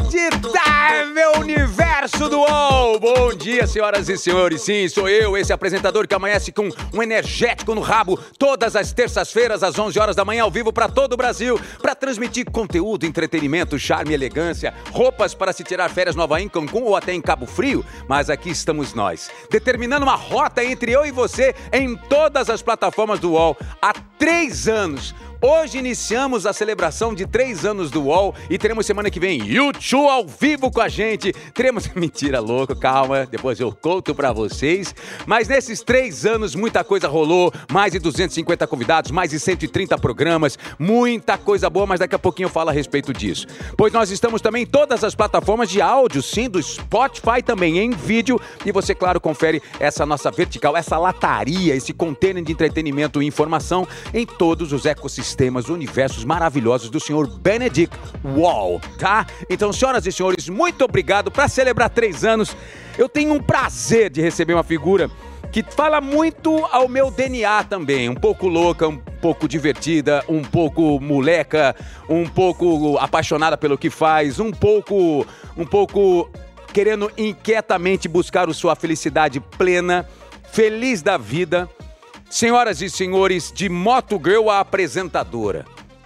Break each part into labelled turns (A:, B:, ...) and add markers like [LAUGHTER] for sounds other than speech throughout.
A: Inacreditável universo do UOL! Bom dia, senhoras e senhores. Sim, sou eu, esse apresentador que amanhece com um energético no rabo todas as terças-feiras às 11 horas da manhã ao vivo para todo o Brasil, para transmitir conteúdo, entretenimento, charme, elegância, roupas para se tirar férias no Havaí, em Cancún ou até em Cabo Frio. Mas aqui estamos nós, determinando uma rota entre eu e você em todas as plataformas do UOL há três anos. Hoje iniciamos a celebração de três anos do UOL e teremos semana que vem YouTube ao vivo com a gente. Teremos. [LAUGHS] Mentira, louco, calma, depois eu conto pra vocês. Mas nesses três anos muita coisa rolou: mais de 250 convidados, mais de 130 programas, muita coisa boa, mas daqui a pouquinho eu falo a respeito disso. Pois nós estamos também em todas as plataformas de áudio, sim, do Spotify também em vídeo. E você, claro, confere essa nossa vertical, essa lataria, esse container de entretenimento e informação em todos os ecossistemas, universos maravilhosos do senhor Benedict Wall, tá? Então, senhoras e senhores, muito obrigado para celebrar três anos. Eu tenho um prazer de receber uma figura que fala muito ao meu DNA também, um pouco louca, um pouco divertida, um pouco moleca, um pouco apaixonada pelo que faz, um pouco, um pouco querendo inquietamente buscar a sua felicidade plena, feliz da vida. Senhoras e senhores, de Moto Girl à apresentadora,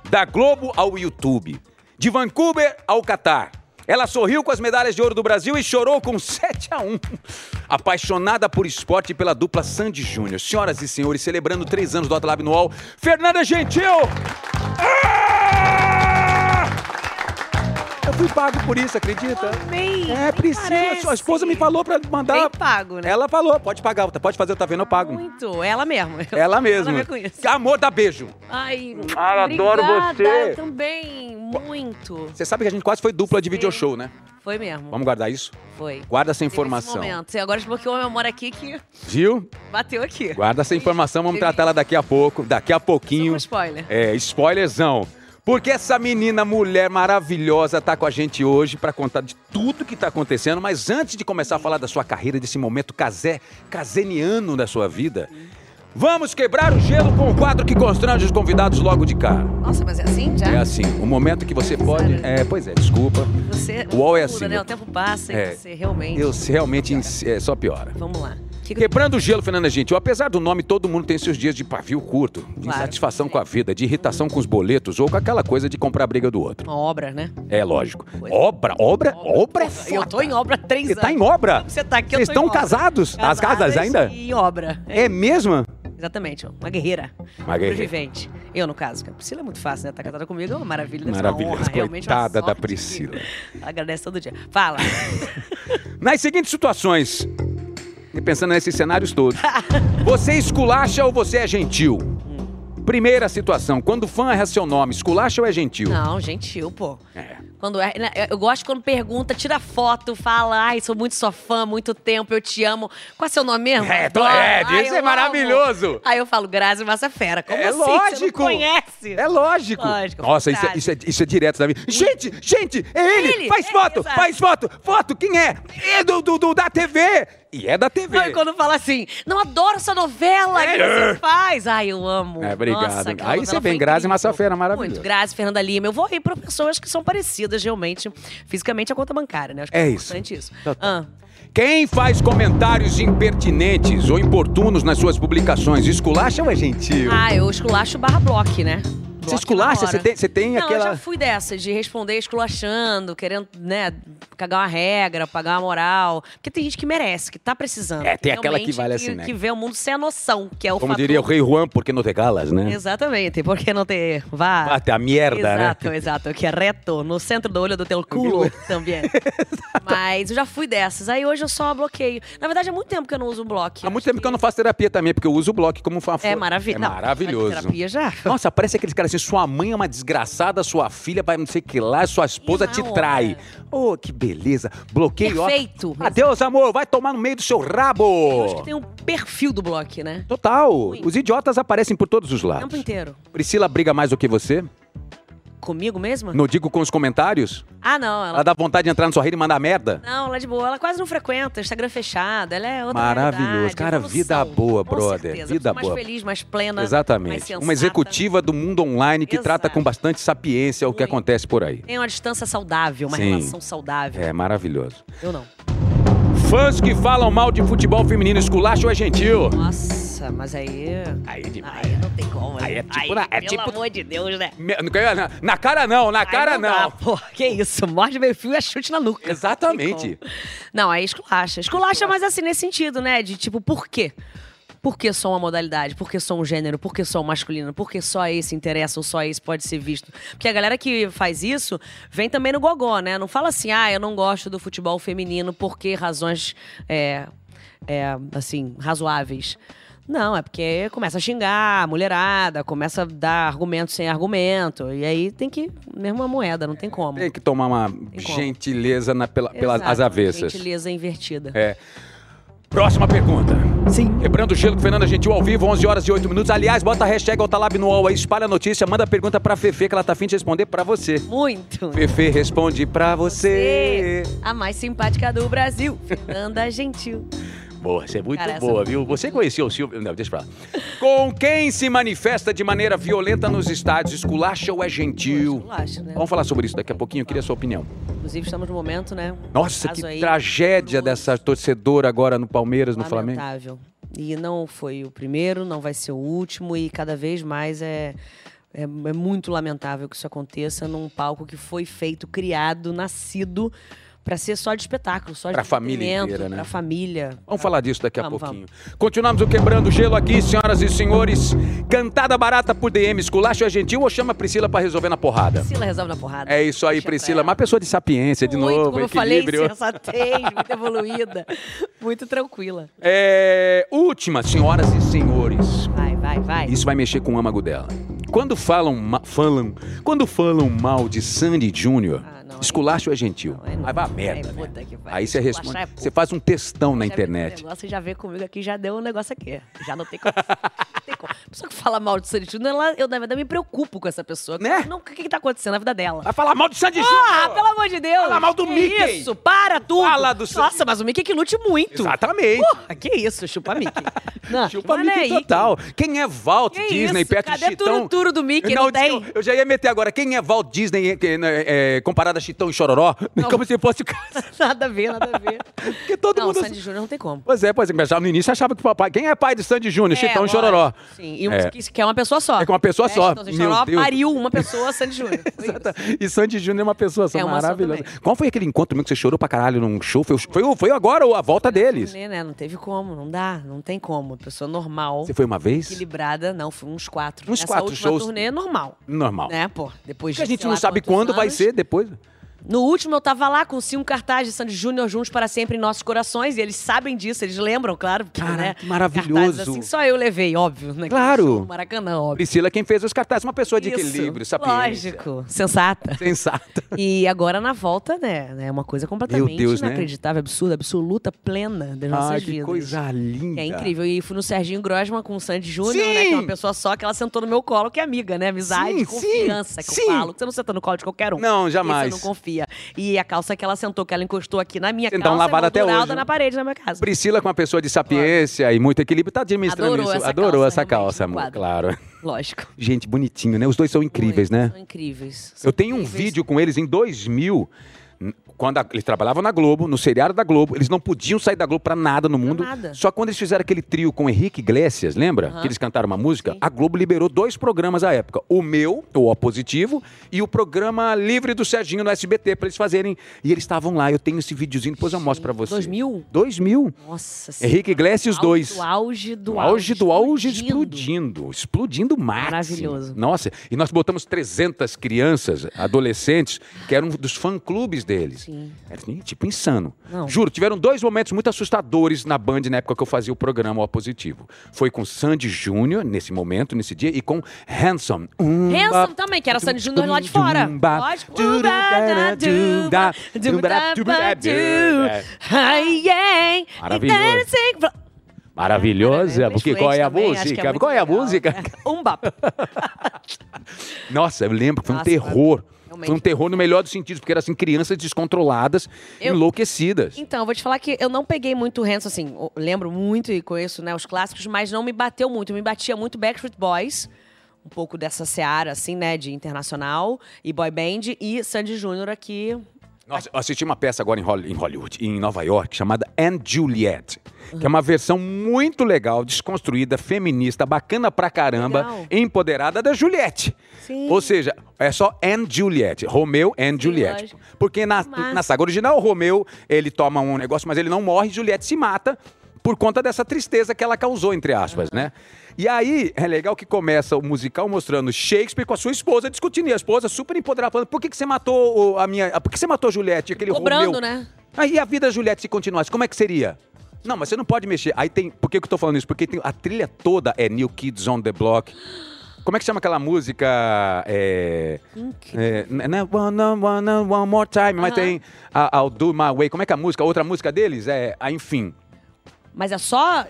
A: da Globo ao YouTube, de Vancouver ao Catar. Ela sorriu com as medalhas de ouro do Brasil e chorou com 7 a 1. Apaixonada por esporte e pela dupla Sandy Júnior. Senhoras e senhores, celebrando três anos do Atlab no UOL, Fernanda Gentil! Ah! Eu fui pago por isso, acredita?
B: Amei,
A: É,
B: nem
A: precisa. Sua
B: parece.
A: esposa me falou pra mandar.
B: Bem pago, né?
A: Ela falou, pode pagar, pode fazer, tá vendo, eu pago.
B: Muito, ela mesma.
A: Ela mesma.
B: Ela com isso.
A: Amor, dá beijo.
B: Ai,
A: Ah, eu adoro
B: obrigada,
A: você.
B: Eu também, muito.
A: Você sabe que a gente quase foi dupla de video show, né?
B: Foi mesmo,
A: Vamos guardar isso?
B: foi.
A: Guarda essa
B: Teve Esse
A: informação.
B: momento. E agora desbloqueou uma memória aqui que
A: Viu?
B: bateu aqui.
A: Guarda essa informação, vamos
B: Teve-
A: tratar ela daqui a pouco. Daqui a
B: Só
A: pouquinho.
B: com spoiler.
A: É, spoilerzão. Porque essa menina, mulher maravilhosa, tá com a gente hoje pra contar de tudo que tá acontecendo. Mas antes de começar a falar da sua carreira, desse momento casé, caseniano da sua vida, vamos quebrar o gelo com o quadro que constrange os convidados logo de cara.
B: Nossa, mas é assim já?
A: É assim, o momento que você pode.
B: Sério?
A: É, pois é, desculpa.
B: Você
A: O UOL é
B: muda,
A: assim.
B: Né? O tempo passa
A: É.
B: e você realmente...
A: Eu sei, realmente ins- é, só piora.
B: Vamos lá. Que-
A: Quebrando o gelo, Fernanda Gentil. Apesar do nome, todo mundo tem seus dias de pavio curto, de
B: Claro.
A: insatisfação com a vida, de irritação com os boletos ou com aquela coisa de comprar a briga do outro.
B: Uma obra, né?
A: É lógico.
B: Pois.
A: Obra, obra, obra é foda.
B: Eu tô em obra há três
A: Você
B: anos.
A: tá em obra?
B: Você tá aqui, eu
A: Vocês
B: tô em
A: estão
B: obra.
A: casados? As casas
B: Casadas
A: ainda?
B: E em obra.
A: É mesmo?
B: Exatamente, uma guerreira.
A: Uma guerreira.
B: Sobrevivente. Eu, no caso. A Priscila é muito fácil, né? Tá casada comigo, é uma maravilha. deve ser uma
A: Maravilhoso.
B: honra, realmente uma
A: Coitada da
B: sorte
A: Priscila.
B: que Ela agradece todo dia.
A: [LAUGHS]
B: Fala.
A: Nas seguintes situações, e pensando nesses cenários
B: [LAUGHS]
A: todos, você esculacha ou você é gentil?
B: Hum.
A: Primeira situação, quando o fã erra seu nome, esculacha ou é gentil?
B: Não, gentil, pô.
A: É.
B: Quando é, né, eu- eu gosto quando pergunta, tira foto, fala, ai, sou muito sua fã, muito tempo, eu te amo. Qual é seu nome mesmo?
A: É, tô-
B: Adoro.
A: é,
B: Ai,
A: isso
B: eu
A: é
B: amo.
A: maravilhoso.
B: Aí eu falo, Grazi Massa Fera. Como
A: é
B: assim?
A: lógico.
B: Você não conhece?
A: É lógico.
B: Lógico,
A: Nossa, isso é,
B: verdade. Hum.
A: isso, é, isso é direto da minha. Gente, gente, é ele!
B: Ele,
A: Faz
B: é,
A: foto,
B: exato.
A: faz foto, foto, quem é? É do, do, do- da TV! E é da TV.
B: Não, e quando fala assim, não adoro essa novela que
A: É.
B: você faz. Ai, eu amo.
A: É, obrigado.
B: Nossa, aquela
A: Aí
B: novela
A: você vem,
B: foi
A: Grazi
B: incrível.
A: Massafera, maravilhoso.
B: Muito, Grazi, Fernanda Lima. Eu vou ir pra pessoas que são parecidas, realmente, fisicamente, a conta bancária, né? Acho que
A: É
B: é,
A: isso.
B: importante isso.
A: Tá, tá.
B: Ah,
A: Quem faz comentários impertinentes ou importunos nas suas publicações, esculacha ou é gentil?
B: ah, eu esculacho barra bloco, né?
A: Você esculacha? Você tem, você tem
B: Não,
A: aquela.
B: eu já fui dessas, de responder esculachando, querendo, né, cagar uma regra, pagar uma moral. Porque tem gente que merece, que tá precisando.
A: É, tem aquela que
B: realmente,
A: vale assim, né?
B: Que vê o mundo sem a noção, que é o
A: Como
B: fator
A: diria o rei Juan, porque não regalas, né?
B: Exatamente, porque não ter vá.
A: Bate a merda,
B: exato,
A: né?
B: exato, que é reto, no centro do olho do teu culo [LAUGHS]
A: [LAUGHS]
B: também. Mas eu já fui dessas, aí hoje eu só bloqueio. Na verdade, há muito tempo que eu não uso bloco.
A: Há muito tempo que eu não faço terapia também, porque eu uso o bloco como uma
B: É
A: É
B: maravilhoso.
A: maravilhoso.
B: Terapia já.
A: Nossa, parece aqueles caras assim, sua mãe é uma desgraçada, sua filha vai não sei o que lá, sua esposa te
B: na
A: trai.
B: hora.
A: Oh, que beleza. Bloqueio, ó.
B: Perfeito.
A: Adeus, amor, vai tomar no meio do seu
B: Acho que
A: rabo.
B: tem um perfil do bloco, né?
A: Total. Os idiotas aparecem por todos os
B: O tempo
A: lados.
B: inteiro.
A: Priscila briga mais do que você?
B: comigo mesma?
A: Não digo com os comentários?
B: Ah, não. Ela...
A: Ela dá vontade de entrar na sua rede e mandar merda?
B: Não, ela é de boa. Ela quase não frequenta, Instagram fechado. Ela é outra
A: Maravilhoso.
B: realidade,
A: Cara,
B: evolução.
A: vida boa,
B: Com
A: brother,
B: certeza.
A: vida
B: mais
A: boa.
B: Mais feliz, mais plena. mais
A: Exatamente.
B: sensata.
A: Uma executiva do mundo online que
B: Exato.
A: trata com bastante sapiência o que
B: Muito.
A: acontece por aí.
B: Tem uma distância saudável, uma
A: Sim.
B: relação saudável.
A: É maravilhoso.
B: Eu não.
A: Fãs que falam mal de futebol feminino, esculacho é gentil.
B: Nossa, mas aí.
A: Aí demais.
B: Aí não tem como. né?
A: Aí é tipo na- é
B: pelo
A: tipo-
B: amor de Deus, né?
A: Me- Na, na cara não, na
B: Aí
A: cara não.
B: [LAUGHS] dá, pô, que isso, morde meu fio é chute na nuca.
A: Exatamente.
B: Não tem como. Não, aí esculacha. Esculacha, mas assim, nesse sentido, né? De tipo, por quê? Por que só uma modalidade? Por que só um gênero? Por que só um masculino? Por que só esse interessa ou só esse pode ser visto? Porque a galera que faz isso vem também no gogó, né? Não fala assim, ah, eu não gosto do futebol feminino porque razões, é, é, assim, razoáveis. Não, é porque começa a xingar a mulherada, começa a dar argumento sem argumento. E aí tem que, mesmo a moeda, não tem como.
A: Tem que tomar uma
B: como.
A: gentileza na- pela- pelas
B: Exato,
A: as avessas.
B: Gentileza invertida.
A: É. Próxima pergunta.
B: Sim.
A: Quebrando o gelo com Fernanda Gentil ao vivo, 11 horas e 8 minutos. Aliás, bota a hashtag Altalab no UOL aí, espalha a notícia, manda a pergunta pra Fefe que ela tá afim de responder pra você.
B: Muito.
A: Fefe responde pra você.
B: A mais simpática do Brasil, Fernanda Gentil.
A: Boa, você é muito
B: Cara, essa
A: boa,
B: foi
A: viu? Você conheceu o Silvio. Não, deixa pra lá. Com quem se manifesta de maneira violenta nos estádios? Esculacha ou é [LAUGHS] gentil?
B: Esculacha, né?
A: Vamos falar sobre isso daqui a pouquinho, eu queria a sua opinião.
B: Inclusive, estamos no momento, né?
A: Nossa,
B: Caso
A: que
B: aí
A: tragédia
B: horroroso.
A: dessa torcedora agora no Palmeiras, no Flamengo.
B: Lamentável. E não foi o primeiro, não vai ser o último, e cada vez mais é, é, é muito lamentável que isso aconteça num palco que foi feito, criado, nascido para ser só de espetáculo, só de
A: Pra família
B: entretenimento,
A: inteira, né?
B: Pra família.
A: Vamos falar disso daqui a
B: Vamos,
A: pouquinho. Continuamos o Quebrando o Gelo aqui, senhoras e senhores. Cantada barata por DM, esculacho é gentil ou chama a Priscila pra resolver na porrada?
B: Priscila resolve na porrada.
A: É isso aí,
B: Deixa pra
A: Priscila.
B: ela.
A: Uma pessoa de sapiência, de
B: muito,
A: novo,
B: como eu falei,
A: equilíbrio.
B: sensatez, muito evoluída, muito tranquila.
A: É, última, senhoras e senhores.
B: Vai, vai, vai.
A: Isso vai mexer com o âmago dela. Quando falam, ma- falam, quando falam mal de Sandy Júnior,
B: Ah, não, aí-
A: esculacho é gentil.
B: Não, aí não.
A: Aí vai a
B: Aí
A: merda. né?
B: puta que pariu.
A: Aí você
B: Esculachar
A: responde.
B: é pouco.
A: Você faz um textão na
B: Já viu esse
A: internet.
B: negócio, já vê comigo aqui, já deu um negócio aqui. Já não tem como. [LAUGHS] não tem como. A pessoa que fala mal de Sandy Júnior, ela- eu na verdade me preocupo com essa pessoa.
A: Né?
B: Não, o que, que tá acontecendo na vida dela?
A: Vai falar mal de Sandy
B: Porra,
A: Júnior!
B: pelo amor de Deus!
A: Fala mal do
B: que
A: Mickey.
B: Isso, para tudo!
A: Fala do Sandy-
B: Nossa, mas o Mickey é que lute muito!
A: Exatamente.
B: Porra, que isso, chupa Mickey.
A: [LAUGHS]
B: Não,
A: Chupa
B: mas não é
A: Mickey
B: aí.
A: total. Quem é Walt
B: Que
A: Disney
B: isso?
A: perto
B: Cadê
A: de Chitão?
B: Turuturo do Mickey? Não
A: eu disse que
B: tem?
A: Eu, eu já ia meter agora. Quem é Walt Disney eh, que, né, eh, comparado a Chitão e Chororó? Como se fosse o cara.
B: [LAUGHS] Nada a ver, nada a ver.
A: Porque todo
B: não,
A: mundo...
B: Sandy Júnior não tem como.
A: Pois é, pois é. Mas já no início achava que o papai... Quem é pai de Sandy Júnior?
B: É,
A: Chitão e
B: lógico.
A: Chororó.
B: Sim, e um,
A: É.
B: que, que é uma pessoa só.
A: É que uma pessoa só.
B: Então,
A: Meu
B: Chororó
A: Deus.
B: pariu uma pessoa, Sandy
A: [LAUGHS]
B: Júnior. Foi isso.
A: Exata. E Sandy Júnior é uma pessoa só
B: É uma só
A: maravilhosa.
B: também.
A: Qual foi aquele encontro meu que você chorou pra caralho num show? Foi, o- foi, o- foi agora ou a volta deles?
B: Né, né? Não teve como, não dá, não tem como. Pessoa normal,
A: Você foi uma vez?
B: equilibrada, não, foi uns quatro.
A: Uns
B: Nessa
A: quatro
B: última
A: shows.
B: turnê, é normal.
A: Normal.
B: Né, pô? Depois de,
A: Porque a gente
B: sei
A: não
B: lá
A: sabe
B: quantos
A: quando vai
B: anos.
A: ser depois.
B: No último, eu tava lá com cinco cartazes de Sandy Júnior juntos para sempre em nossos corações. E eles sabem disso, eles lembram, claro. Porque,
A: Caraca,
B: né,
A: que maravilhoso.
B: cartazes Assim, só eu levei, óbvio. Né,
A: Claro.
B: No Maracanã, óbvio.
A: Priscila é quem fez os cartazes. Uma pessoa de
B: Isso,
A: equilíbrio, sapiência.
B: Lógico, sensata.
A: Sensata.
B: E agora na volta, né? É uma coisa completamente
A: Meu Deus, né?
B: inacreditável, absurda, absoluta, plena das nossas
A: Ai,
B: vidas.
A: que coisa linda.
B: É incrível. E fui no Serginho Grosman com o Sandy Júnior,
A: Sim!
B: né? Que é uma pessoa só que ela sentou no meu colo, que é amiga, né? Amizade,
A: Sim,
B: confiança,
A: sim,
B: que
A: sim.
B: eu falo. Você não senta no colo de qualquer um.
A: Não, jamais.
B: Isso, Você não confia. E a calça que ela sentou, que ela encostou aqui na minha
A: Você dá
B: calça,
A: um lavado
B: e
A: até
B: molduralda
A: hoje.
B: na parede na minha casa.
A: Priscila, com uma pessoa de sapiência e muito equilíbrio, tá administrando
B: Adorou
A: isso.
B: essa
A: Adorou
B: calça,
A: essa
B: realmente,
A: calça,
B: no
A: amor.
B: quadro.
A: Claro.
B: Lógico.
A: Gente, bonitinho, né? Os dois são incríveis,
B: Muito,
A: né?
B: São incríveis. São
A: Eu tenho um
B: incríveis.
A: vídeo com eles em 2000, n- quando a- eles trabalhavam na Globo, no seriado da Globo. Eles não podiam sair da Globo pra nada no mundo.
B: nada.
A: Só quando eles fizeram aquele trio com Henrique Iglesias, lembra?
B: Aham.
A: Que eles cantaram uma música.
B: Sim.
A: A Globo liberou dois programas à época. O meu, o O Positivo, e o programa Livre do Serginho no SBT, pra eles fazerem. E eles estavam lá. Eu tenho esse videozinho, depois eu mostro pra você.
B: 2000?
A: 2000.
B: Nossa Senhora.
A: Henrique Iglesias
B: Auge
A: 2.
B: Do auge do
A: O auge do auge explodindo,
B: explodindo.
A: explodindo máximo.
B: Maravilhoso.
A: Nossa, e nós botamos 300 crianças, adolescentes, que eram dos fã-clubes deles.
B: Sim.
A: Era assim, tipo insano.
B: Não.
A: Juro, tiveram dois momentos muito assustadores na Band na época que eu fazia o programa O Positivo. Foi com Sandy Júnior, nesse momento, nesse dia, e com Hum, Hanson. Umba.
B: Hanson também, que era Sandy Júnior lá de fora.
A: Umba.
B: Lógico.
A: Durudaraduba. Durudaraduba.
B: Ai, yeah.
A: Maravilhoso. Maravilhosa,
B: Parabéns,
A: porque qual é a
B: fluente também, acho que
A: música?
B: muito
A: qual é a
B: legal.
A: música?
B: [LAUGHS] Um bap.
A: [LAUGHS] Nossa, eu lembro que foi um
B: Nossa,
A: terror.
B: realmente.
A: Foi um terror no melhor dos sentidos, porque eram assim, crianças descontroladas,
B: Eu-
A: enlouquecidas.
B: Então, eu vou te falar que eu não peguei muito Hanson, assim, eu lembro muito e conheço né, os clássicos, mas não me bateu muito. Me batia muito Backstreet Boys, um pouco dessa seara, assim, né, de internacional, e boy band, e Sandy Júnior aqui.
A: Nossa, eu assisti uma peça agora em Holly- em Hollywood, em Nova York, chamada And Juliet, que é uma versão muito legal, desconstruída, feminista, bacana pra caramba,
B: Legal.
A: empoderada da Juliette.
B: Sim.
A: Ou seja, é só And Juliet, Romeu and Juliette.
B: lógico.
A: Porque na,
B: Massa.
A: na saga original, o Romeu, ele toma um negócio, mas ele não morre, Juliette se mata por conta dessa tristeza que ela causou, entre aspas, né? E aí, é legal que começa o musical mostrando Shakespeare com a sua esposa discutindo, e a esposa super empoderada, falando, por que, que você matou o- a minha... Por que você matou a Juliette, aquele
B: Cobrando,
A: Romeu?
B: né?
A: Aí a vida da Juliette se continuasse, como é que seria? Não, mas você não pode mexer. Aí tem... Por que, que eu tô falando isso? Porque tem- a trilha toda é New Kids on the Block. Como é que chama aquela música? É... É, né, né, one, one, one, one more time, mas
B: Aham.
A: tem a, I'll do my way. Como é que é a música? Outra música deles é, a, enfim.
B: Mas é só.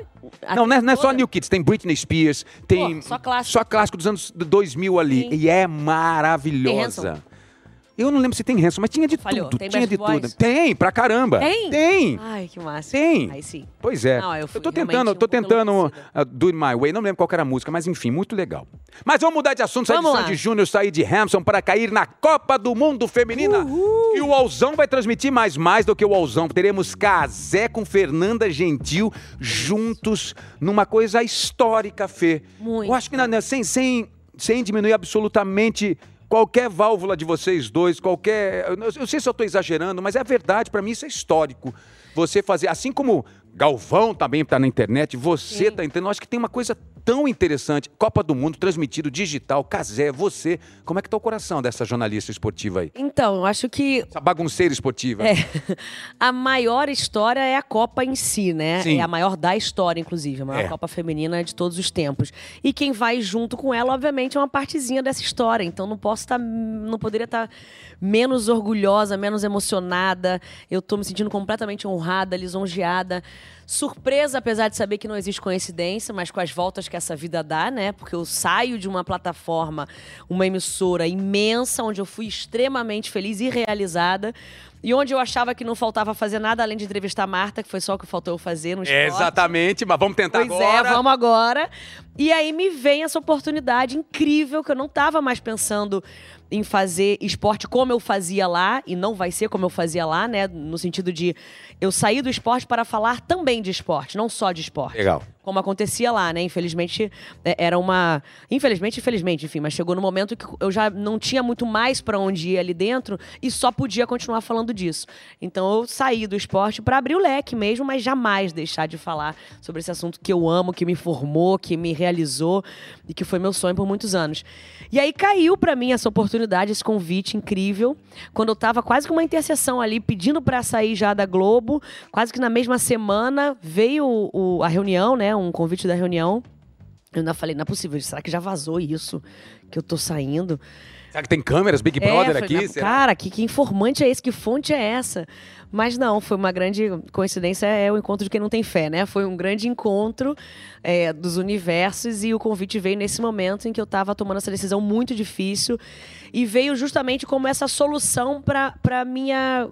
B: a
A: não, não é, não é só
B: toda?
A: New Kids, tem Britney Spears, tem
B: só clássico.
A: só clássico dos anos 2000 ali
B: Sim.
A: e é
B: Tem
A: maravilhosa.
B: Hanson?
A: Eu não lembro se tem Hanson, mas tinha de
B: Falhou.
A: tudo,
B: Tem
A: tinha de
B: Backstreet
A: tudo.
B: Boys?
A: Tem, pra caramba.
B: Tem?
A: Tem.
B: Ai, que massa.
A: Tem.
B: Aí sim.
A: Pois é.
B: Não, eu
A: eu,
B: fui
A: tô
B: realmente
A: tentando, tô
B: um pouco
A: tentando
B: enlouquecida.
A: uh, do It My Way, não me lembro qual que era a música, mas enfim, muito legal. Mas vamos mudar de assunto, sair de
B: Vamos lá.
A: Sandy Júnior, sair de Hampson para cair na Copa do Mundo Feminina. E o Alzão vai transmitir mais mais do que o Alzão. Teremos Casé com Fernanda Gentil juntos numa coisa histórica, Fê.
B: Muito.
A: Eu acho que na- na- sem, sem, sem diminuir absolutamente qualquer válvula de vocês dois, qualquer. Eu, não- eu sei se eu estou exagerando, mas é verdade, para mim isso é histórico. Você fazer. Assim como Galvão também está na internet, você está entrando. Eu acho que tem uma coisa tão interessante. Copa do Mundo, transmitido digital, Casé, você. Como é que está o coração dessa jornalista esportiva aí?
B: Então, eu acho que
A: Essa bagunceira esportiva.
B: É. [LAUGHS] A maior história é a Copa em si, né?
A: Sim.
B: É a maior da história, inclusive. A maior
A: É.
B: Copa feminina de todos os tempos. E quem vai junto com ela, obviamente, é uma partezinha dessa história. Então não posso estar. não poderia estar menos orgulhosa, menos emocionada. Eu tô me sentindo completamente honrada, lisonjeada. Surpresa, apesar de saber que não existe coincidência, mas com as voltas que essa vida dá, né? Porque eu saio de uma plataforma, uma emissora imensa, onde eu fui extremamente feliz e realizada. E onde eu achava que não faltava fazer nada além de entrevistar a Marta, que foi só o que faltou eu fazer no
A: É, [LAUGHS]
B: esporte.
A: exatamente, mas vamos tentar
B: Pois
A: agora.
B: é, vamos agora. E aí me vem essa oportunidade incrível que eu não estava mais pensando em fazer esporte como eu fazia lá, e não vai ser como eu fazia lá, né? No sentido de eu sair do esporte para falar também de esporte, não só de esporte
A: Legal.
B: como acontecia lá, né? Infelizmente, é, era uma. Infelizmente, infelizmente, enfim, mas chegou no momento que eu já não tinha muito mais pra onde ir ali dentro e só podia continuar falando disso. Então eu saí do esporte pra abrir o leque mesmo, mas jamais deixar de falar sobre esse assunto que eu amo, que me formou, que me realizou e que foi meu sonho por muitos anos. E aí caiu pra mim essa oportunidade, esse convite incrível, quando eu tava quase com uma interseção ali, pedindo pra sair já da Globo, quase que na mesma semana veio o- a reunião, né? Um convite da reunião. Eu ainda falei, não é possível, será que já vazou isso? Que eu tô saindo?
A: Será que tem câmeras Big
B: É,
A: Brother
B: foi
A: aqui?
B: na-
A: Será?
B: Cara, que, que informante é esse? Que fonte é essa? Mas não, foi uma grande coincidência, é o encontro de quem não tem fé, né? Foi um grande encontro é, dos universos e o convite veio nesse momento em que eu estava tomando essa decisão muito difícil e veio justamente como essa solução para minha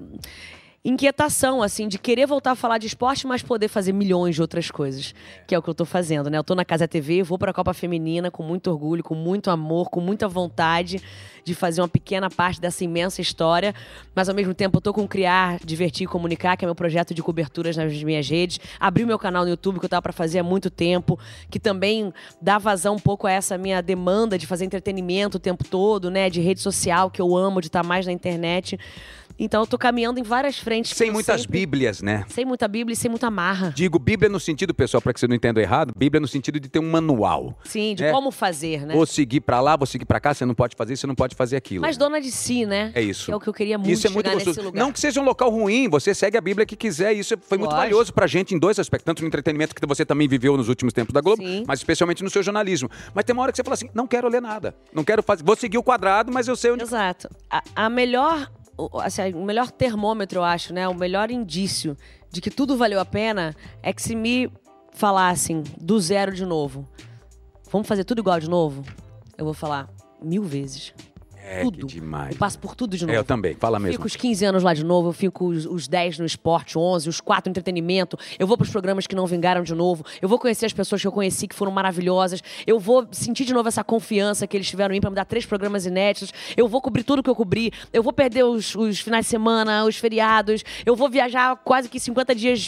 B: inquietação, assim, de querer voltar a falar de esporte, mas poder fazer milhões de outras coisas, que é o que eu tô fazendo, né? Eu tô na Casa TV, vou pra Copa Feminina com muito orgulho, com muito amor, com muita vontade de fazer uma pequena parte dessa imensa história, mas ao mesmo tempo eu tô com Criar, Divertir e Comunicar, que é meu projeto de coberturas nas minhas redes, abri o meu canal no YouTube, que eu tava pra fazer há muito tempo, que também dá vazão um pouco a essa minha demanda de fazer entretenimento o tempo todo, né? De rede social, que eu amo, de estar mais na internet. Então eu tô caminhando em várias frentes.
A: Sem
B: eu
A: muitas
B: sempre-
A: bíblias, né?
B: Sem muita Bíblia e sem muita marra.
A: Digo Bíblia no sentido, pessoal, para que você não entenda errado, Bíblia no sentido de ter um manual.
B: Sim, de
A: É.
B: como fazer, né?
A: Vou seguir pra lá, vou seguir pra cá, você não pode fazer isso, você não pode fazer aquilo.
B: Mas dona de si, né?
A: É isso.
B: Que é o que eu queria muito
A: isso é muito
B: chegar
A: gostoso.
B: nesse lugar.
A: Não que seja um local ruim, você segue a Bíblia que quiser. Isso foi muito
B: Lógico.
A: valioso pra gente em dois aspectos. Tanto no entretenimento que você também viveu nos últimos tempos da Globo,
B: Sim.
A: mas especialmente no seu jornalismo. Mas tem uma hora que você fala assim: não quero ler nada. Não quero fazer. Vou seguir o quadrado, mas eu sei onde.
B: Exato. A, a melhor, o- assim, o melhor termômetro, eu acho, né? O melhor indício de que tudo valeu a pena é que se me falassem do zero de novo, vamos fazer tudo igual de novo, eu vou falar mil vezes.
A: É,
B: tudo.
A: que demais.
B: Eu passo por tudo de novo.
A: É, eu também, fala mesmo.
B: Fico os 15 anos lá de novo, eu fico os, os 10 no esporte, 11, os 4 no entretenimento. Eu vou pros programas que não vingaram de novo. Eu vou conhecer as pessoas que eu conheci que foram maravilhosas. Eu vou sentir de novo essa confiança que eles tiveram em mim pra me dar três programas inéditos. Eu vou cobrir tudo que eu cobri. Eu vou perder os, os finais de semana, os feriados. Eu vou viajar quase que 50 dias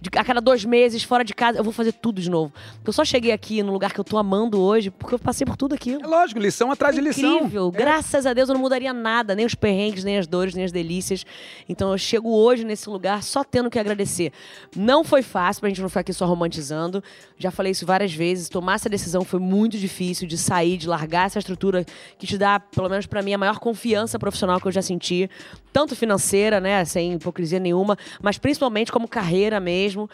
B: de- a cada dois meses fora de casa. Eu vou fazer tudo de novo. Eu só cheguei aqui no lugar que eu tô amando hoje porque eu passei por tudo aquilo.
A: É lógico, lição atrás de lição. É.
B: Incrível. Graças a Deus eu não mudaria nada, nem os perrengues, nem as dores, nem as delícias. Então eu chego hoje nesse lugar só tendo que agradecer. Não foi fácil pra gente não ficar aqui só romantizando. Já falei isso várias vezes. Tomar essa decisão foi muito difícil de sair, de largar essa estrutura que te dá, pelo menos pra mim, a maior confiança profissional que eu já senti, tanto financeira, né, sem hipocrisia nenhuma, mas principalmente como carreira mesmo.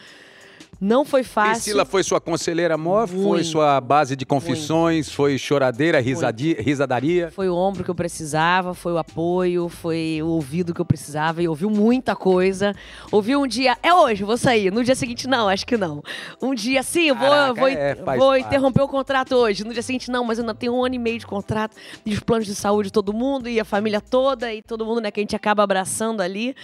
B: Não foi fácil.
A: Priscila foi sua conselheira amor, foi
B: Muito.
A: sua base de confissões, foi choradeira, risadi- risadaria.
B: Foi o ombro que eu precisava, foi o apoio, foi o ouvido que eu precisava e ouviu muita coisa. Ouviu um dia, é hoje, vou sair. No dia seguinte, não, acho que não. Um dia, sim, eu vou,
A: Caraca,
B: vou,
A: é, faz
B: vou
A: parte.
B: interromper o contrato hoje. No dia seguinte, não, mas eu ainda tenho um ano e meio de contrato e os planos de saúde de todo mundo e a família toda e todo mundo, né, que a gente acaba abraçando ali.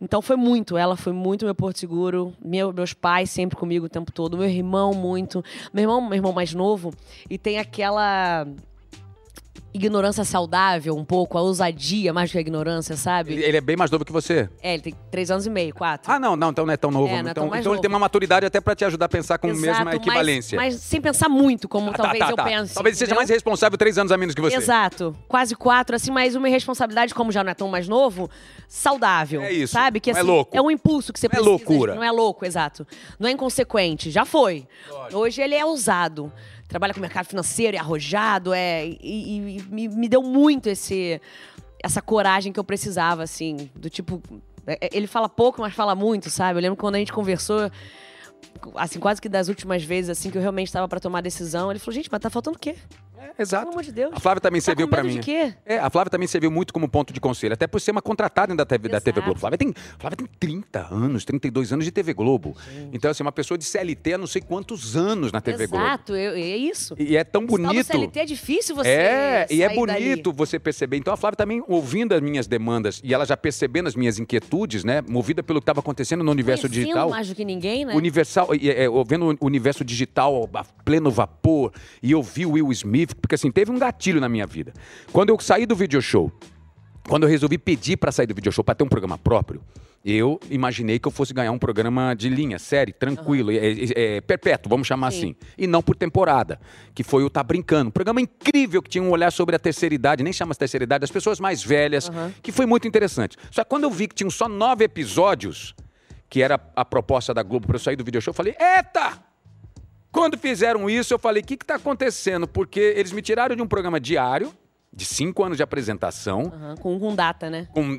B: Então foi muito, ela foi muito meu porto seguro, meu- meus pais sempre comigo o tempo todo, meu irmão muito, meu irmão, meu irmão mais novo e tem aquela ignorância saudável um pouco, a ousadia mais que a ignorância,
A: Ele,
B: sabe?
A: ele é bem mais novo que você.
B: É, ele tem três anos e meio, quatro.
A: Ah, não, não, então não é tão novo.
B: É, não é
A: então
B: tão mais
A: então ele
B: novo.
A: tem uma maturidade até pra te ajudar a pensar com a
B: Exato,
A: mesma
B: mas-
A: equivalência.
B: Mas, sem pensar muito, como
A: Ah, tá,
B: talvez
A: tá,
B: eu
A: tá.
B: pense.
A: Talvez ele seja
B: entendeu?
A: mais responsável três anos a menos que você.
B: Exato. Quase quatro, assim, mas uma irresponsabilidade, como já não é tão mais novo, saudável.
A: É isso.
B: Sabe? Que,
A: Não é
B: assim,
A: louco.
B: um impulso que você
A: Não é
B: precisa.
A: loucura.
B: Não é louco, exato. Não é inconsequente. Já foi. Hoje ele é ousado. Trabalha com mercado financeiro, é arrojado, é. E, e- e me, me deu muito esse, essa coragem que eu precisava, assim. Do tipo. é- é- Ele fala pouco, mas fala muito, sabe? Eu lembro que quando a gente conversou assim, quase que das últimas vezes, assim, que eu realmente estava pra tomar decisão, ele falou, gente, mas tá faltando o quê?
A: É, exato.
B: Pelo amor de Deus.
A: A Flávia também
B: Tá
A: serviu
B: com
A: pra
B: medo
A: mim.
B: de quê?
A: É, a Flávia também serviu muito como ponto de conselho, até por ser uma contratada ainda da TV, da
B: Exato.
A: TV Globo. Flávia tem, Flávia tem 30 anos, 32 anos de TV Globo. Então, assim, uma pessoa de CLT há não sei quantos anos na TV Globo.
B: Exato, eu- é isso.
A: E é tão bonito.
B: Está no CLT é difícil você
A: É, e é
B: sair dali.
A: bonito você perceber. Então a Flávia também ouvindo as minhas demandas e ela já percebendo as minhas inquietudes, né? Movida pelo que estava acontecendo no universo
B: Conhecendo
A: digital.
B: mais do que ninguém, né?
A: Universal, e, é, é, vendo o universo digital a pleno vapor, e eu vi o Will Smith, porque assim, teve um gatilho na minha vida. Quando eu saí do video show, quando eu resolvi pedir para sair do video show, para ter um programa próprio, eu imaginei que eu fosse ganhar um programa de linha, série, tranquilo, é, é, é, perpétuo, vamos chamar assim. E não por temporada, que foi o Tá Brincando. Um programa incrível que tinha um olhar sobre a terceira idade, nem chama terceira idade, as pessoas mais velhas, que foi muito interessante. Só que quando eu vi que tinham só nove episódios, que era a proposta da Globo para eu sair do video show, eu falei, eita! Quando fizeram isso, eu falei: o que está acontecendo? Porque eles me tiraram de um programa diário, de cinco anos de apresentação,
B: Aham, com, com data, né?
A: com-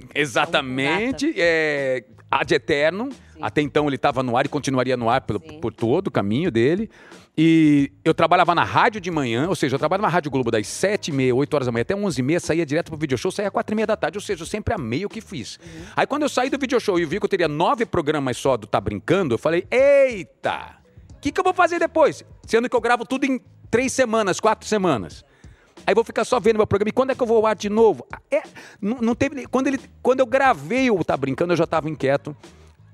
A: exatamente, é, ad eterno. Até então ele estava no ar e continuaria no ar pelo, por todo o caminho dele. E eu trabalhava na rádio de manhã, ou seja, eu trabalhava na Rádio Globo das 7 e meia, 8 horas da manhã até 11 e meia, saía direto pro video show, saía 4 e meia da tarde, ou seja, eu sempre amei o que fiz. Aí quando eu saí do video show e vi que eu teria nove programas só do Tá Brincando, eu falei, eita, o que, que eu vou fazer depois? Sendo que eu gravo tudo em três semanas, quatro semanas. Aí vou ficar só vendo meu programa. E quando é que eu vou ao ar de novo? É, não, não teve. nem- Quando, ele, quando eu gravei o Tá Brincando, eu já estava inquieto,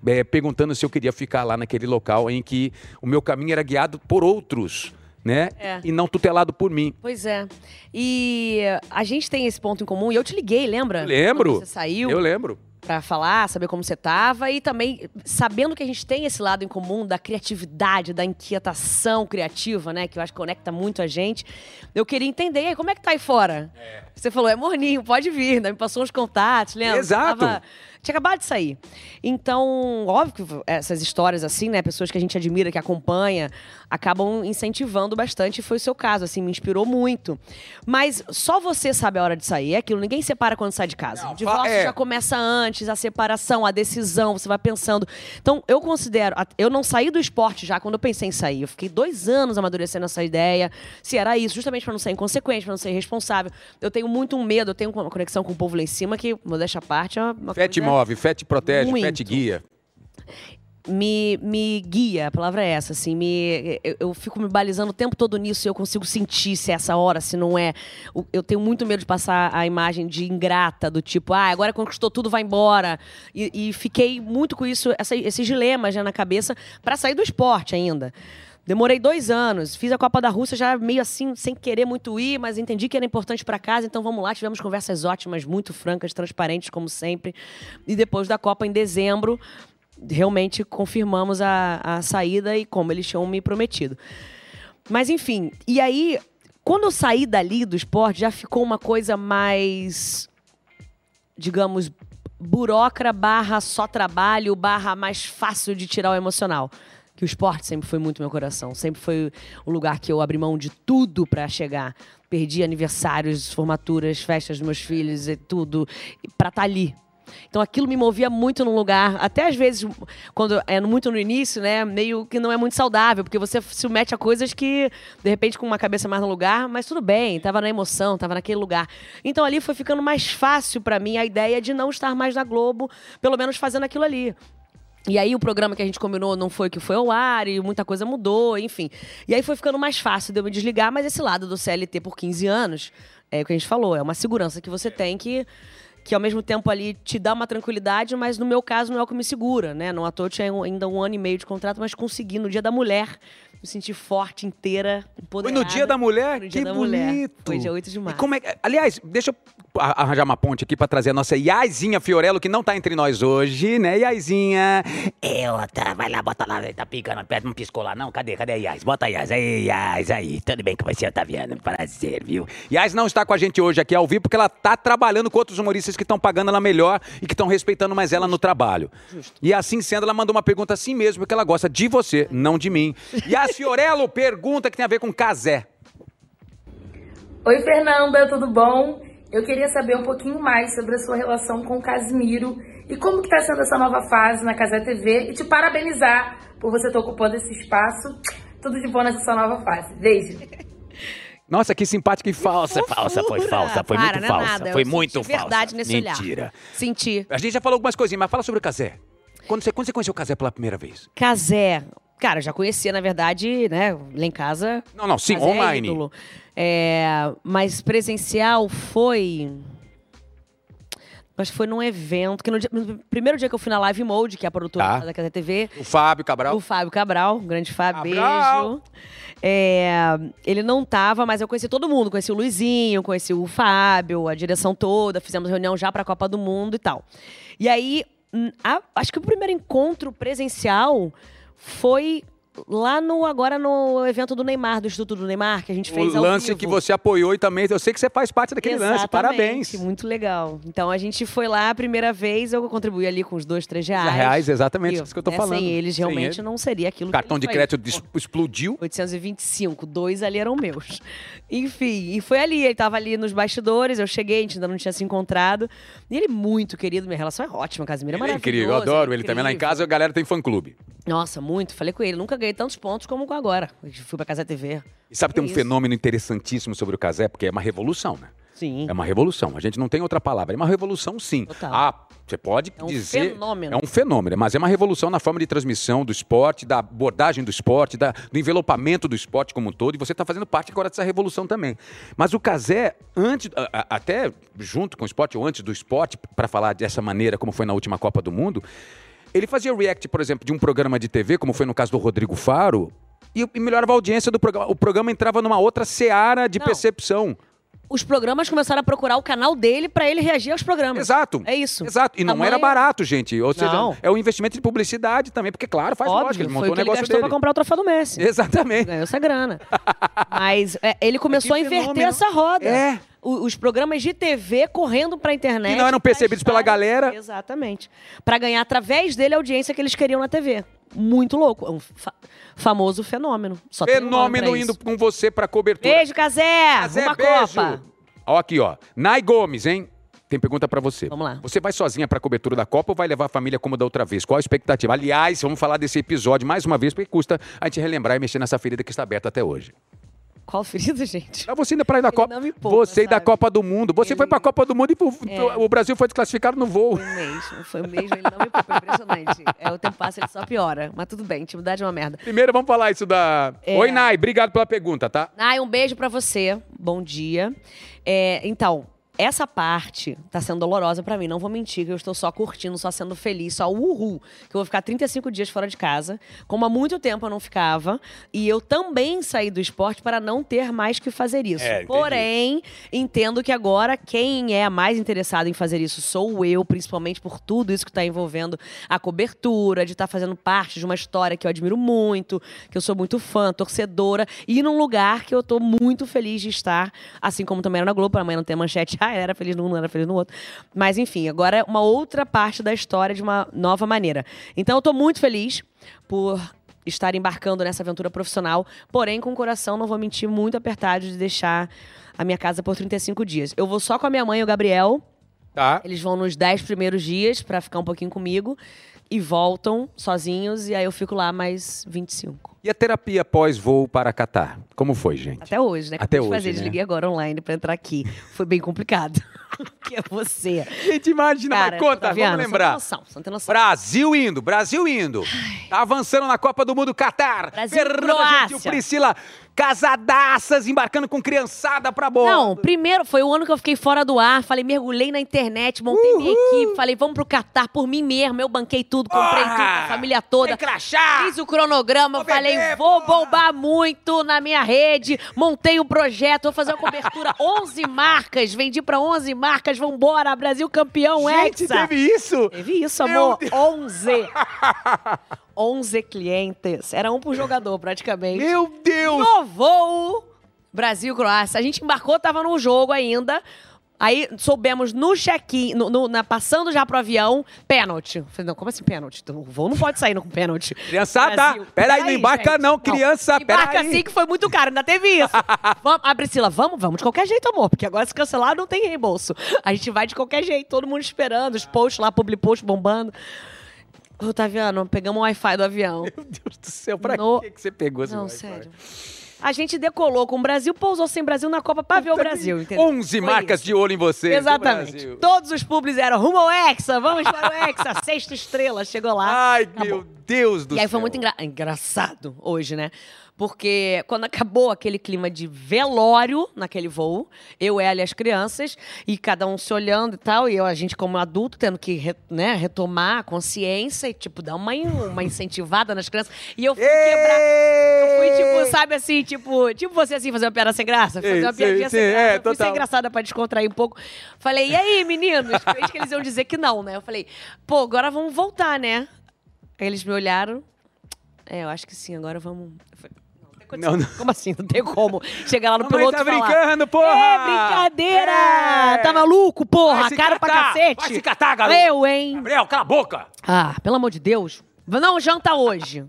A: é, perguntando se eu queria ficar lá naquele local em que o meu caminho era guiado por outros, né?
B: É.
A: E não tutelado por mim.
B: Pois é. E a gente tem esse ponto em comum. E eu te liguei, lembra?
A: Eu lembro.
B: É. Quando Você saiu.
A: Eu lembro.
B: Pra falar, saber como você tava e também sabendo que a gente tem esse lado em comum da criatividade, da inquietação criativa, né, que eu acho que conecta muito a gente. Eu queria entender, e aí, como é que tá aí fora? Você falou, é morninho, pode vir, né? me passou uns contatos, lembra?
A: Exato.
B: Tava- tinha acabado de sair. Então, óbvio que essas histórias assim, né, pessoas que a gente admira, que acompanha, acabam incentivando bastante, e foi o seu caso, assim, me inspirou muito. Mas só você sabe a hora de sair, é aquilo, ninguém separa quando sai de casa.
A: Não,
B: o divórcio
A: fa- é.
B: já começa antes, a separação, a decisão, você vai pensando. Então, eu considero. a- Eu não saí do esporte já quando eu pensei em sair. Eu fiquei dois anos amadurecendo essa ideia. Se era isso, justamente pra não ser inconsequente, pra não ser irresponsável. Eu tenho muito um medo, eu tenho uma conexão com o povo lá em cima, que, modéstia à parte, é uma
A: Fete
B: coisa...
A: move, fete protege,
B: muito.
A: fete guia.
B: me, me guia, a palavra é essa, assim, me, eu, eu fico me balizando o tempo todo nisso e eu consigo sentir se é essa hora, se não é. O- Eu tenho muito medo de passar a imagem de ingrata, do tipo, ah, agora conquistou tudo, vai embora. E, e fiquei muito com isso, essa- esses dilemas né, na cabeça, pra sair do esporte ainda. Demorei dois anos, fiz a Copa da Rússia já meio assim, sem querer muito ir, mas entendi que era importante pra casa, então vamos lá. Tivemos conversas ótimas, muito francas, transparentes, como sempre. E depois da Copa, em dezembro, realmente confirmamos a, a saída e como eles tinham me prometido. Mas enfim, e aí, quando eu saí dali do esporte, já ficou uma coisa mais, digamos, burocra barra só trabalho, barra mais fácil de tirar o emocional. Que o esporte sempre foi muito meu coração, sempre foi o lugar que eu abri mão de tudo pra chegar. Perdi aniversários, formaturas, festas dos meus filhos e tudo, pra estar ali, então aquilo me movia muito no lugar. Até às vezes, quando é muito no início, né? Meio que não é muito saudável, porque você se mete a coisas que, de repente, com uma cabeça mais no lugar, mas tudo bem, tava na emoção, tava naquele lugar. Então ali foi ficando mais fácil pra mim a ideia de não estar mais na Globo, pelo menos fazendo aquilo ali. E aí o programa que a gente combinou não foi o que foi ao ar e muita coisa mudou, enfim. E aí foi ficando mais fácil de eu me desligar, mas esse lado do CLT por 15 anos, é o que a gente falou, é uma segurança que você tem que que ao mesmo tempo ali te dá uma tranquilidade, mas no meu caso não é o que me segura, né? Não à toa eu tinha ainda um ano e meio de contrato, mas consegui no dia da mulher me sentir forte, inteira,
A: Foi
B: empoderada.
A: no Dia da Mulher?
B: No dia
A: que
B: da
A: bonito.
B: mulher. Foi dia 8 de março.
A: E como é que- Aliás, deixa eu a- arranjar uma ponte aqui pra trazer a nossa Iaizinha Fiorello, que não tá entre nós hoje, né, Iaizinha?
C: Eu, tá, vai lá, bota lá, tá pingando, pede, não piscou lá, não, cadê, cadê a Yas? Bota a Yas, aí, Yas, aí, tudo bem com você, Otaviano, prazer, viu?
A: Iaz não está com a gente hoje aqui ao vivo porque ela tá trabalhando com outros humoristas que estão pagando ela melhor e que estão respeitando mais ela no trabalho. E assim sendo, ela mandou uma pergunta assim mesmo, porque ela gosta de você, não
C: [LAUGHS]
A: de mim. Iaz Fiorello pergunta que tem a ver com casé.
D: Oi, Fernanda, tudo bom? Eu queria saber um pouquinho mais sobre a sua relação com o Casimiro e como que tá sendo essa nova fase na Casé TV e te parabenizar por você estar ocupando esse espaço. Tudo de bom nessa sua nova fase. Beijo!
A: Nossa, que simpática e falsa.
C: Falsa, falsa, foi
B: Fofura!
C: falsa, foi
B: Para,
C: muito
B: não é
C: falsa,
B: nada,
C: foi
B: eu
C: muito
B: senti
C: falsa.
B: verdade nesse olhar.
C: Mentira.
B: Senti.
A: A gente já falou algumas coisinhas, mas fala sobre o casé. Quando você, quando você conheceu o casé pela primeira vez?
B: Casé. Cara, eu já conhecia, na verdade, né? Lá em casa.
A: Não, não, sim,
B: Casé é
A: online.
B: ídolo. É, mas presencial foi. Mas foi num evento. Que no, dia- no primeiro dia que eu fui na Live Mode, que é a produtora
A: Tá.
B: da Casé TV,
A: O Fábio Cabral.
B: o Fábio Cabral, um grande Fábio,
A: Cabral!
B: beijo. É, ele não tava, mas eu conheci todo mundo. Conheci o Luizinho, conheci o Fábio, a direção toda. Fizemos reunião já pra Copa do Mundo e tal. E aí, hum, a- acho que o primeiro encontro presencial foi lá no agora no evento do Neymar, do Instituto do Neymar, que a gente
A: O
B: fez ao
A: lance
B: vivo.
A: que você apoiou e também. Eu sei que você faz parte daquele lance.
B: Exatamente,
A: Parabéns.
B: Muito legal. Então a gente foi lá a primeira vez, eu contribuí ali com os dois, três reais.
A: Reais, exatamente,
B: Eu,
A: isso que eu tô
B: né,
A: falando.
B: Sem eles,
A: Sem
B: realmente
A: ele.
B: não seria aquilo
A: O cartão
B: que
A: de
B: ele foi.
A: crédito dis- explodiu.
B: 825, dois ali eram meus. [LAUGHS] Enfim, e foi ali, ele tava ali nos bastidores, eu cheguei, a gente ainda não tinha se encontrado. E ele muito querido, minha relação é ótima, Casimiro é
A: Ele é
B: maravilhoso.
A: incrível, eu adoro ele também. Lá em
B: incrível.
A: casa a galera tem fã-clube.
B: Nossa, muito, falei com ele, nunca ganhei tantos pontos como com agora. Eu Fui pra Casa TV.
A: E sabe, tem um
B: Isso.
A: fenômeno interessantíssimo sobre o casé, porque é uma revolução, né?
B: Sim.
A: É uma revolução. A gente não tem outra palavra. É uma revolução, sim.
B: Total.
A: Ah, você pode
B: É um
A: dizer.
B: fenômeno.
A: É um fenômeno, mas é uma revolução na forma de transmissão do esporte, da abordagem do esporte, da- do envelopamento do esporte como um todo. E você está fazendo parte agora dessa revolução também. Mas o Casé, antes, a- a- até junto com o esporte, ou antes do esporte, para falar dessa maneira, como foi na última Copa do Mundo, ele fazia react, por exemplo, de um programa de TV, como foi no caso do Rodrigo Faro. E e melhorava a audiência do programa. O programa entrava numa outra seara de
B: Não.
A: percepção.
B: Os programas começaram a procurar o canal dele pra ele reagir aos programas.
A: Exato.
B: É isso.
A: Exato. E não
B: Tamanho-
A: era barato, gente. Ou seja,
B: Não.
A: é um investimento de publicidade também, porque, claro, faz
B: Óbvio,
A: lógica, ele
B: foi
A: montou
B: o
A: o
B: que ele
A: negócio
B: gastou pra
A: dele. É.
B: comprar o troféu do Messi.
A: Exatamente.
B: ganhou
A: [LAUGHS]
B: essa grana. Mas é, ele começou a
A: Que
B: inverter
A: fenômeno.
B: essa roda.
A: É.
B: O- os programas de TV correndo pra internet.
A: Que não eram
B: pra
A: percebidos pela
B: estarem-
A: galera.
B: Exatamente. Pra ganhar através dele a audiência que eles queriam na TV. Muito louco. É um fa- famoso fenômeno. Só tem um nome
A: Fenômeno
B: pra
A: indo
B: isso.
A: com você pra cobertura.
B: Beijo, Casé!
A: Mas é
B: Uma
A: beijo.
B: Copa!
A: Ó, aqui, ó. Nai Gomes, hein? Tem pergunta pra você.
B: Vamos lá.
A: Você vai sozinha pra cobertura da Copa ou vai levar a família como da outra vez? Qual a expectativa? Aliás, vamos falar desse episódio mais uma vez, porque custa a gente relembrar e mexer nessa ferida que está aberta até hoje.
B: Qual ferida, gente?
A: Ah, Você ainda pra ir da
B: Ele
A: Copa.
B: não me poupa,
A: você e da
B: sabe?
A: Copa do Mundo. Você
B: Ele-
A: foi pra Copa do Mundo e o,
B: É.
A: o Brasil foi desclassificado no voo.
B: Foi mesmo, foi mesmo. Ele não me poupa, é impressionante. É, o tempo passa, ele só piora. Mas tudo bem, intimidade é uma merda.
A: Primeiro, vamos falar isso da.
B: É.
A: Oi, Nai, obrigado pela pergunta, tá?
B: Nai, um beijo pra você. Bom dia. É, então, essa parte tá sendo dolorosa pra mim. Não vou mentir que eu estou só curtindo, só sendo feliz, só uhul. Que eu vou ficar 35 dias fora de casa, como há muito tempo eu não ficava. E eu também saí do esporte para não ter mais que fazer isso.
A: É, entendi.
B: Porém, entendo que agora quem é mais interessado em fazer isso sou eu, principalmente por tudo isso que tá envolvendo a cobertura, de estar fazendo parte de uma história que eu admiro muito, que eu sou muito fã, torcedora, e num lugar que eu tô muito feliz de estar, assim como também era na Globo, amanhã não tem manchete, [LAUGHS] ah, era feliz num, não era feliz no outro. Mas enfim, agora é uma outra parte da história de uma nova maneira. Então eu tô muito feliz por estar embarcando nessa aventura profissional, porém com o coração, não vou mentir, muito apertado de deixar a minha casa por 35 dias. Eu vou só com a minha mãe e o Gabriel,
A: Tá.
B: eles vão nos 10 primeiros dias pra ficar um pouquinho comigo e voltam sozinhos e aí eu fico lá mais 25.
A: E a terapia pós-voo para Catar? Como foi, gente?
B: Até hoje, né?
A: Até
B: Acabei de
A: hoje,
B: fazer,
A: né?
B: desliguei agora online pra entrar aqui. Foi bem complicado. [LAUGHS] que é você.
A: Gente, imagina,
B: Cara, tá
A: mas conta,
B: Otaviano,
A: vamos lembrar.
B: Você não tem noção, você não tem noção.
A: Brasil indo, Brasil indo. Tá avançando na Copa do Mundo, Catar.
B: Brasil e
A: Fernanda
B: Croácia.
A: Gentil, Priscila, casadaças, embarcando com criançada pra bola.
B: Não, primeiro foi o ano que eu fiquei fora do ar, falei, mergulhei na internet, montei minha equipe, falei, vamos pro Catar por mim mesmo. Eu banquei tudo, comprei
A: Porra!
B: tudo, a família toda.
A: Tem crachá!
B: Fiz o cronograma,
A: Vou
B: falei,
A: beber,
B: vou
A: porra!
B: bombar muito na minha rede, montei um projeto, vou fazer uma
A: [LAUGHS]
B: cobertura, 11 marcas, vendi pra 11 marcas, vambora, Brasil campeão,
A: Gente,
B: um Hexa.
A: teve isso?
B: Teve isso,
A: Meu
B: amor,
A: Deus. [LAUGHS]
B: 11. 11 clientes, era um por jogador praticamente.
A: Meu Deus!
B: No voo Brasil-Croácia. A gente embarcou, tava num jogo ainda. Aí soubemos no check-in, no- no- na, passando já pro avião, pênalti. Eu Falei, não, como assim pênalti? O voo não pode sair não com pênalti.
A: Criançada,
B: Brasil.
A: tá? peraí, não embarca não, criança,
B: Embarca
A: peraí.
B: sim que foi muito caro, ainda teve isso.
A: [LAUGHS]
B: vamos, a Priscila, vamos, vamos de qualquer jeito, amor, porque agora se cancelar não tem reembolso. A gente vai de qualquer jeito, todo mundo esperando, os posts lá, public post bombando. Otaviano, pegamos o Wi-Fi do avião.
A: Meu Deus do céu, pra
B: No-
A: que que você pegou esse
B: Não,
A: Wi-Fi?
B: sério. A gente decolou com o Brasil, pousou sem Brasil na Copa pra ver o Brasil, entendeu?
A: 11
B: Foi
A: marcas
B: isso.
A: de olho em você.
B: Exatamente. Todos os públicos eram rumo ao Hexa, vamos para o
A: [LAUGHS]
B: Hexa, sexta estrela, chegou lá.
A: Ai, meu Deus Ah, do
B: Ah, tá E
A: céu.
B: aí foi muito engra- engraçado hoje, né? Porque quando acabou aquele clima de velório naquele voo, eu, ela e as crianças, e cada um se olhando e tal, e eu, a gente como adulto tendo que re- né, retomar a consciência e, tipo, dar uma, in- uma incentivada nas crianças. E eu fui quebrar
A: Eu
B: fui, tipo, sabe assim, tipo, tipo você assim, fazer uma piada sem graça, fazer uma
A: Sim,
B: piadinha
A: sim,
B: sem
A: sim,
B: graça.
A: é,
B: eu fui ser
A: total.
B: engraçada pra descontrair um pouco. Falei, e aí, meninos? Eu Acho que eles iam dizer que não, né? Eu falei, pô, agora vamos voltar, né? Aí eles me olharam. É, eu acho que sim, agora vamos. Eu falei, não, não tem condição.
A: Não, não.
B: [LAUGHS] Como assim? Não tem como. Chegar lá no
A: Mamãe
B: piloto
A: tá
B: e falar,
A: brincando, porra!
B: É, brincadeira!
A: É!
B: Tá maluco, porra?
A: Vai se
B: Caro pra
A: catar!
B: cacete!
A: Vai se catar, garoto!
B: Eu, hein?
A: Gabriel, cala a boca!
B: Ah, pelo amor de Deus. Não janta hoje.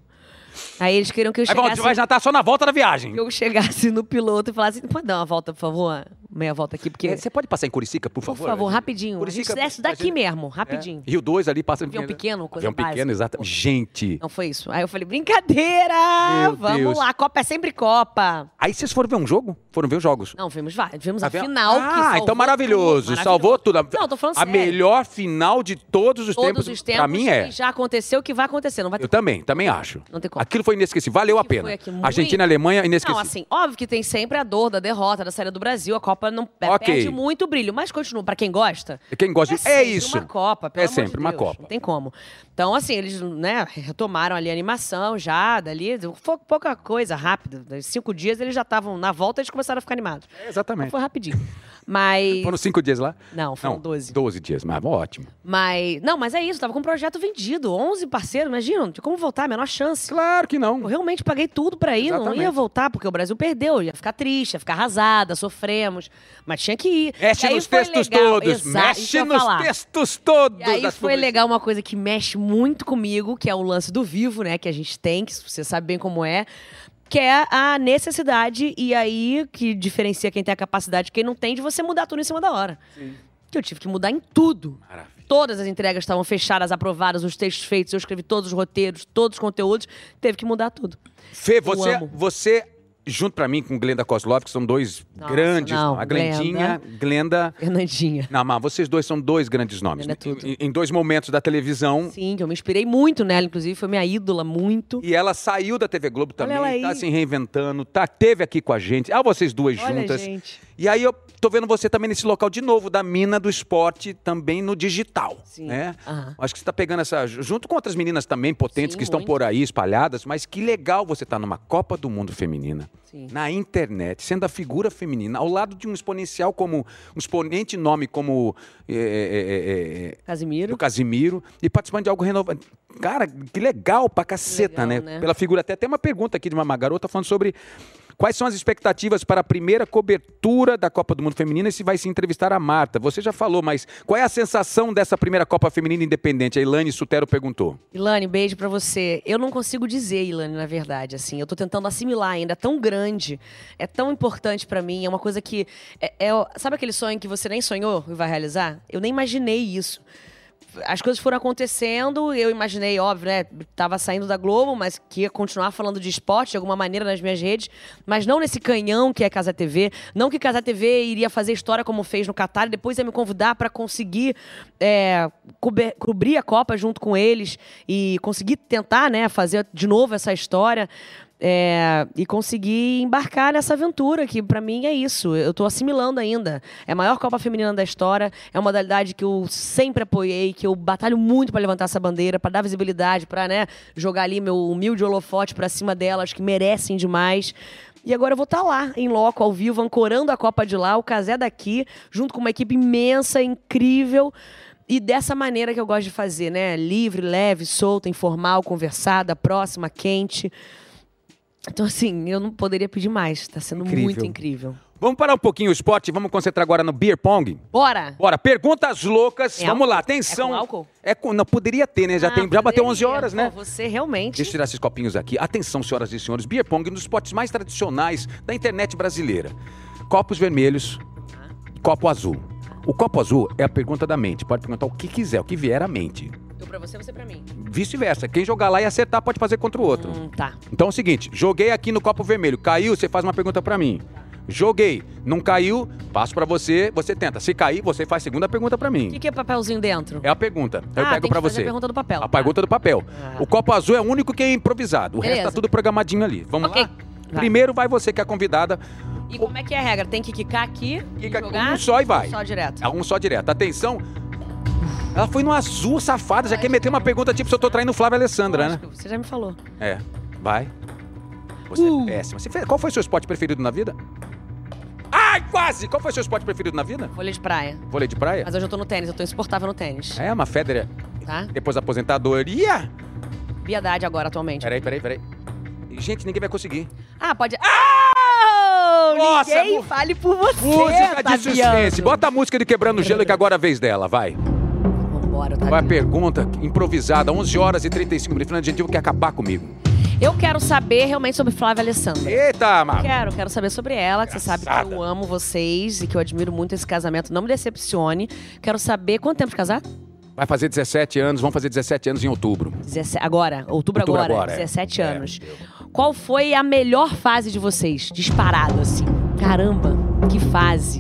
B: Aí eles queriam que eu
A: Aí,
B: chegasse...
A: bom, vai jantar só na volta da viagem.
B: que assim. eu chegasse no piloto e falasse, pode dar uma volta, por favor? Meia volta aqui, porque...
A: É, Você pode passar em Curicica, por
B: por
A: favor?
B: favor, rapidinho. A gente
A: Curicica,
B: desce daqui
A: gente-
B: mesmo, rapidinho.
A: É. Rio 2 ali passa...
B: Avião pequeno, coisa
A: Avião pequeno,
B: básica.
A: exato. Gente...
B: Não foi isso. Aí eu falei, brincadeira!
A: Meu
B: vamos
A: Deus.
B: lá, Copa é sempre Copa.
A: Aí vocês foram ver um jogo? Foram ver os jogos?
B: Não, vimos vários. Vimos a
A: Avião-
B: final que
A: Ah,
B: salvou
A: então maravilhoso.
B: tudo,
A: Salvou tudo. A-
B: Não, tô falando
A: A
B: sério.
A: melhor final de todos os
B: Todos
A: tempos.
B: os tempos
A: pra mim é.
B: que já aconteceu, que vai acontecer. Não vai
A: Eu também, também acho.
B: Não tem como.
A: Aquilo foi inesquecível. Valeu a
B: que foi
A: pena.
B: aqui, muito-
A: Argentina e Alemanha,
B: Não,
A: inesquecível.
B: assim, óbvio que tem sempre a dor da derrota, da saída do Brasil. A Copa não é,
A: Ok.
B: perde muito o brilho, mas continua. Pra quem gosta,
A: Quem gosta de...
B: É
A: É
B: sempre
A: isso.
B: uma Copa, pelo
A: É
B: amor de
A: sempre uma
B: Deus,
A: Copa.
B: Não tem como. Então, assim, eles né, retomaram ali a animação já, dali. Foi pouca coisa, rápido. Em Cinco dias eles já estavam na volta e eles começaram a ficar animados.
A: É,
B: Então,
A: exatamente.
B: foi rapidinho. Mas.
A: Foram cinco dias lá?
B: Não, foram 12.
A: 12 dias, mas ótimo.
B: Mas. Não, mas é isso, tava com um projeto vendido. 11 parceiros, imagina, não tinha como voltar, a menor chance.
A: Claro que não.
B: Eu realmente paguei tudo pra ir, não ia
A: Exatamente.
B: voltar, porque o Brasil perdeu. Ia ficar triste, ia ficar arrasada, sofremos. Mas tinha que ir.
A: Mexe
B: E aí
A: nos
B: foi
A: textos
B: legal,
A: todos.
B: exa- isso que
A: Mexe
B: eu ia
A: nos
B: falar.
A: textos todos.
B: E aí
A: das
B: foi
A: publicidades.
B: legal uma coisa que mexe muito comigo, que é o lance do vivo, né? Que a gente tem, que você sabe bem como é. Que é a necessidade, e aí que diferencia quem tem a capacidade e quem não tem, de você mudar tudo em cima da hora. Que eu tive que mudar em tudo.
A: Maravilha.
B: Todas as entregas estavam fechadas, aprovadas, os textos feitos, eu escrevi todos os roteiros, todos os conteúdos, teve que mudar tudo.
A: Fê, você,
B: amo.
A: você junto pra mim com Glenda Kozlov, que são dois
B: Nossa,
A: grandes.
B: não,
A: a Glendinha, Glenda.
B: Fernandinha.
A: Não, mas vocês dois são dois grandes nomes.
B: Glenda é tudo.
A: Em, em dois momentos da televisão.
B: Sim, que eu me inspirei muito nela, inclusive, foi minha ídola muito.
A: E ela saiu da TV Globo também,
B: ela aí.
A: tá se reinventando, tá, teve aqui com a gente. Ah, vocês duas
B: Olha,
A: juntas.
B: gente.
A: E aí eu tô vendo você também nesse local de novo, da mina do esporte, também no digital.
B: Sim.
A: Né?
B: Aham.
A: Acho que você tá pegando essa. Junto com outras meninas também potentes
B: Sim,
A: que estão
B: muito.
A: por aí espalhadas, mas que legal você tá numa Copa do Mundo Feminina.
B: Sim.
A: Na internet, sendo a figura feminina, ao lado de um exponencial como. um exponente nome como. eh, eh, eh, eh, do
B: Casimiro.
A: Casimiro e participando de algo renovado. Cara, que legal pra caceta,
B: Legal,
A: né?
B: né?
A: Pela figura. Até tem uma pergunta aqui de uma uma garota falando sobre quais são as expectativas para a primeira cobertura da Copa do Mundo Feminina e se vai se entrevistar a Marta. Você já falou, mas qual é a sensação dessa primeira Copa Feminina Independente? A Ilane Sutero perguntou.
B: Ilane, beijo pra você. Eu não consigo dizer, Ilane, na verdade, assim. Eu tô tentando assimilar ainda. É tão grande, é tão importante pra mim. É uma coisa que. é- é o- sabe aquele sonho que você nem sonhou e vai realizar? Eu nem imaginei isso. As coisas foram acontecendo, eu imaginei, óbvio, né? Tava saindo da Globo, mas que ia continuar falando de esporte de alguma maneira nas minhas redes, mas não nesse canhão que é Casa TV. Não que Casa TV iria fazer história como fez no Catar e depois ia me convidar pra conseguir é, cobe- cobrir a Copa junto com eles e conseguir tentar, né, fazer de novo essa história. é, e conseguir embarcar nessa aventura que pra mim é isso. Eu tô assimilando ainda. É a maior Copa Feminina da história, é uma modalidade que eu sempre apoiei, que eu batalho muito pra levantar essa bandeira, pra dar visibilidade, pra né, jogar ali meu humilde holofote pra cima delas que merecem demais. E agora eu vou estar lá, em loco, ao vivo, ancorando a Copa de lá, o Casé daqui, junto com uma equipe imensa, incrível. E dessa maneira que eu gosto de fazer, né? Livre, leve, solta, informal, conversada, próxima, quente. Então, assim, eu não poderia pedir mais. Tá sendo
A: Incrível.
B: muito incrível.
A: Vamos parar um pouquinho o esporte, vamos concentrar agora no beer pong.
B: Bora!
A: Bora, perguntas loucas.
B: É
A: vamos lá,
B: álcool?
A: atenção.
B: É com álcool?
A: É com- não poderia ter, né? Já
B: Ah,
A: tem, já bateu
B: poderia.
A: 11 horas, né?
B: Pô, você realmente.
A: Deixa eu tirar esses copinhos aqui. Atenção, senhoras e senhores. Beer Pong é um dos potes mais tradicionais da internet brasileira. Copos vermelhos, copo azul. O copo azul é a pergunta da mente. Pode perguntar o que quiser, o que vier à mente.
B: Eu pra você, você pra mim.
A: Vice-versa. Quem jogar lá e acertar pode fazer contra o outro.
B: Hum, tá.
A: Então é o seguinte, joguei aqui no copo vermelho, caiu, você faz uma pergunta pra mim. Joguei, não caiu, passo pra você, você tenta. Se cair, você faz a segunda pergunta pra
B: O que,
A: mim.
B: que é papelzinho dentro?
A: É a pergunta. Eu
B: Ah,
A: pego
B: tem
A: pra
B: que fazer
A: você.
B: a pergunta do papel.
A: A pergunta é do papel.
B: Ah.
A: O copo azul é o único que é improvisado. O resto
B: Beleza.
A: tá tudo programadinho ali. Vamos
B: Tá. Ok.
A: lá?
B: Vai.
A: Primeiro vai você que é a convidada.
B: E como é que é a regra? Tem que quicar aqui,
A: Fica com
B: jogar?
A: um só e vai.
B: Um só direto.
A: É um só direto. Atenção. Ela foi no azul, safada. Já quer meter uma pergunta tipo se eu tô traindo o Flávio Alessandra, né?
B: Lógico, Você já me falou.
A: É. Vai. Você
B: Uh.
A: é péssima. Você fez- Qual foi seu esporte preferido na vida? Ai, quase! Qual foi seu esporte preferido na vida?
B: Folha de praia.
A: Vôlei de praia?
B: Mas hoje eu tô no tênis, eu tô insuportável no tênis.
A: É, uma Federer.
B: Tá?
A: Depois da aposentadoria.
B: Piedade agora, atualmente.
A: Peraí, peraí, peraí. Gente, ninguém vai conseguir.
B: Ah, pode. Ah!
A: Nossa,
B: Ninguém
A: mu-
B: fale por você.
A: Música tá de
B: Taviano.
A: suspense. Bota a música de Quebrando o Gelo que agora é a vez dela, vai.
B: Vambora,
A: Vai a
B: Taviano.
A: pergunta improvisada, 11 horas e 35 minutos. Fernando Gentil quer acabar comigo.
B: Eu quero saber realmente sobre Flávia Alessandra.
A: Eita, Marcos.
B: Quero, quero saber sobre ela, que você sabe que eu amo vocês e que eu admiro muito esse casamento. Não me decepcione. Quero saber quanto tempo de casar?
A: Vai fazer 17 anos, vão fazer 17 anos em outubro.
B: Dezesse- Agora, outubro,
A: Outubro
B: agora,
A: agora, é.
B: 17
A: É,
B: anos. Qual foi a melhor fase de vocês? Disparado, assim. Caramba, que fase.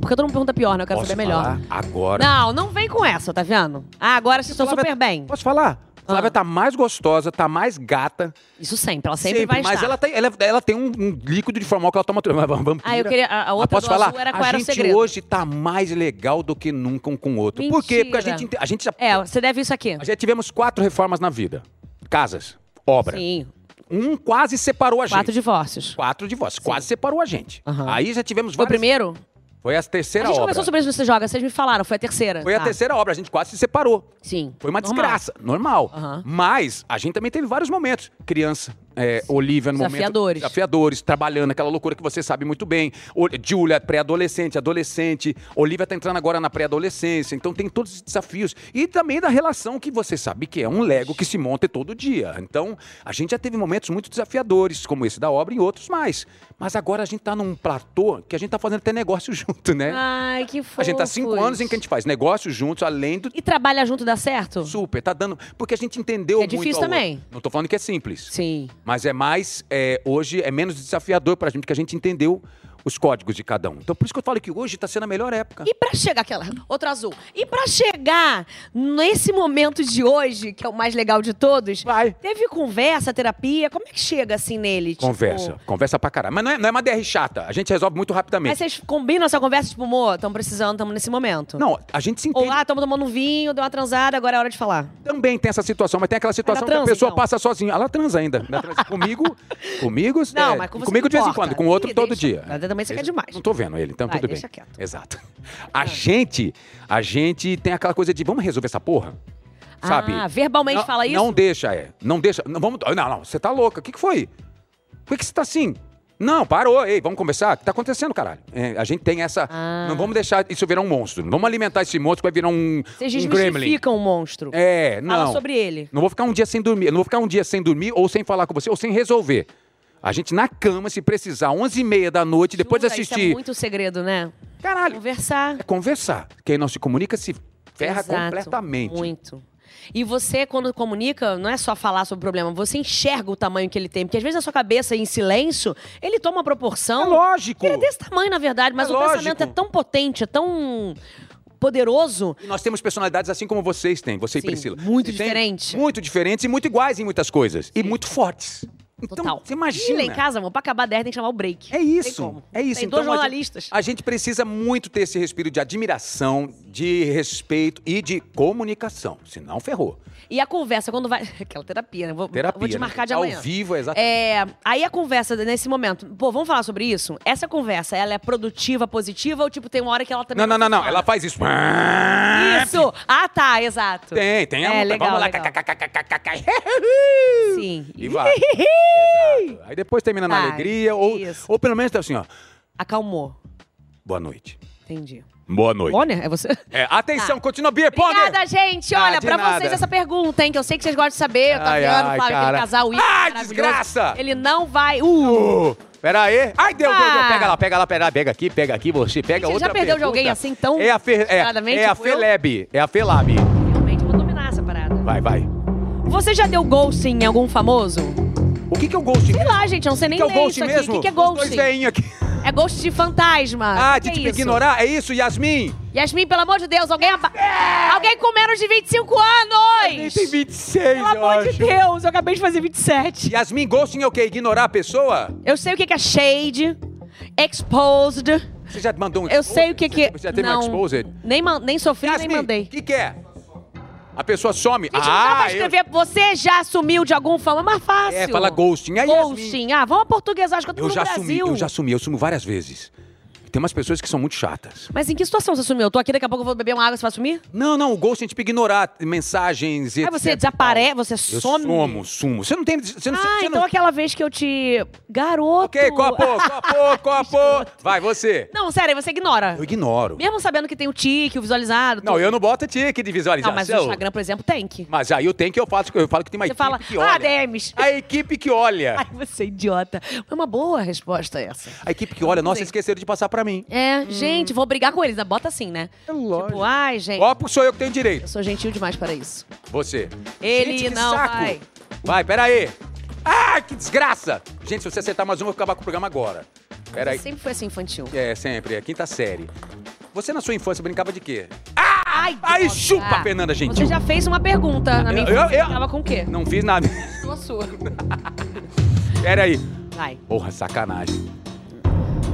B: Porque todo mundo pergunta pior, né? Eu quero
A: Posso
B: saber melhor.
A: falar agora?
B: Não, não vem com essa, tá vendo? Ah, agora vocês estão
A: Flávia-
B: super bem.
A: Posso falar? Flávia
B: Ah.
A: tá mais gostosa, tá mais gata.
B: Isso sempre, ela sempre, vai
A: mas
B: estar.
A: ela tem, ela, ela tem um, um líquido de formal que ela toma. Uma vampira.
B: Ah, eu queria- a- a outra
A: Mas posso
B: do
A: falar?
B: azul era qual
A: a
B: era o
A: gente
B: segredo?
A: hoje tá mais legal do que nunca um com o outro. Por quê? Porque a
B: Mentira.
A: gente, ente- a gente já
B: É, você deve isso aqui.
A: Já tivemos quatro reformas na vida. Casas, obra.
B: Sim,
A: Um quase separou a
B: quatro
A: gente.
B: divórcios.
A: é Quatro divórcios. Quase separou a gente.
B: Aham.
A: Aí já tivemos
B: Foi o
A: várias-
B: primeiro?
A: Foi a terceira
B: a gente
A: obra.
B: conversou sobre isso no Você Joga, vocês me falaram, foi a terceira.
A: Foi a
B: tá.
A: terceira obra, a gente quase se separou.
B: Sim.
A: Foi uma
B: normal.
A: desgraça, normal.
B: Aham.
A: Mas a gente também teve vários momentos. Criança, é, Olivia no momento.
B: Desafiadores.
A: Desafiadores. trabalhando, aquela loucura que você sabe muito bem. O, Julia, pré-adolescente, adolescente. Olivia tá entrando agora na pré-adolescência. Então tem todos esses desafios. E também da relação que você sabe que é um Lego que se monta todo dia. Então a gente já teve momentos muito desafiadores, como esse da obra e outros mais. Mas agora a gente tá num platô que a gente tá fazendo até negócio [LAUGHS] junto, né?
B: Ai, que fofo.
A: a gente tá cinco anos em que a gente faz negócio juntos, além do
B: E trabalha junto dá certo?
A: Super, tá dando. Porque a gente entendeu
B: É
A: muito.
B: difícil
A: ao outro.
B: também.
A: Não tô falando que é simples.
B: Sim.
A: Mas é mais, é, hoje é menos desafiador pra gente, porque a gente entendeu os códigos de cada um. Então por isso que eu falo que hoje tá sendo a melhor época.
B: E pra chegar aquela outra azul. E pra chegar nesse momento de hoje, que é o mais legal de todos,
A: Vai.
B: teve conversa, terapia, como é que chega assim nele? Tipo,
A: Conversa, conversa pra caralho. Mas não é, não é uma DR chata, a gente resolve muito
B: Aí
A: rapidamente.
B: vocês combinam essa conversa, tipo, amor, estamos precisando, estamos nesse momento.
A: Não, a gente se
B: Ou
A: entende.
B: ah, estamos tomando um vinho, deu uma transada, agora é hora de falar.
A: Também tem essa situação, mas tem aquela situação que
B: transa,
A: a pessoa
B: então?
A: passa sozinha. Ela transa ainda. Ela transa
B: [LAUGHS]
A: comigo, comigo,
B: Não,
A: é,
B: mas com você
A: comigo
B: não
A: de vez em
B: importa.
A: quando, com outro
B: Ih,
A: todo
B: deixa.
A: dia.
B: Mas também você quer demais.
A: Não tô vendo ele, então
B: Vai,
A: tudo bem.
B: deixa quieto. Ah.
A: Exato. A gente, a gente tem aquela coisa de vamos resolver essa porra. Sabe?
B: Ah, verbalmente
A: Não-
B: fala isso?
A: Não deixa, é. Não deixa. Não, vamos, não, não, você tá louca. O que, que foi? Por que que você tá assim? Não, parou, ei, vamos conversar. O que tá acontecendo, caralho? É, a gente tem essa.
B: Ah.
A: Não vamos deixar isso virar um monstro. Não vamos alimentar esse monstro que vai virar um.
B: Vocês
A: um gremlin.
B: desmistificam o monstro.
A: É, não.
B: Fala sobre ele.
A: Não vou ficar um dia sem dormir. Não vou ficar um dia sem dormir ou sem falar com você ou sem resolver. A gente na cama, se precisar, 11h30 da noite, depois de
B: Jura? Isso
A: assistir.
B: é muito segredo, né?
A: Caralho.
B: Conversar.
A: É conversar. Quem não se comunica se ferra
B: Exato,
A: completamente.
B: Muito. E você, quando comunica, não é só falar sobre o problema, você enxerga o tamanho que ele tem. Porque às vezes a sua cabeça, em silêncio, ele toma uma proporção.
A: É lógico.
B: que Ele é desse tamanho, na verdade, mas
A: É
B: o
A: lógico.
B: pensamento é tão potente, é tão poderoso.
A: E nós temos personalidades assim como vocês têm, você
B: Sim,
A: e Priscila.
B: muito
A: E tem-
B: diferente.
A: Muito diferentes e muito iguais em muitas coisas. E muito fortes. Então,
B: Total.
A: você
B: E lá em
A: imagina.
B: casa, amor, pra acabar a DR tem que chamar o break.
A: É
B: Tem
A: isso,
B: como.
A: é isso.
B: Tem
A: Então,
B: dois
A: a gente-
B: jornalistas.
A: A gente precisa muito ter esse respiro de admiração, de respeito e de comunicação. Senão, ferrou.
B: E a conversa, quando vai. [LAUGHS] Aquela terapia, né? Vou,
A: Terapia.
B: vou te
A: né?
B: marcar de
A: Ao
B: amanhã.
A: vivo, exatamente.
B: É, aí a conversa nesse momento, pô, vamos falar sobre isso? Essa conversa, ela é produtiva, positiva ou tipo tem uma hora que ela
A: Não,
B: também
A: não, não, não.
B: funciona?
A: Ela faz isso.
B: Isso. Ah, tá, exato.
A: Tem, tem.
B: É,
A: um-
B: legal,
A: Vamos lá.
B: legal.
A: kkkkkk.
B: Sim.
A: E vai. Exato. Aí depois termina na
B: Ai,
A: alegria, ou,
B: isso.
A: ou pelo menos tá assim, ó.
B: [LAUGHS] Acalmou.
A: Boa noite.
B: Entendi.
A: Boa noite.
B: Bonner, é você?
A: É, atenção, continua, Bia Bonner.
B: Obrigada, gente.
A: Ah,
B: Olha,
A: de
B: pra
A: nada.
B: vocês essa pergunta, hein? Que eu sei que vocês gostam de saber. Tá
A: Ai,
B: vendo?
A: ai,
B: Flávio,
A: cara.
B: aquele casal ícone
A: Ai,
B: maravilhoso.
A: desgraça!
B: Ele não vai. Uh!
A: Uh, Pera aí. Ai, deu, deu, deu.
B: Ah.
A: Pega lá, pega lá, pega lá. Pega aqui, pega aqui, você pega
B: Gente,
A: outra
B: já perdeu de
A: pergunta.
B: alguém assim tão
A: É a, Fe, é,
B: desesperadamente,
A: é a
B: tipo eu?
A: Feleb. É a Felab.
B: Realmente, eu vou dominar essa parada.
A: Vai, vai.
B: Você já deu ghost em algum famoso?
A: O que que é o Ghost
B: Sei
A: mesmo?
B: lá, gente, eu não sei
A: O
B: nem
A: que é o
B: ler
A: Ghost
B: isso aqui.
A: mesmo?
B: O que, que é
A: Os
B: ghost?
A: dois veinhos aqui.
B: É ghost de fantasma.
A: Ah,
B: O
A: de
B: que
A: tipo
B: é isso?
A: ignorar? É isso, Yasmin?
B: Yasmin, pelo amor de Deus, alguém aba... Alguém com menos de 25
A: Ele
B: anos!
A: É! tem 26,
B: Pelo
A: eu
B: amor de
A: acho.
B: Deus, eu acabei de fazer 27.
A: Yasmin, ghosting é o quê? Ignorar a pessoa?
B: Eu sei o que que é shade, exposed.
A: Você já mandou um
B: Eu sei o que que.
A: Você já teve
B: não,
A: um exposed?
B: Nem, man- nem sofri, nem
A: Yasmin,
B: mandei.
A: o que que é? A pessoa some.
B: Gente, não dá
A: ah,
B: pra escrever. Você já sumiu de algum fama? É mais fácil.
A: É, fala ghosting. Aí, Yasmin-
B: Ghosting. Ah, vamos a portuguesar, acho que eu tô
A: eu, eu
B: no
A: já
B: Brasil.
A: sumi, eu já sumi, eu sumo várias vezes. Tem umas pessoas que são muito chatas.
B: Mas em que situação você sumiu? Eu tô aqui, daqui a pouco eu vou beber uma água, você vai sumir?
A: Não, não, o ghosting é tipo ignorar mensagens e
B: Aí Ah, você
A: etc.
B: desaparece, você
A: é Eu
B: some.
A: sumo, sumo. Você não tem... Você Tipo, não,
B: Ah,
A: você
B: então é
A: não...
B: aquela vez que eu te. Garoto!
A: Ok, copo,
B: [LAUGHS]
A: copo, copo. Vai, você.
B: Não, sério, aí você ignora.
A: Eu ignoro.
B: Mesmo sabendo que tem o tique, o visualizado.
A: Não,
B: tudo.
A: eu é não boto tique de visualização.
B: Não, mas o Instagram, por exemplo, tem que.
A: Mas aí eu tenho que eu faço, eu falo que tem uma
B: Você
A: equipe
B: fala,
A: que olha.
B: ah, DMs.
A: A equipe que olha.
B: [LAUGHS] Ai, você é idiota. É uma boa resposta essa.
A: A equipe que olha, nossa, esqueceram de passar pra mim.
B: É, gente, vou brigar com eles. né? Bota assim, né?
A: Hum. É lógico.
B: Tipo, ai, gente,
A: Copo sou eu que tenho direito.
B: eu sou gentil demais para isso.
A: Você.
B: Ele
A: Gente, que
B: não
A: saco.
B: vai.
A: Vai, peraí. Ah, que desgraça! Gente, se você acertar mais um, eu vou acabar com o programa agora. Peraí.
B: Sempre foi assim, infantil.
A: É, sempre. É quinta série. Você na sua infância brincava de quê?
B: Ai,
A: Aí
B: droga.
A: chupa, Fernanda Gentil.
B: Você já fez uma pergunta na minha
A: Eu- eu-
B: infância,
A: eu-
B: você Tava com
A: [LAUGHS]
B: o quê?
A: Não fiz nada.
B: Sua, sua.
A: Peraí.
B: Vai.
A: Porra, sacanagem.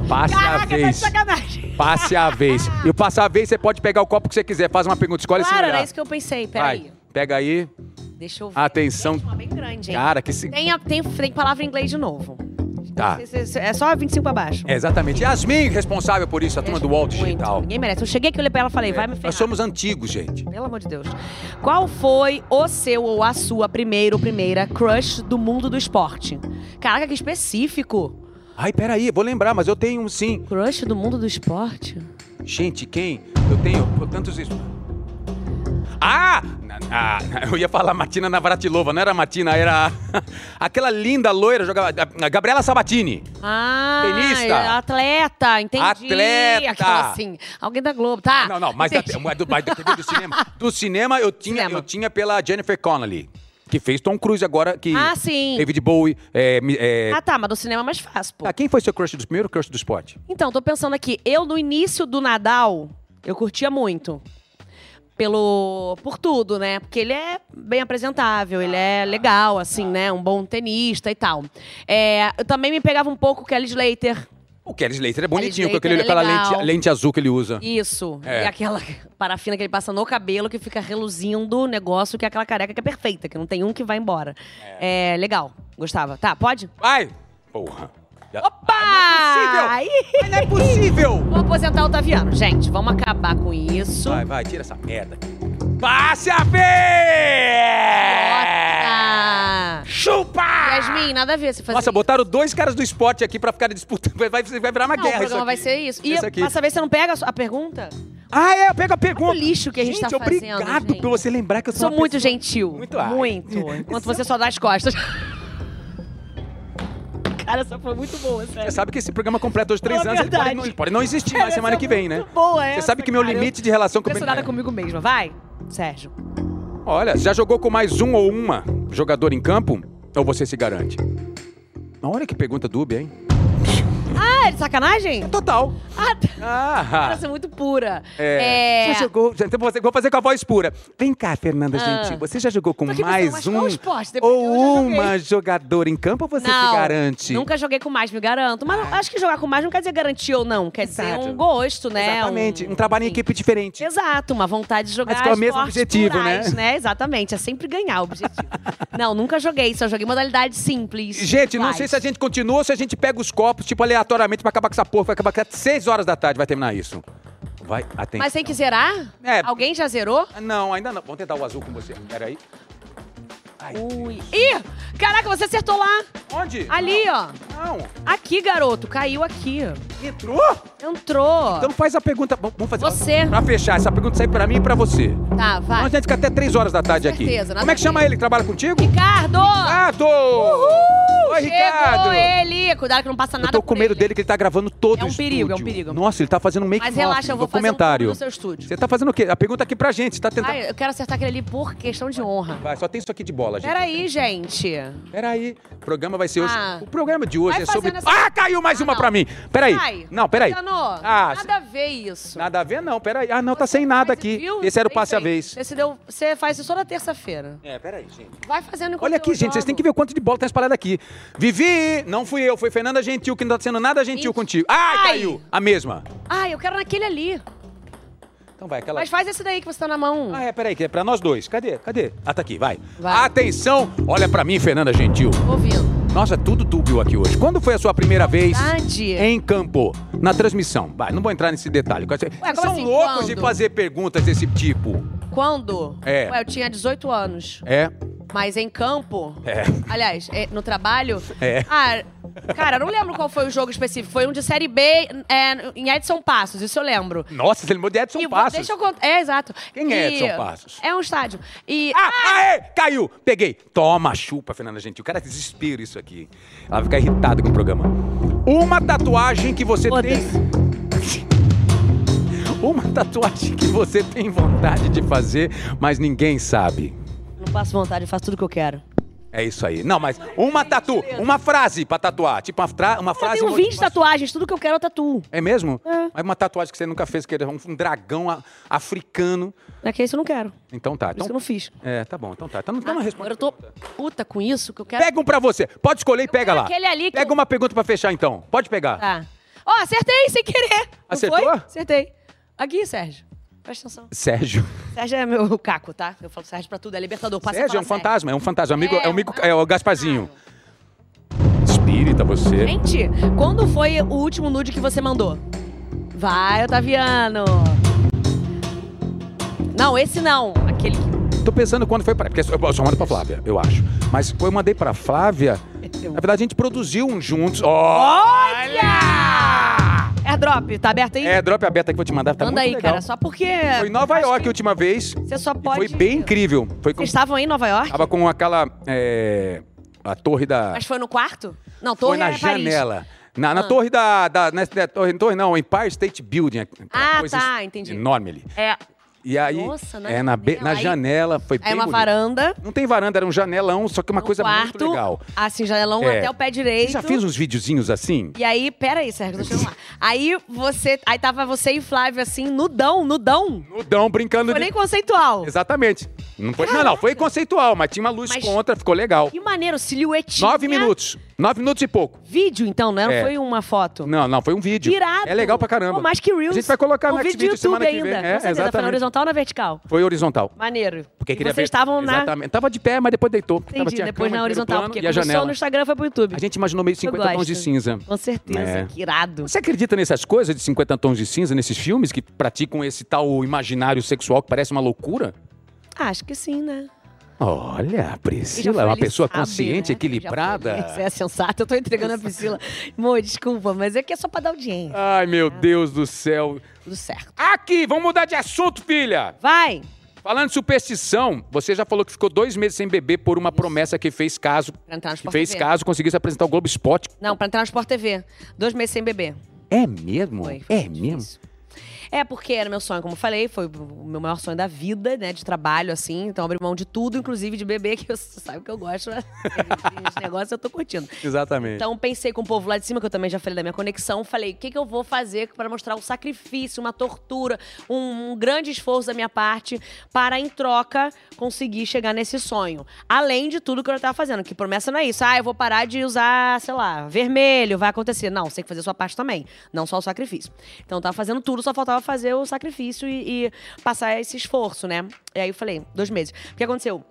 A: Passe a
B: Caraca, tá de
A: vez.
B: sacanagem.
A: Passe a vez. E o passar a vez, você pode pegar o copo que você quiser. Faz uma pergunta, escolhe
B: Claro,
A: sem olhar.
B: era isso que eu
A: Vai,
B: pensei.
A: Ah,
B: Peraí.
A: pega aí.
B: Deixa eu ver.
A: Atenção.
B: Gente, uma bem grande, hein?
A: Cara, que se...
B: Tem, a- tem, tem palavra em inglês de novo.
A: Tá.
B: Cê- cê- É só 25 pra baixo.
A: É, exatamente. Yasmin, responsável por isso, a turma do UOL
B: Muito.
A: Digital. É,
B: Ninguém merece. Eu cheguei aqui, olhei pra ela e falei, vai me ferrar.
A: Nós somos antigos, gente.
B: Pelo amor de Deus. Qual foi o seu ou a sua primeira ou primeira crush do mundo do esporte? Caraca, que específico.
A: Ai, peraí, vou lembrar, mas eu tenho um sim.
B: Crush do mundo do esporte?
A: Gente, quem? Eu tenho eu- tantos isso. Ah! Na- ah, eu ia falar Martina Navratilova, não era Martina, era [LAUGHS] aquela linda loira, jogava a Gabriela Sabatini.
B: Ah,
A: Tenista.
B: é atleta, entendi.
A: Atleta.
B: Aquela assim, alguém da Globo, tá?
A: Não, não, mas da,
B: Entendi.
A: mas do, mas da TV do cinema. Do cinema eu tinha,
B: Cinema.
A: eu tinha pela Jennifer Connelly. que fez Tom Cruise agora, que.
B: Ah, sim.
A: David Bowie. é, mi- é-
B: Ah, tá, mas do cinema é mais fácil, pô.
A: Ah, quem foi seu crush do primeiro crush do esporte?
B: Então, tô pensando aqui, eu no início do Nadal, eu curtia muito. Pelo. Por tudo, né? Porque ele é bem apresentável, ele
A: Ah,
B: é
A: tá.
B: legal, assim, né? Um bom tenista e tal. É, eu também me pegava um pouco o Kelly Slater.
A: O Kelly Slater é bonitinho, com
B: Slater
A: aquele,
B: é
A: aquela
B: legal.
A: lente, lente azul que ele usa.
B: Isso.
A: É.
B: E aquela [LAUGHS] parafina que ele passa no cabelo que fica reluzindo o negócio, que é aquela careca que é perfeita, que não tem um que vai embora. É, legal. Gostava. Tá, pode?
A: Ai! Porra. Já-
B: Opa!
A: Ah, Mas não é
B: [LAUGHS]
A: possível!
B: Vou aposentar o Otaviano. Gente, vamos acabar com isso.
A: Vai, vai, tira essa merda. Então Passe a vez!
B: Ah.
A: Chupa!
B: Yasmin, nada a ver você fazer
A: Nossa,
B: isso.
A: botaram dois caras do esporte aqui pra ficarem disputando. Vai, vai vai virar uma
B: Não, o
A: guerra isso
B: programa vai
A: aqui.
B: ser isso. E
A: Esse aqui.
B: pra saber, você não pega a su- a pergunta?
A: Ah, é, pega a pergunta.
B: Olha o lixo que a gente tá fazendo,
A: obrigado
B: gente.
A: por você lembrar que eu
B: Eu
A: sou
B: sou
A: uma
B: muito
A: pessoa-
B: gentil.
A: Muito, ai. [LAUGHS]
B: Muito. Enquanto você só dá as costas. Cara, essa foi muito boa, sério.
A: Você sabe que esse programa completa hoje três
B: Fala a
A: anos. Ele pode,
B: é verdade.
A: não, ele pode não existir mais semana que vem, né?
B: Muito boa
A: Você
B: essa,
A: sabe que meu
B: cara.
A: limite de relação
B: Eu
A: com é-
B: tô impressionada comigo mesma. Vai, Sérgio.
A: Olha, já jogou com mais um ou uma jogador em campo? Ou você se garante? Olha que pergunta dúbia, hein?
B: Ah, é de sacanagem?
A: Total.
B: Ah, tá.
A: Ah,
B: Nossa, é muito pura.
A: É. Você jogou. já- Então você, vou fazer com a voz pura. Vem cá, Fernanda
B: Ah.
A: Gentil. Você já jogou com
B: Tô aqui
A: mais
B: pensando, mas qual
A: um
B: esporte? Depois eu já
A: ou
B: joguei.
A: uma jogadora em campo ou você
B: não,
A: se garante? Ah.
B: Nunca joguei com mais, me garanto. Mas não- acho que jogar com mais não quer dizer garantir ou não. Quer
A: Exato.
B: dizer um gosto, né?
A: Exatamente. Um, trabalho em
B: enfim.
A: equipe diferente.
B: Exato, uma vontade de jogar
A: Mas com o mesmo
B: esportes
A: objetivo,
B: plurais,
A: né?
B: Exatamente, é sempre ganhar
A: [LAUGHS]
B: o objetivo. não, nunca joguei, só joguei modalidade simples.
A: Gente, não
B: Mas-
A: sei se a gente continua ou se a gente pega os copos, tipo, aleatoriamente pra acabar com essa porra. Vai acabar com às 6 horas da tarde, vai terminar isso. Vai, atende.
B: Mas tem que zerar?
A: É.
B: Alguém já zerou?
A: Não, ainda não. Vamos tentar o azul com você. Peraí. Ai,
B: Ui.
A: Deus.
B: Ih! Caraca, você acertou lá!
A: Onde?
B: Uh. Ali, ó.
A: Não.
B: Aqui, garoto, caiu aqui.
A: Entrou?
B: Entrou.
A: Então faz a pergunta. Bom, Vamos fazer.
B: Você.
A: Pra fechar, essa pergunta sai pra mim e pra você.
B: Tá,
A: Senão
B: vai.
A: a gente fica até 3 horas da tarde
B: Com certeza,
A: aqui.
B: nada
A: Como é que
B: a ver.
A: chama ele que trabalha contigo?
B: Ricardo!
A: Ricardo! Oi,
B: Chegou
A: Ah, Ricardo!
B: ele! Cuidado que não passa nada
A: Eu tô com
B: por
A: medo
B: ele.
A: dele que ele tá gravando todo
B: É um
A: o
B: perigo, é um
A: estúdio.
B: perigo.
A: Nossa, ele tá fazendo um make
B: Mas relaxa, eu vou fazer um
A: documentário.
B: tour no seu estúdio.
A: Você tá fazendo o quê? A pergunta aqui pra gente. Você tá tentando...
B: Ai, eu quero acertar aquele ali por questão de honra.
A: Vai, só tem isso aqui de bola, gente.
B: Peraí, gente.
A: Peraí. O programa vai ser hoje...
B: Ah.
A: O programa de hoje
B: Vai
A: é sobre...
B: fazendo essa-
A: Ah, caiu mais
B: Ah,
A: uma
B: não.
A: pra mim. Peraí.
B: Ai,
A: Não, peraí.
B: Luciano,
A: Ah,
B: Tá nada a ver isso.
A: Nada a ver, não. Peraí. Ah, não, tá sem nada
B: Mas,
A: aqui.
B: viu?
A: Esse era o
B: Bem
A: passe a
B: feito.
A: vez.
B: Esse deu- Você faz isso toda terça-feira.
A: É, peraí, gente.
B: Vai fazendo enquanto
A: Olha aqui,
B: eu
A: gente, vocês
B: jogo.
A: têm que ver o quanto de bola tá espalhada aqui. Vivi! Não fui eu, foi Fernanda Gentil, que não tá sendo nada gentil
B: Ih.
A: contigo. Ai,
B: Ai.
A: caiu! A mesma.
B: Ai, Ah, eu quero naquele ali.
A: Então vai, aquela.
B: Mas faz esse daí que você tá na mão.
A: Ah, é, peraí, que é pra nós dois. Cadê? Cadê? Ah, tá aqui, vai.
B: Vai.
A: Atenção! Olha pra mim, Fernanda Gentil.
B: Ouvindo.
A: Nossa, é tudo dúbio aqui hoje. Quando foi a sua primeira vez
B: Verdade.
A: em campo? Na transmissão. Vai, não vou entrar nesse detalhe.
B: como
A: São
B: assim,
A: loucos
B: quando?
A: de fazer perguntas desse tipo.
B: Quando?
A: É.
B: Ué, eu tinha 18 anos.
A: É.
B: Mas em campo.
A: É.
B: Aliás, é, no trabalho.
A: É.
B: Ah, cara, eu não lembro qual foi o jogo específico. Foi um de Série B é, em Edson Passos, isso eu lembro.
A: Nossa, você lembrou de Edson
B: E vou-
A: Passos.
B: Deixa eu contar. É, exato.
A: Quem é
B: E-
A: Edson Passos?
B: É um estádio. E.
A: Ah, aê, caiu! Peguei. Toma, chupa, Fernanda Gentil. Cara, desespero isso aqui. Ela vai ficar irritada com o programa. Uma tatuagem que você tem.
B: Foda-se.
A: [LAUGHS] Uma tatuagem que você tem vontade de fazer, mas ninguém sabe.
B: Não passo vontade, eu faço tudo que eu quero.
A: É isso aí. Não, mas uma tatu, uma frase pra tatuar. Tipo, uma, fra- uma
B: Eu
A: frase.
B: tenho 20 tatuagens, tudo que eu quero eu tatuo.
A: É mesmo? Mas uma tatuagem que você nunca fez, que era um, um dragão a- africano.
B: É que isso eu não quero. Por
A: Então tá. Então,
B: isso que eu não fiz. Ah,
A: É, tá bom. Então tá. Então não tem uma resposta.
B: Agora eu tô puta com isso que eu quero.
A: Pega um pra você. Pode escolher e pega
B: quero
A: lá.
B: aquele ali que
A: pega
B: eu-
A: uma pergunta pra fechar, então. Pode pegar.
B: Tá. Ó, acertei sem querer. Não
A: Acertou?
B: foi? Acertei. Aqui, Sérgio. Presta atenção.
A: Sérgio.
B: Sérgio é meu caco, tá? Eu falo Sérgio pra tudo, é libertador. Passa a
A: Sérgio é um
B: falar
A: fantasma, é um fantasma. Amigo, é,
B: É, Ah.
A: o Mico,
B: um-
A: é o Gasparzinho. Espírita você.
B: Gente, quando foi o último nude que você mandou? Vai, Otaviano. Não, esse não. Aquele que...
A: Tô pensando quando foi pra. Porque eu só mando pra Flávia, eu acho. Mas eu mandei pra Flávia. Na verdade, a gente produziu um juntos. Olha!
B: Airdrop, tá aberto aí?
A: É, drop aberta que eu vou te mandar. Tá
B: Manda
A: muito
B: aí,
A: legal.
B: cara, só porque...
A: Foi em Nova
B: acho
A: York
B: que
A: a última vez.
B: Você só
A: e
B: pode...
A: Foi bem incrível. Foi com...
B: Vocês estavam aí em Nova York?
A: Tava com aquela. é, A torre da.
B: Mas foi no quarto? Não,
A: Foi
B: torre
A: na
B: é Paris. Ah.
A: janela. Na, na torre né, é, da. da nessa, da torre, torre não, Empire State Building. aquela
B: Ah,
A: coisa
B: tá, entendi.
A: Enorme ali.
B: É.
A: E aí,
E: Nossa, na
A: é na, be-
E: janela,
A: na
E: aí-
A: janela, foi bem
B: É uma
A: bonito.
B: varanda,
A: Não tem varanda, era um janelão, só que uma
B: um
A: coisa
B: quarto,
A: muito legal.
B: assim, janelão
A: É.
B: até o pé
A: Você
B: direito.
A: já fez uns videozinhos assim?
B: E aí, peraí, Sérgio, tô chegando lá. Aí você. Aí tava você e Flávio assim, nudão, nudão.
A: Nudão, brincando
B: Não foi
A: de...
B: nem conceitual.
A: Exatamente. Não foi, não, não, foi conceitual, mas tinha uma luz
B: Mas-
A: contra, ficou legal.
B: E maneiro, silhuetinha.
A: Nove minutos. Nove minutos e pouco.
B: Vídeo, então, não era-
A: É.
B: foi uma foto.
A: Não, não, foi um vídeo.
B: Irado.
A: É legal pra caramba.
B: Pô, mais que Reels.
A: A gente vai colocar no
B: um vídeo do
A: Xvideo
B: YouTube
A: semana que vem.
B: ainda.
A: É,
B: com certeza, foi na
A: exatamente.
B: horizontal ou na vertical?
A: Foi horizontal.
B: Maneiro.
A: Porque
B: E
A: queria ver-
B: vocês estavam na...
A: Exatamente. Tava de pé, mas depois deitou. Tava-
B: Entendi,
A: tinha a cama,
B: depois na
A: primeiro
B: horizontal,
A: plano e
B: porque
A: a
B: começou
A: janela.
B: no Instagram, foi pro YouTube.
A: A gente imaginou meio 50
B: gosto.
A: tons de cinza.
B: Com certeza,
A: É.
B: que irado.
A: Você acredita nessas coisas de 50 tons de cinza, nesses filmes que praticam esse tal imaginário sexual que parece uma loucura?
B: Ah, acho que sim, né?
A: Olha,
B: Já
A: Priscila, é
B: falei,
A: uma pessoa
B: sabe,
A: consciente,
B: né? Já falei, [LAUGHS] Você
A: equilibrada.
B: é sensata, eu tô entregando a Priscila. Amor, desculpa, mas é que é só pra dar audiência.
A: Ai, meu Deus do céu.
B: Tudo certo.
A: Aqui, vamos mudar de assunto, filha.
B: Vai!
A: Falando de superstição, você já falou que ficou dois meses sem beber por uma promessa que fez caso.
B: Pra entrar no
A: Que
B: Sport
A: fez
B: TV.
A: caso, conseguisse apresentar o Globo Esporte.
B: Não, pra entrar no Sport TV. Dois meses sem beber.
A: É mesmo?
B: Foi, foi
A: é
B: difícil.
A: mesmo?
B: É, porque era meu sonho, como eu falei, foi o meu maior sonho da vida, né? De trabalho, assim. Então, abri mão de tudo, inclusive de beber, que eu, [LAUGHS] você sabe que eu gosto. né? Esse negócio eu tô curtindo.
A: Exatamente.
B: Então, pensei com o povo lá de cima, que eu também já falei da minha conexão. Falei, o que, que eu vou fazer para mostrar um sacrifício, uma tortura, um, um grande esforço da minha parte para, em troca, conseguir chegar nesse sonho. Além de tudo que eu já tava fazendo, que promessa não é isso. Ah, eu vou parar de usar, sei lá, vermelho, vai acontecer. Não, você tem que fazer a sua parte também, não só o sacrifício. Então, eu tava fazendo tudo, só faltava fazer o sacrifício e, e passar esse esforço, né? E aí eu falei, dois meses. O que aconteceu?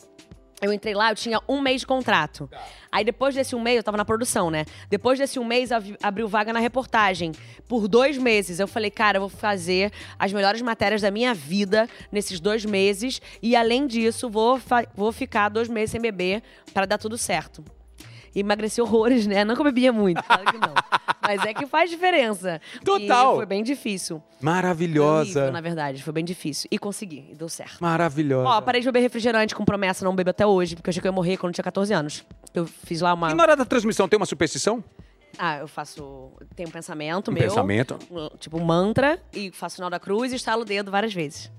B: Eu entrei lá, eu tinha um mês de contrato. Aí depois desse um mês, eu tava na produção, né? Depois desse um mês, avi- abriu vaga na reportagem. Por dois meses, eu falei, cara, eu vou fazer as melhores matérias da minha vida nesses dois meses. E além disso, vou, fa- vou ficar dois meses sem beber pra dar tudo certo. E emagreci horrores, né? Não que eu bebia muito, claro que não. Mas é que faz diferença.
A: Total.
B: E foi bem difícil. Foi horrível,
A: Maravilhosa.
B: na verdade, foi bem difícil. E consegui, e deu certo.
A: Maravilhosa.
B: Ó, parei de beber refrigerante com promessa, não bebo até hoje, porque eu achei que eu ia morrer quando eu tinha 14 anos. Eu fiz lá uma.
A: E na hora da transmissão tem uma superstição?
B: Ah, eu faço. Tem um pensamento
A: Um
B: meu.
A: pensamento.
B: um- Tipo, um mantra, e faço o sinal da cruz e estalo o dedo várias vezes.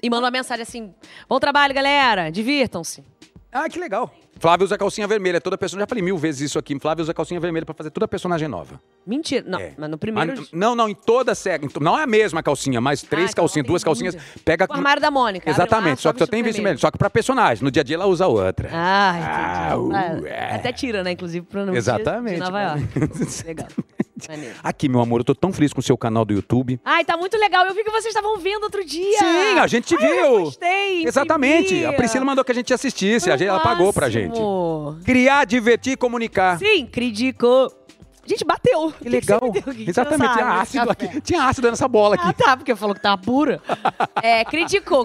B: E mando uma mensagem assim: bom trabalho, galera, divirtam-se.
A: Ah, que legal. Flávio usa calcinha vermelha. Toda pessoa. Já falei mil vezes isso aqui. Flávio usa calcinha vermelha pra fazer toda personagem nova.
B: Mentira. Não,
A: É.
B: mas no primeiro.
A: Mas, não, não, em toda a série. em to- Não é a mesma calcinha, mas três
B: então
A: calcinhas,
B: tem
A: duas calcinhas.
B: dúvida.
A: Pega
B: O armário da Mônica, abre lá,
A: Exatamente,
B: só
A: só que só
B: vestido
A: tem vestido
B: vermelho.
A: vermelho. Só que pra personagem. No dia a dia ela usa outra.
B: Ah, entendi.
A: Ah,
B: Ah,
A: ué.
B: Até tira, né? Inclusive, pra não
A: Exatamente.
B: De Nova York. Legal.
A: [LAUGHS]
B: Maneiro.
A: Aqui, meu amor, eu tô tão feliz com o seu canal do YouTube.
B: Ai, tá muito legal. Eu vi que vocês estavam vendo outro dia.
A: Sim, a gente te
B: Ai,
A: viu.
B: Ah, Eu gostei.
A: Exatamente. A Priscila mandou que a gente assistisse. A gente, ela pagou pra gente. Criar, divertir e comunicar.
B: Sim, criticou. Gente, bateu.
A: Que
B: [LAUGHS]
A: legal.
B: Bateu, que que
A: Exatamente,
B: essa
A: tinha
B: água,
A: ácido
B: esse
A: aqui.
B: café?
A: Tinha ácido nessa bola aqui.
B: Ah, tá, porque falou que tava pura. É, criticou.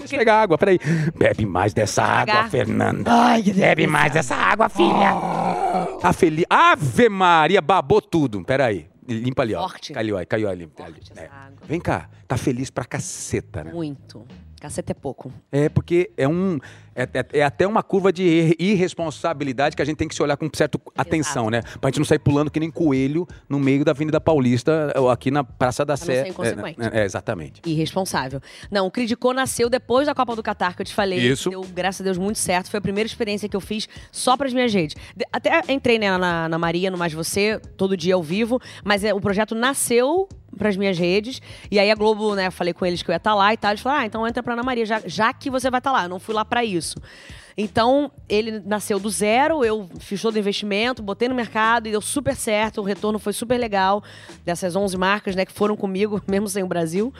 A: [LAUGHS] Deixa eu
B: Cri...
A: pegar água, peraí. Bebe mais dessa água,
B: pagar.
A: Fernanda.
C: Ai, que Bebe mais dessa água, filha.
B: Oh.
A: A Feli... Ave Maria, babou tudo. Peraí. Limpa ali, ó.
B: Forte.
A: Caiu aí, caiu ali. ali.
B: essa
A: É.
B: água.
A: Vem cá, tá feliz pra caceta, né?
B: Muito. Caceta é pouco.
A: É porque é um. É, é- é até uma curva de ir- irresponsabilidade que a gente tem que se olhar com certa atenção, né? Pra gente não sair pulando que nem coelho no meio da Avenida Paulista, ou aqui na Praça da
B: não
A: Sé.
B: ser inconsequente.
A: É, é, exatamente.
B: Irresponsável. Não, o Criticou nasceu depois da Copa do Catar, que eu te falei.
A: Isso.
B: Deu, graças a Deus, muito certo. Foi a primeira experiência que eu fiz só pras minhas redes. De- até entrei né, na, na Maria, no Mais Você, todo dia ao vivo, mas é, o projeto nasceu pras minhas redes. E aí a Globo, né, eu falei com eles que eu ia estar lá e tal. Eles falaram, ah, então entra pra Ana Maria, já, já que você vai estar lá. Eu não fui lá pra isso. Então, ele nasceu do zero, eu fiz todo o investimento, botei no mercado e deu super certo, o retorno foi super legal dessas 11 marcas, né, que foram comigo, [LAUGHS] mesmo sem o Brasil.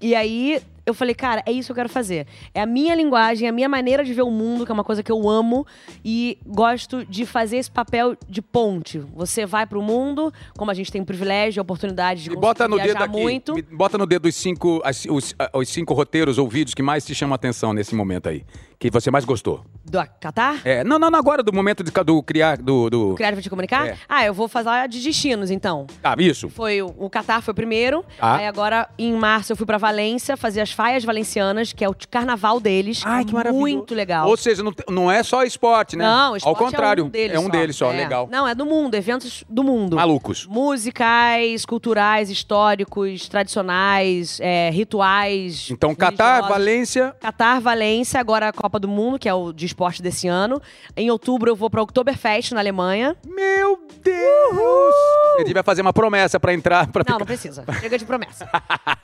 B: E aí eu falei, cara, é isso que eu quero fazer. É a minha linguagem, é a minha maneira de ver o mundo, que é uma coisa que eu amo e gosto de fazer esse papel de ponte. Você vai pro mundo, como a gente tem o privilégio, a oportunidade de
A: E bota no
B: conseguir
A: dedo
B: viajar
A: aqui.
B: muito.
A: me- Bota no dedo os cinco, as- os, ah, os cinco roteiros ou vídeos que mais te chamam a atenção nesse momento aí. que você mais gostou?
B: Do Catar?
A: É, não, não, não, agora do momento de, do criar, do... do...
B: Criar pra te comunicar?
A: É.
B: Ah, eu vou falar de destinos, então.
A: Ah, isso.
B: Foi o, o Catar foi o primeiro.
A: Tá.
B: Aí agora, em março, eu fui pra Valência fazer as faias valencianas, que é o t- carnaval deles. É
A: Ai, que maravilha.
B: Muito legal.
A: Ou seja, não, te- não é só esporte, né?
B: Não, esporte
A: Ao contrário,
B: é um deles só.
A: só,
B: É.
A: legal.
B: Não, é do mundo, eventos do mundo.
A: Malucos.
B: Musicais, culturais, históricos, tradicionais, é, rituais.
A: Então, Catar,
B: religiosos.
A: Valência...
B: Catar, Valência, agora a Copa do Mundo, que é o de esporte desse ano. Em outubro eu vou pra Oktoberfest, na Alemanha.
A: Meu Deus! Ele vai fazer uma promessa pra entrar... Pra
B: Não,
A: ficar-
B: não precisa. Chega
A: [LAUGHS]
B: de promessa.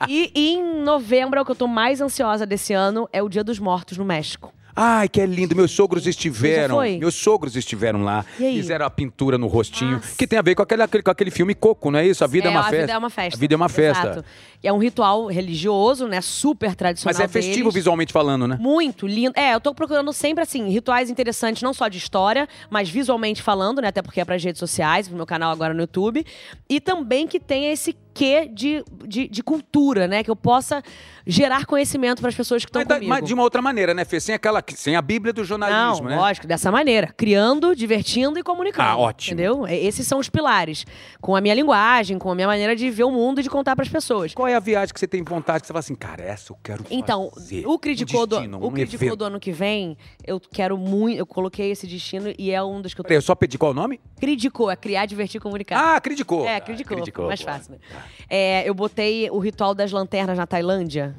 B: e em novembro, é o que eu tô mais ansiosa desse ano é o Dia dos Mortos no México.
A: Ai, que é lindo. Meus sogros
B: Você já
A: estiveram.
B: foi?
A: Meus sogros estiveram lá.
B: E aí?
A: Fizeram a pintura no rostinho.
B: Nossa.
A: Que tem a ver com aquele, aquele- com aquele filme Coco, não é isso? A vida é, uma
B: a
A: festa.
B: vida é uma festa.
A: A vida é uma festa.
B: Exato. E é um ritual religioso, né? Super tradicional.
A: Mas é festivo
B: deles.
A: visualmente falando, né?
B: Muito lindo. É, eu tô procurando sempre, assim, rituais interessantes, não só de história, mas visualmente falando, né? Até porque é pras redes sociais, pro meu canal agora no YouTube. E também que tenha esse quê de, de, de cultura, né? Que eu possa gerar conhecimento pras pessoas que estão
A: Mas, da-
B: comigo.
A: mas de uma outra maneira, né, Fê? Sem, aquela, sem a bíblia do jornalismo,
B: não,
A: né?
B: lógico, dessa maneira. Criando, divertindo e comunicando.
A: Ah, ótimo.
B: Entendeu? E- Esses são os pilares. Com a minha linguagem, com a minha maneira de ver o mundo e de contar pras pessoas.
A: Qual é a viagem que você tem vontade? Que você fala assim, cara, essa eu quero
B: Então,
A: fazer.
B: o criticou,
A: um destino,
B: do, o
A: um
B: criticou
A: evento.
B: do ano que vem, eu quero muito. Eu coloquei esse destino e é um dos que eu tô.
A: Peraí, eu só pedi qual o nome?
B: Criticou, é criar, divertir e comunicar.
A: Ah, criticou.
B: é,
A: Ah,
B: criticou.
A: criticou,
B: mais
A: boa.
B: fácil, né? É, eu botei o ritual das lanternas na Tailândia.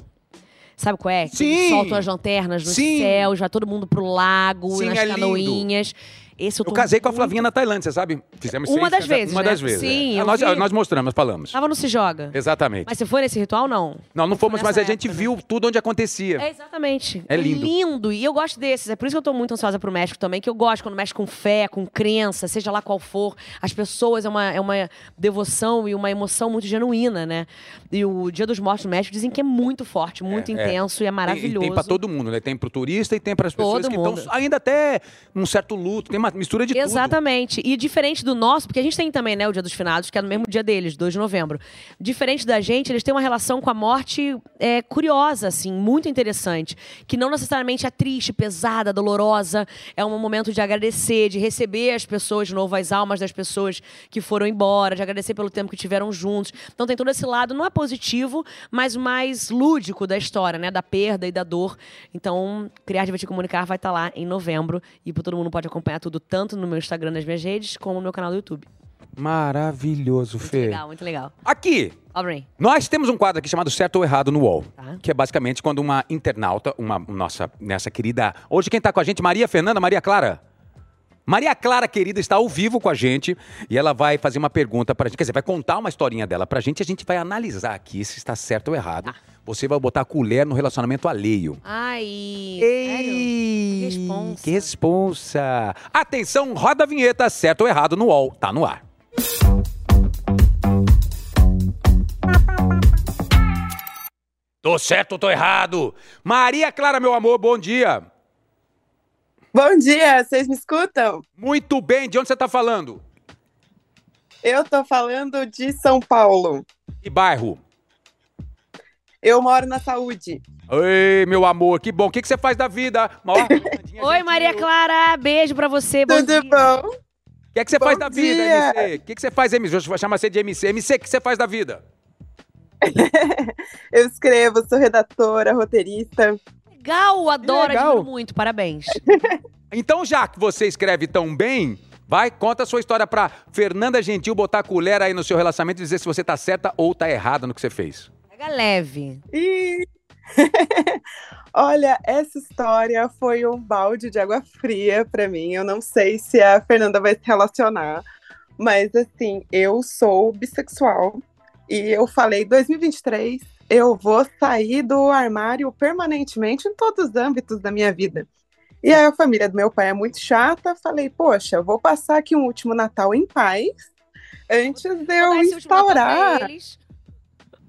B: Sabe qual é? Que eles
A: Sim.
B: Soltam as lanternas nos
A: Sim.
B: céus, vai todo mundo pro lago,
A: Sim,
B: nas
A: é lindo.
B: canoinhas. Esse eu,
A: Eu
B: tô
A: casei com a
B: muito-
A: Flavinha na Tailândia, você sabe? Fizemos
B: Uma
A: seis
B: das
A: casa-
B: vezes,
A: Uma
B: né?
A: das vezes.
B: Sim,
A: é.
B: eu
A: nós,
B: vi. Ah.
A: nós mostramos, falamos.
B: Tava no Se Joga.
A: Exatamente.
B: Mas você foi nesse ritual, não?
A: Não, não fomos,
B: Nessa
A: mas a gente
B: época, né?
A: viu tudo onde acontecia.
B: É, exatamente.
A: É lindo.
B: E eu gosto desses. É por isso que eu tô muito ansiosa pro México também, que eu gosto quando mexe com fé, com crença, seja lá qual for. As pessoas, é uma, é uma devoção e uma emoção muito genuína, né? E o Dia dos Mortos no México dizem que é muito forte, muito
A: É, é.
B: intenso e é maravilhoso.
A: Tem, e tem pra todo mundo, né? Tem pro turista e tem pras pessoas
B: Todo
A: que
B: mundo.
A: estão ainda até um certo luto. Tem uma mistura de tudo.
B: Exatamente. E diferente do nosso, porque a gente tem também, né, o Dia dos Finados, que é no mesmo dia deles, 2 de novembro. Diferente da gente, eles têm uma relação com a morte é, curiosa, assim, muito interessante. Que não necessariamente é triste, pesada, dolorosa. É um momento de agradecer, de receber as pessoas de novo, as almas das pessoas que foram embora, de agradecer pelo tempo que tiveram juntos. Então tem todo esse lado, não é positivo, mas mais lúdico da história, né? Da perda e da dor. Então, Criar, Divertir e Comunicar vai estar lá em novembro. E todo mundo pode acompanhar tudo, tanto no meu Instagram, nas minhas redes, como no meu canal do YouTube.
A: Maravilhoso,
B: Muito
A: Fê.
B: legal, muito legal.
A: Aqui,
B: Aubrey.
A: Nós temos um quadro aqui chamado Certo ou Errado no UOL,
B: Tá.
A: que é basicamente quando uma internauta, uma nossa, nessa querida. Hoje quem tá com a gente, Maria Fernanda, Maria Clara. Maria Clara, querida, está ao vivo com a gente e ela vai fazer uma pergunta pra gente. Quer dizer, vai contar uma historinha dela pra gente e a gente vai analisar aqui se está certo ou errado. Você vai botar a colher no relacionamento alheio.
B: Ai.
A: Ei!
B: Que responsa.
A: Que responsa! Atenção, roda a vinheta, certo ou errado no UOL. Tá no ar. Tô certo ou tô errado? Maria Clara, meu amor, bom dia.
E: Bom dia, vocês me escutam?
A: Muito bem, de onde você tá falando?
E: Eu tô falando de São Paulo.
A: Que bairro?
E: Eu moro na saúde.
A: Ei, meu amor, que bom. O que, que você faz da vida?
B: [LAUGHS]
A: Uma hora-
B: Oi, Maria Clara. Beijo pra você. Bom
E: Tudo
B: dia.
E: bom?
A: O que, é que você
E: Bom
A: faz da vida,
E: dia.
A: MC? O que, que você faz, MC? Eu vou chamar você de MC. MC, o que você faz da vida?
E: Eu escrevo, sou redatora, roteirista.
B: Legal, adoro,
A: Legal.
B: admiro muito. Parabéns.
A: Então, já que você escreve tão bem, vai, conta a sua história pra Fernanda Gentil botar a colher aí no seu relacionamento e dizer se você tá certa ou tá errada no que você fez.
B: Pega leve.
E: Ih! [LAUGHS] Olha, essa história foi um balde de água fria pra mim. Eu não sei se a Fernanda vai se relacionar, mas assim, eu sou bissexual e eu falei 2023, eu vou sair do armário permanentemente em todos os âmbitos da minha vida. E aí a família do meu pai é muito chata, falei, poxa, eu vou passar aqui um último Natal em paz antes de eu
B: Dá esse último Natal pra
E: instaurar
B: eles.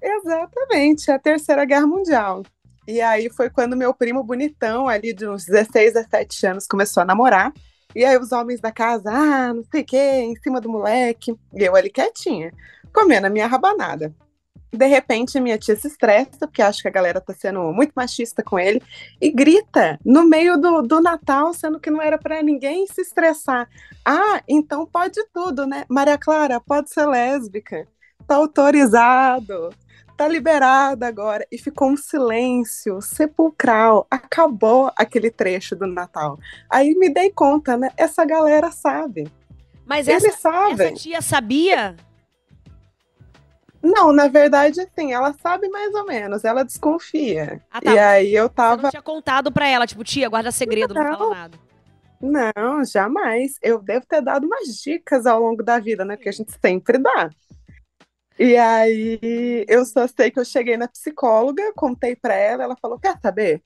E: Exatamente, a Terceira Guerra Mundial. E aí foi quando meu primo bonitão, ali de uns 16, 17 anos, começou a namorar. E aí os homens da casa, ah, não sei o quê, em cima do moleque. E eu ali quietinha, comendo a minha rabanada. De repente, minha tia se estressa, porque acha que a galera tá sendo muito machista com ele, e grita no meio do, do Natal, sendo que não era pra ninguém se estressar. Ah, então pode tudo, né? Maria Clara, pode ser lésbica. Tá autorizado. Tá liberada agora. E ficou um silêncio sepulcral. Acabou aquele trecho do Natal. Aí me dei conta, né? Essa galera sabe.
B: Mas
A: É
E: Eles
B: essa,
E: sabem.
B: essa tia sabia?
E: Não, na verdade, assim, ela sabe mais ou menos, ela desconfia.
B: Ah, tá.
E: E aí eu
B: Você não
E: tava.
B: tinha contado pra ela, tipo, tia, guarda segredo, não,
E: Não.
B: fala nada.
E: Não, jamais. Eu devo ter dado umas dicas ao longo da vida, né? Porque a gente sempre dá. E aí eu só sei que eu cheguei na psicóloga, contei pra ela, ela falou: quer saber?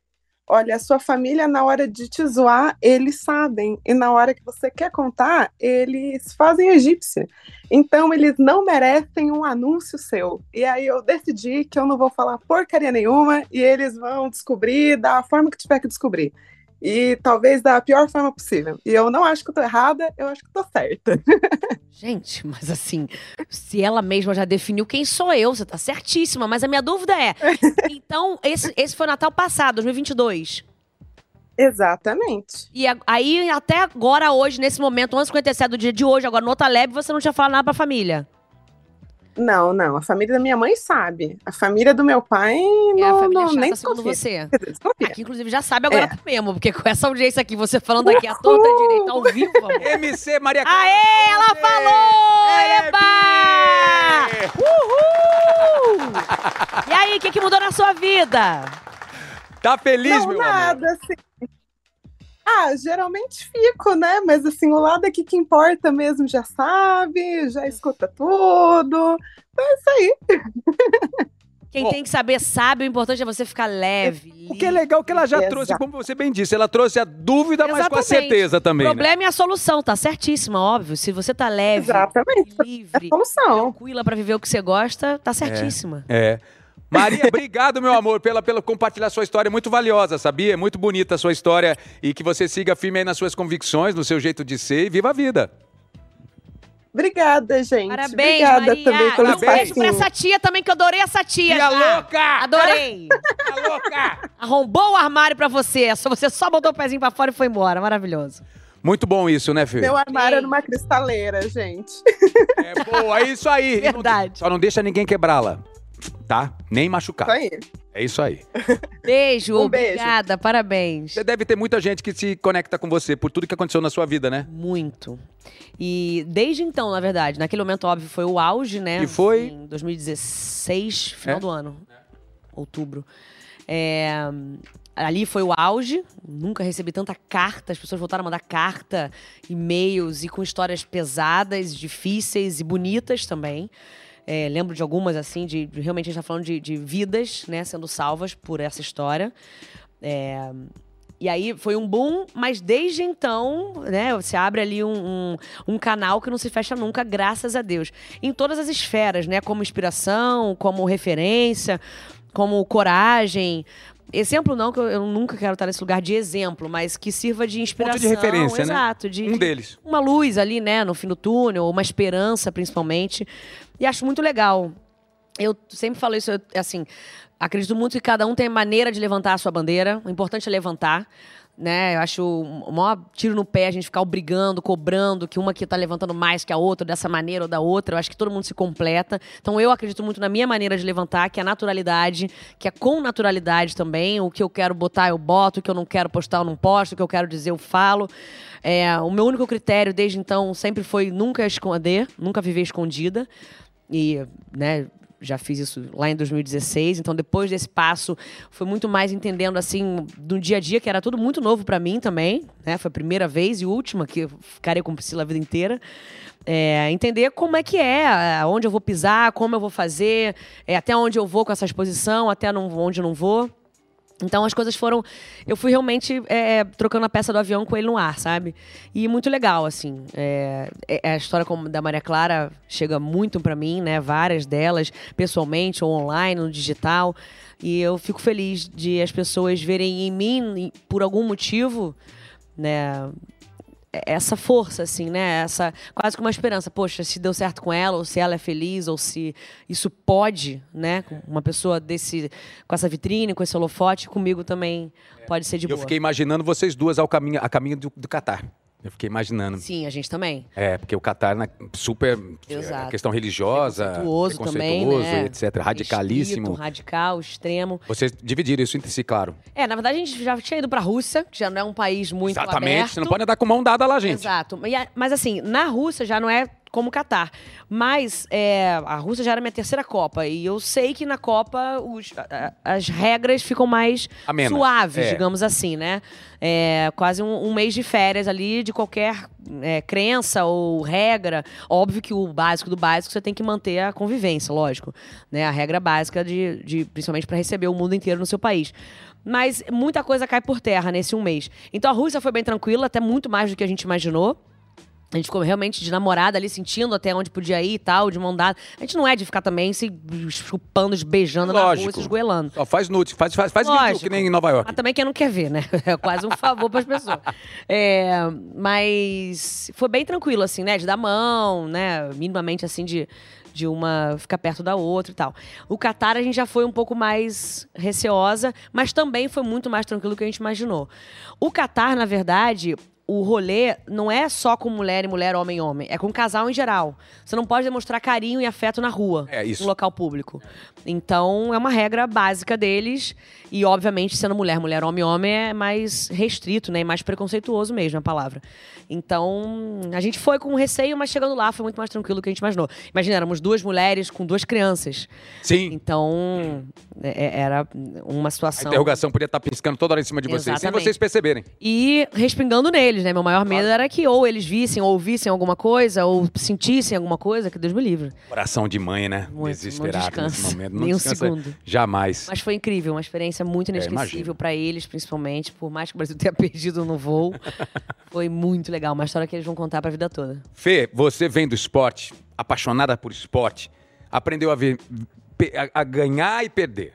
E: Olha, a sua família, na hora de te zoar, eles sabem. E na hora que você quer contar, eles fazem egípcia. Então, eles não merecem um anúncio seu. E aí eu decidi que eu não vou falar porcaria nenhuma e eles vão descobrir da forma que tiver que descobrir e talvez da pior forma possível. E eu não acho que eu tô errada, eu acho que eu tô certa.
B: Gente, mas assim, se ela mesma já definiu quem sou eu, você tá certíssima. Mas a minha dúvida
E: [LAUGHS]
B: é, então, esse, esse foi o Natal passado, 2022.
E: [LAUGHS] Exatamente.
B: E a- aí, até agora, hoje, nesse momento, 11h57 do dia de hoje, agora no outra lab, você não tinha falado nada pra família.
E: Não, não, a família da minha mãe sabe. A família do meu pai não,
B: é a família
E: não,
B: chata,
E: nem
B: segundo
E: desconfia.
B: você.
E: Quer dizer, desconfia.
B: Aqui, inclusive, já sabe agora
E: É.
B: tá mesmo, porque com essa audiência aqui, você falando aqui a torta direita ao vivo. amor.
A: MC Maria Clara.
B: Aê,
E: É,
B: ela falou!
A: É,
B: Eba!
A: bi!
B: E aí, o que, que mudou na sua vida?
A: Tá feliz,
E: não,
A: meu amor?
E: nada, assim. Ah, geralmente fico, né? Mas assim, o lado aqui que importa mesmo já sabe, já escuta tudo. Então é isso aí.
B: Quem
A: Bom.
B: tem que saber sabe, o importante é você ficar leve.
A: O que é legal é que ela já
E: Exato.
A: trouxe, como você bem disse, ela trouxe a dúvida, mas com a
B: Exatamente.
A: certeza
B: O
A: também. né?
B: problema é a solução, tá certíssima, óbvio. Se você tá leve,
E: Exatamente. É
B: livre,
E: [LAUGHS] a solução.
B: tranquila pra viver o que você gosta, tá certíssima.
A: É. Maria, obrigado, meu amor, pela, pela compartilhar sua história. É muito valiosa, sabia? É muito bonita a sua história. E que você siga firme aí nas suas convicções, no seu jeito de ser e viva a vida.
E: Obrigada, gente.
B: Parabéns,
E: Obrigada
B: Maria.
E: também pelo
B: e um beijo
E: espaço.
B: pra essa tia também, que eu adorei essa
A: Tia
B: tia. já.
A: louca!
B: Adorei! [LAUGHS]
A: Tá louca!
B: Arrombou o armário pra você. é só- Você só botou o pezinho pra fora e foi embora. Maravilhoso.
A: Muito bom isso, né, filho?
E: Meu armário
B: Beijo.
E: é numa cristaleira, gente.
A: É boa, é isso aí.
B: Verdade.
A: Só não deixa ninguém quebrá-la, tá? Nem machucar.
E: Isso aí.
A: É isso aí.
B: Beijo,
E: Um beijo.
B: obrigada, parabéns.
A: Você deve ter muita gente que se conecta com você por tudo que aconteceu na sua vida, né?
B: Muito. E desde então, na verdade, naquele momento, óbvio, foi o auge, né?
A: E foi-
B: Em 2016, final
A: É.
B: do ano. Outubro. É, ali foi o auge. Nunca recebi tanta carta. As pessoas voltaram a mandar carta, e-mails e com histórias pesadas, difíceis e bonitas também. É, lembro de algumas, assim, de, de- realmente a gente tá falando de, de vidas, né, sendo salvas por essa história. É, e aí foi um boom, mas desde então, né, você abre ali um, um, um canal que não se fecha nunca, graças a Deus. Em todas as esferas, né? Como inspiração, como referência, como coragem. Exemplo não, que eu, eu nunca quero estar nesse lugar de exemplo, mas que sirva de inspiração.
A: referência, né?
B: exato, de-
A: Um
B: de,
A: deles.
B: uma luz ali, né, no fim do túnel, uma esperança, principalmente. E acho muito legal. Eu sempre falo isso, eu, assim, acredito muito que cada um tem maneira de levantar a sua bandeira. O importante é levantar. Né, eu acho o maior tiro no pé é a gente ficar brigando, cobrando, que uma aqui tá levantando mais que a outra, dessa maneira ou da outra. Eu acho que todo mundo se completa. Então eu acredito muito na minha maneira de levantar, que é a naturalidade, que é com naturalidade também. O que eu quero botar, eu boto, o que eu não quero postar, eu não posto, o que eu quero dizer, eu falo. É, o meu único critério desde então sempre foi nunca esconder, nunca viver escondida. E, né, já fiz isso lá em 2016. Então, depois desse passo, foi muito mais entendendo, assim, do dia a dia, que era tudo muito novo pra mim também, né? Foi a primeira vez e última que eu ficarei com Priscila a vida inteira. É, entender como é que é, é, onde eu vou pisar, como eu vou fazer, é, até onde eu vou com essa exposição, até não- onde eu não vou. Então as coisas foram. Eu fui realmente é, trocando a peça do avião com ele no ar, sabe? E muito legal, assim. É, é- a história como da Maria Clara chega muito pra mim, né? Várias delas, pessoalmente ou online, no digital. E eu fico feliz de as pessoas verem em mim, em- por algum motivo, né? essa força, assim, né? Essa, quase que uma esperança. Poxa, se deu certo com ela, ou se ela é feliz, ou se isso pode, né? Com Uma pessoa desse, com essa vitrine, com esse holofote, comigo também pode ser de
A: É. eu
B: boa.
A: fiquei imaginando vocês duas ao caminho, a caminho do, do Catar. Eu fiquei imaginando.
B: Sim, a gente também.
A: É, porque o Catar, na, super.
B: Exato.
A: é, Questão religiosa.
B: Preconceituoso também, né?
A: etc. Radicalíssimo.
B: Estrito, radical, extremo.
A: Vocês dividiram isso entre si, claro.
B: É, na verdade, a gente já tinha ido pra Rússia, que já não é um país muito
A: Exatamente.
B: aberto.
A: Você não pode andar com mão dada lá, gente.
B: Exato. E a- Mas assim, na Rússia já não é como o Catar. Mas é, a Rússia já era minha terceira Copa. E eu sei que na Copa os- a- a- as regras ficam mais
A: Amenas.
B: suaves,
A: É.
B: digamos assim, né? É, quase um, um mês de férias ali de qualquer é, crença ou regra. Óbvio que o básico do básico você tem que manter a convivência, lógico. Né? A regra básica de, de- principalmente para receber o mundo inteiro no seu país. Mas muita coisa cai por terra nesse um mês. Então a Rússia foi bem tranquila, até muito mais do que a gente imaginou. A gente ficou realmente de namorada ali, sentindo até onde podia ir e tal, de mão dada. A gente não é de ficar também se chupando, se beijando na rua,
A: Lógico.
B: se esgoelando.
A: Ó, faz nude, faz, faz, faz vídeo,
B: Lógico.
A: que nem em Nova York.
B: Mas Ah, também quem não quer ver, né? [LAUGHS] É quase um favor pras pessoas. É, mas foi bem tranquilo, assim, né? De dar mão, né? Minimamente, assim, de, de uma ficar perto da outra e tal. O Catar, a gente já foi um pouco mais receosa, mas também foi muito mais tranquilo do que a gente imaginou. O Catar, na verdade. O rolê não é só com mulher e mulher, homem e homem. É com casal em geral. Você não pode demonstrar carinho e afeto na rua
A: É, isso.
B: no local público. Então, é uma regra básica deles. E, obviamente, sendo mulher, mulher, homem, homem, é mais restrito, né? E mais preconceituoso mesmo é a palavra. Então, a gente foi com receio, mas chegando lá foi muito mais tranquilo do que a gente imaginou. Imagina, éramos duas mulheres com duas crianças.
A: Sim.
B: Então, é- é- era uma
A: A
B: situação.
A: interrogação podia estar piscando toda hora em cima de vocês, sem
B: Exatamente.
A: vocês perceberem.
B: E respingando neles, né? Meu maior medo era que ou eles vissem, ou ouvissem alguma coisa, ou sentissem alguma coisa, que Deus me livre.
A: Coração de mãe, né?
B: Muito, não
A: Desesperado nesse
B: descansa.
A: momento. Não
B: Nem um
A: descansa
B: segundo.
A: Jamais.
B: Mas foi incrível, uma experiência muito
A: É, imagino.
B: inesquecível pra eles, principalmente, por mais que o Brasil [LAUGHS] tenha perdido no voo. foi muito legal, uma história que eles vão contar pra vida toda.
A: Fê, você vem do esporte, apaixonada por esporte, aprendeu a, ver- pe- a- a ganhar e perder.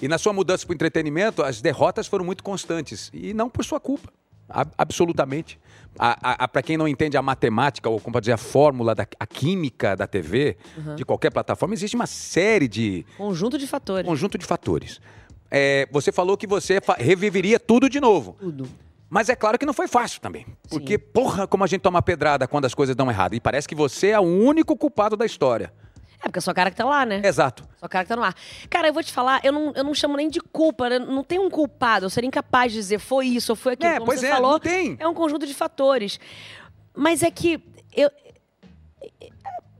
A: E na sua mudança para o entretenimento, as derrotas foram muito constantes. E não por sua culpa, a- absolutamente. para quem não entende a matemática, ou como pode dizer, a fórmula, da, a química da TV, de qualquer plataforma, existe uma série de
B: Conjunto de fatores.
A: um conjunto de fatores. É, você falou que você fa- reviveria tudo de novo.
B: Tudo.
A: Mas é claro que não foi fácil também. Porque, porra, como a gente toma pedrada quando as coisas dão errado. E parece que você é o único culpado da história.
B: É, porque é só o cara que tá lá, né?
A: Exato.
B: Só o cara que tá no ar. Cara, eu vou te falar, eu não, eu não chamo nem de culpa, né? não tem um culpado. Eu seria incapaz de dizer foi isso ou foi aquilo.
A: É,
B: Como
A: pois
B: você
A: é,
B: falou,
A: não tem.
B: É um conjunto de fatores. Mas é que eu.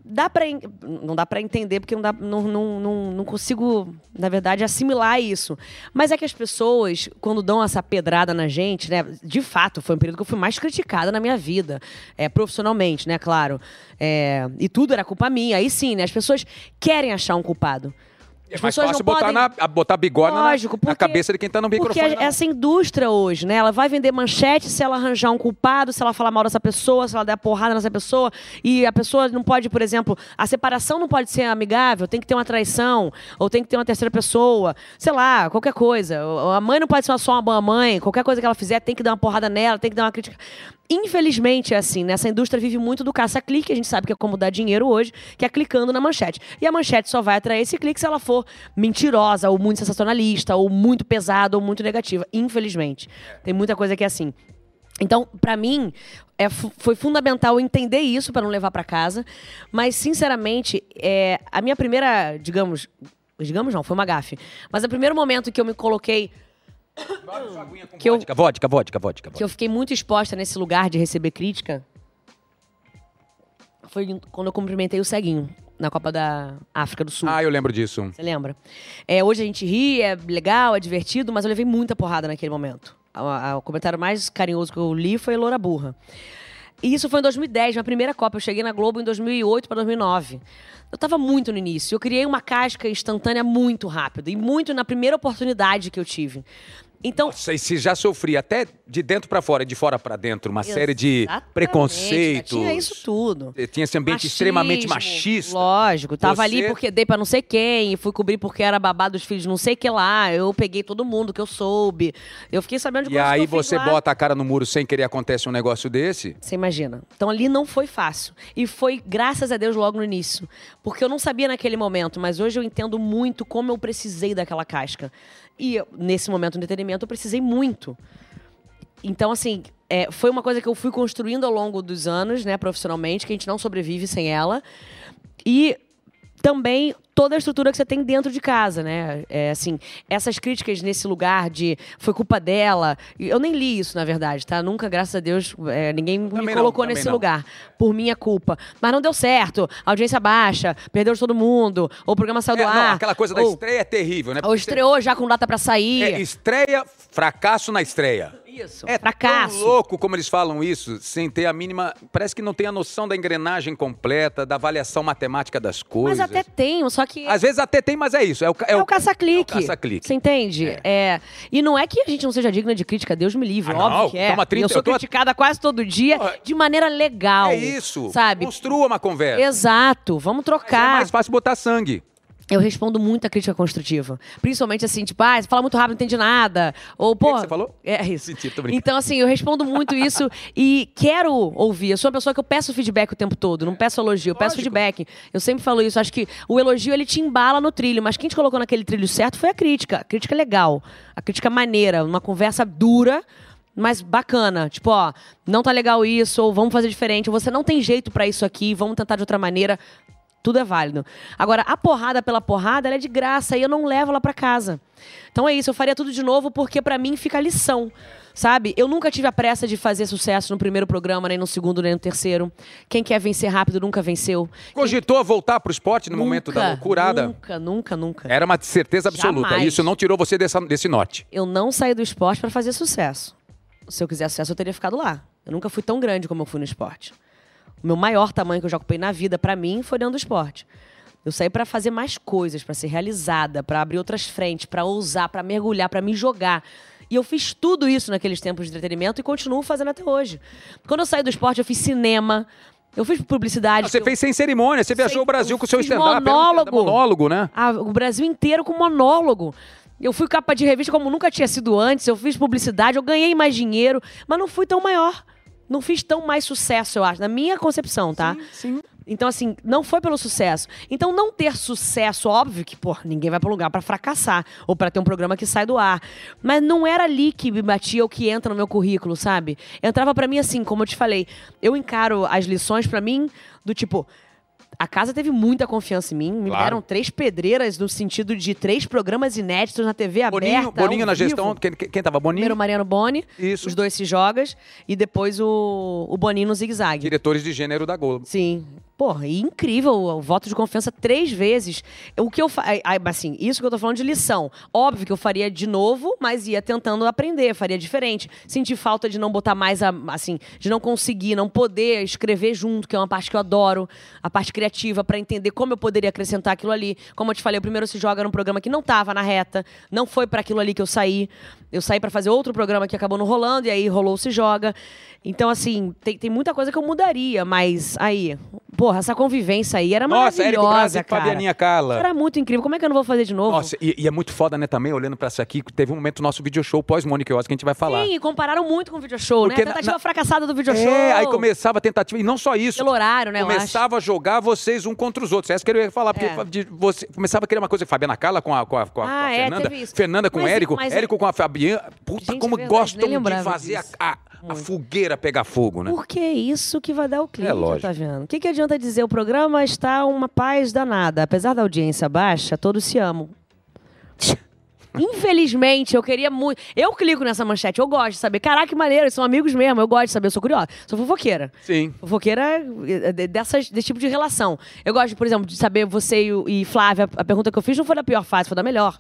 B: Dá pra. en- Não dá pra entender, porque não, dá, não, não, não, não consigo, na verdade, assimilar isso. Mas é que as pessoas, quando dão essa pedrada na gente, né? De fato, foi um período que eu fui mais criticada na minha vida. É, profissionalmente, né? Claro. É, e tudo era culpa minha. Aí sim, né? As pessoas querem achar um culpado.
A: É
B: As
A: mais
B: pessoas
A: fácil
B: não
A: botar,
B: podem-
A: na, a- botar bigorna na-
B: Lógico,
A: na,
B: porque-
A: cabeça de quem tá no
B: porque
A: microfone.
B: a-
A: não.
B: essa indústria hoje, né? Ela vai vender manchete se ela arranjar um culpado, se ela falar mal dessa pessoa, se ela der porrada nessa pessoa. E a pessoa não pode, por exemplo, a separação não pode ser amigável, tem que ter uma traição, ou tem que ter uma terceira pessoa, sei lá, qualquer coisa. Ou- A mãe não pode ser só uma boa mãe, qualquer coisa que ela fizer tem que dar uma porrada nela, tem que dar uma crítica. Infelizmente é assim, né? Essa indústria vive muito do caça-clique, a gente sabe que é como dar dinheiro hoje, que é clicando na manchete. E a manchete só vai atrair esse clique se ela for mentirosa, ou muito sensacionalista, ou muito pesada, ou muito negativa. Infelizmente. Tem muita coisa que é assim. Então, pra mim, é fu- foi fundamental entender isso pra não levar pra casa. Mas, sinceramente, é, a minha primeira, digamos. Digamos não, foi uma gafe. Mas o primeiro momento que eu me coloquei que eu-
A: Vodka, vodka, vodka, vodka.
B: que eu fiquei muito exposta nesse lugar de receber crítica foi quando eu cumprimentei o ceguinho na Copa da África do Sul.
A: Ah, eu lembro disso.
B: Você lembra? É, hoje a gente ri, é legal, é divertido, mas eu levei muita porrada naquele momento. A- a- O comentário mais carinhoso que eu li foi Loura Burra. E isso foi em 2010, minha primeira Copa. Eu cheguei na Globo em 2008 para 2009. Eu tava muito no início. Eu criei uma casca instantânea muito rápido e muito na primeira oportunidade que eu tive. Então,
A: Nossa, e se já sofri até de dentro pra fora e de fora pra dentro, uma série de
B: Exatamente, né,
A: preconceitos.
B: Tinha isso tudo.
A: Eh, Tinha esse ambiente
B: Machismo,
A: extremamente machista.
B: Lógico, tava
A: Você-
B: ali porque dei pra não sei quem, fui cobrir porque era babá dos filhos não sei que lá, eu peguei todo mundo que eu soube. Eu fiquei sabendo de
A: E
B: coisas que
A: aí
B: eu fiz
A: você
B: lá.
A: bota a cara no muro sem querer acontece um negócio desse.
B: Você imagina. Então ali não foi fácil. E foi, graças a Deus, logo no início. Porque eu não sabia naquele momento, mas hoje eu entendo muito como eu precisei daquela casca. E eu, nesse momento do entretenimento eu precisei muito. Então, assim, é, foi uma coisa que eu fui construindo ao longo dos anos, né, profissionalmente, que a gente não sobrevive sem ela. E também toda a estrutura que você tem dentro de casa, né? É, assim, essas críticas nesse lugar de foi culpa dela. e Eu nem li isso, na verdade, tá? Nunca, graças a Deus, é, ninguém
A: Também
B: me
A: não,
B: colocou
A: também
B: nesse
A: não.
B: lugar. Por minha culpa. Mas não deu certo. A audiência baixa, perdeu de todo mundo. Ou o programa saiu
A: É,
B: Tá do
A: não,
B: ar.
A: aquela coisa da
B: ou,
A: estreia é terrível, né?
B: Ou
A: Porque
B: estreou já com data pra sair.
A: É, estreia, fracasso na estreia.
B: isso.
A: É
B: fracasso.
A: tão louco como eles falam isso, sem ter a mínima. Parece que não tem a noção da engrenagem completa, da avaliação matemática das coisas.
B: Mas até tenho, só que.
A: Às vezes até tem, mas é isso. É o, ca- é
B: É
A: o-
B: o caça-clique.
A: é o caça-clique.
B: Você entende?
A: É.
B: É. E não é que a gente não seja digna de crítica, Deus me livre,
A: Ah,
B: óbvio
A: não.
B: que é.
A: Toma 30,
B: eu sou
A: eu tô-
B: criticada quase todo dia
A: Porra.
B: de maneira legal.
A: É isso.
B: Sabe?
A: Construa uma conversa.
B: Exato, vamos
A: Mas é
B: trocar.
A: mais fácil botar sangue.
B: Eu respondo muita crítica construtiva. Principalmente assim, tipo, ah, você fala muito rápido, não entendi nada. Ou,
A: que
B: pô.
A: você falou?
B: É isso.
A: Mentira, tô brincando.
B: Então, assim, eu respondo muito isso e quero ouvir. Eu sou uma pessoa que eu peço feedback o tempo todo, não peço elogio, eu peço
A: Lógico.
B: feedback. Eu sempre falo isso. Acho que o elogio ele te embala no trilho, mas quem te colocou naquele trilho certo foi a crítica. A crítica é legal, a crítica é maneira, uma conversa dura. Mas bacana, tipo, ó, não tá legal isso, ou vamos fazer diferente, ou você não tem jeito pra isso aqui, vamos tentar de outra maneira. Tudo é válido. Agora, a porrada pela porrada, ela é de graça e eu não levo ela pra casa. Então é isso, eu faria tudo de novo porque pra mim fica a lição. Sabe? Eu nunca tive a pressa de fazer sucesso no primeiro programa, nem no segundo, nem no terceiro. Quem quer vencer rápido nunca venceu.
A: Cogitou voltar pro esporte no
B: Nunca,
A: momento da loucurada?
B: Nunca, nunca, nunca.
A: Era uma certeza absoluta.
B: Jamais.
A: Isso não tirou você dessa- desse norte.
B: Eu não saí do esporte pra fazer sucesso. Se eu quisesse sucesso, eu teria ficado lá. Eu nunca fui tão grande como eu fui no esporte. O meu maior tamanho que eu já ocupei na vida, pra mim, foi dentro do esporte. Eu saí pra fazer mais coisas, pra ser realizada, pra abrir outras frentes, pra ousar, pra mergulhar, pra me jogar. E eu fiz tudo isso naqueles tempos de entretenimento e continuo fazendo até hoje. Quando eu saí do esporte, eu fiz cinema, eu fiz publicidade.
A: Ah, Você
B: eu-
A: fez sem cerimônia, você viajou
B: Sei,
A: o Brasil
B: eu
A: com o seu
B: fiz
A: stand-up. era um
B: monólogo.
A: Monólogo, né?
B: Ah, o Brasil inteiro com monólogo. Eu fui capa de revista como nunca tinha sido antes, eu fiz publicidade, eu ganhei mais dinheiro, mas não fui tão maior. Não fiz tão mais sucesso, eu acho, na minha concepção, tá?
A: Sim.
B: Então, assim, não foi pelo sucesso. Então, não ter sucesso, óbvio que, pô, ninguém vai pra um lugar pra fracassar ou pra ter um programa que sai do ar. Mas não era ali que me batia ou que entra no meu currículo, sabe? Entrava pra mim assim, como eu te falei. Eu encaro as lições pra mim do tipo. A casa teve muita confiança em mim. Me
A: Claro.
B: deram três pedreiras no sentido de três programas inéditos na TV
A: Boninho,
B: aberta.
A: Boninho
B: ao
A: na
B: vivo.
A: gestão. Quem, quem quem tava? Boninho?
B: Primeiro o Mariano Boni,
A: Isso.
B: os dois se jogas, e depois o, o Boninho no zigue-zague.
A: Diretores de gênero da Globo.
B: Sim. Porra, e incrível o, o voto de confiança três vezes. O que eu fa... ai, ai, assim, isso que eu tô falando de lição. Óbvio que eu faria de novo, mas ia tentando aprender, faria diferente. Senti falta de não botar mais a, assim, de não conseguir, não poder escrever junto, que é uma parte que eu adoro, a parte criativa pra entender como eu poderia acrescentar aquilo ali. Como eu te falei, o primeiro se joga num programa que não tava na reta, não foi pra aquilo ali que eu saí. Eu saí pra fazer outro programa que acabou não rolando, e aí rolou o se joga. Então, assim, tem, tem muita coisa que eu mudaria, mas aí, porra, essa convivência aí era
A: Nossa, Érico
B: maravilhosa,
A: Brasil e
B: cara.
A: Fabianinha Carla.
B: Era muito incrível. Como é que eu não vou fazer de novo?
A: Nossa, e, e é muito foda, né, também, olhando pra isso aqui, que teve um momento no nosso video show pós-Mônica e Oz, que a gente vai falar.
B: Sim, e compararam muito com o video show,
A: Porque
B: né?
A: na-
B: A tentativa
A: na-
B: fracassada do video show.
A: É, aí começava a tentativa, e não só isso.
B: Pelo horário, né, eu
A: Começava a jogar vocês um contra os outros. Essa que eu ia falar, porque
B: É.
A: de você começava a criar uma coisa com a Fabiana Carla, com a, com a, com a, com a
B: Ah, é,
A: Fernanda.
B: teve isso.
A: Fernanda com o
B: Mas-
A: Érico,
B: mas-
A: Érico com a Fabiana. Puta,
B: Gente, é
A: como
B: verdade,
A: gostam
B: nem
A: de
B: lembrava
A: fazer a,
B: disso.
A: a- a
B: Muito.
A: fogueira pegar fogo, né?
B: Porque é isso que vai dar o clique,
A: É lógico.
B: tá vendo? O que, que adianta dizer? O programa está uma paz danada. Apesar da audiência baixa, todos
A: [LAUGHS]
B: se amam. Infelizmente, eu queria muito. Eu clico nessa manchete, eu gosto de saber. Caraca, que maneiro, eles são amigos mesmo. Eu gosto de saber, eu sou curiosa. Sou fofoqueira.
A: Sim.
B: Fofoqueira eh, de- dessas, desse tipo de relação. Eu gosto, por exemplo, de saber você e, o- e Flávia. A pergunta que eu fiz não foi da pior fase, foi da melhor.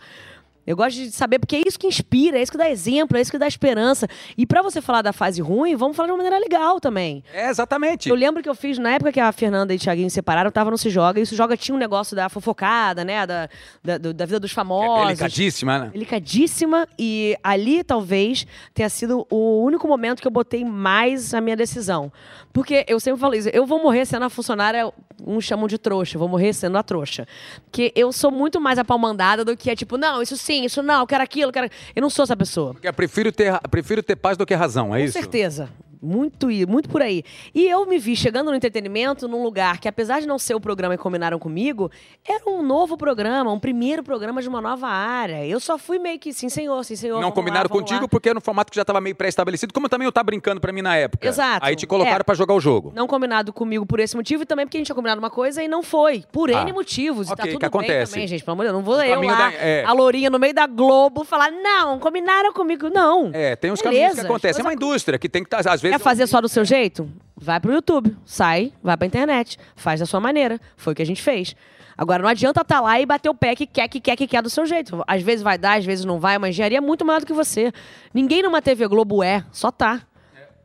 B: Eu gosto de saber, porque é isso que inspira, é isso que dá exemplo, é isso que dá esperança. E pra você falar da fase ruim, vamos falar de uma maneira legal também.
A: É, exatamente.
B: Eu lembro que eu fiz, na época que a Fernanda e o Thiaguinho se separaram, eu tava no Se Joga, e o Se Joga tinha um negócio da fofocada, né? Da, da, do- da vida dos
A: É
B: famosos.
A: delicadíssima, né?
B: Delicadíssima. E ali, talvez, tenha sido o único momento que eu botei mais a minha decisão. Porque eu sempre falo isso, eu vou morrer sendo a funcionária, uns chamam de trouxa, eu vou morrer sendo a trouxa. Porque eu sou muito mais apalmandada do que é tipo, não, isso sim, isso não, eu quero aquilo, eu quero... Eu não sou essa pessoa.
A: Porque eu prefiro ter, prefiro ter paz do que razão, é
B: Com
A: isso?
B: certeza. Muito, i- muito por aí. E eu me vi chegando no entretenimento num lugar que, apesar de não ser o programa que combinaram comigo, era um novo programa, um primeiro programa de uma nova área. Eu só fui meio que sim, senhor, sim, senhor.
A: Não
B: vamos lá,
A: combinaram
B: vamos
A: contigo
B: lá.
A: porque era um formato que já estava meio pré-estabelecido, como também eu tava brincando pra mim na época.
B: Exato.
A: Aí te colocaram
B: É.
A: pra jogar o jogo.
B: Não combinado comigo por esse motivo e também porque a gente tinha combinado uma coisa e não foi. Por
A: Ah,
B: N motivos. e
A: ok,
B: tá tudo
A: que acontece.
B: bem também, gente. Pelo amor de Deus, não vou
A: O
B: eu
A: caminho
B: lá,
A: da- é.
B: a lourinha no meio da Globo, falar, não, combinaram comigo. Não.
A: É, tem uns
B: Beleza,
A: caminhos que
B: as
A: acontecem. É uma
B: coisas
A: indústria que tem que estar, às vezes.
B: Quer fazer só do seu jeito? Vai pro YouTube, sai, vai pra internet, faz da sua maneira. Foi o que a gente fez. Agora não adianta estar lá e bater o pé que quer, que quer, que quer do seu jeito. Às vezes vai dar, às vezes não vai, mas engenharia é muito maior do que você. Ninguém numa TV Globo é, só tá.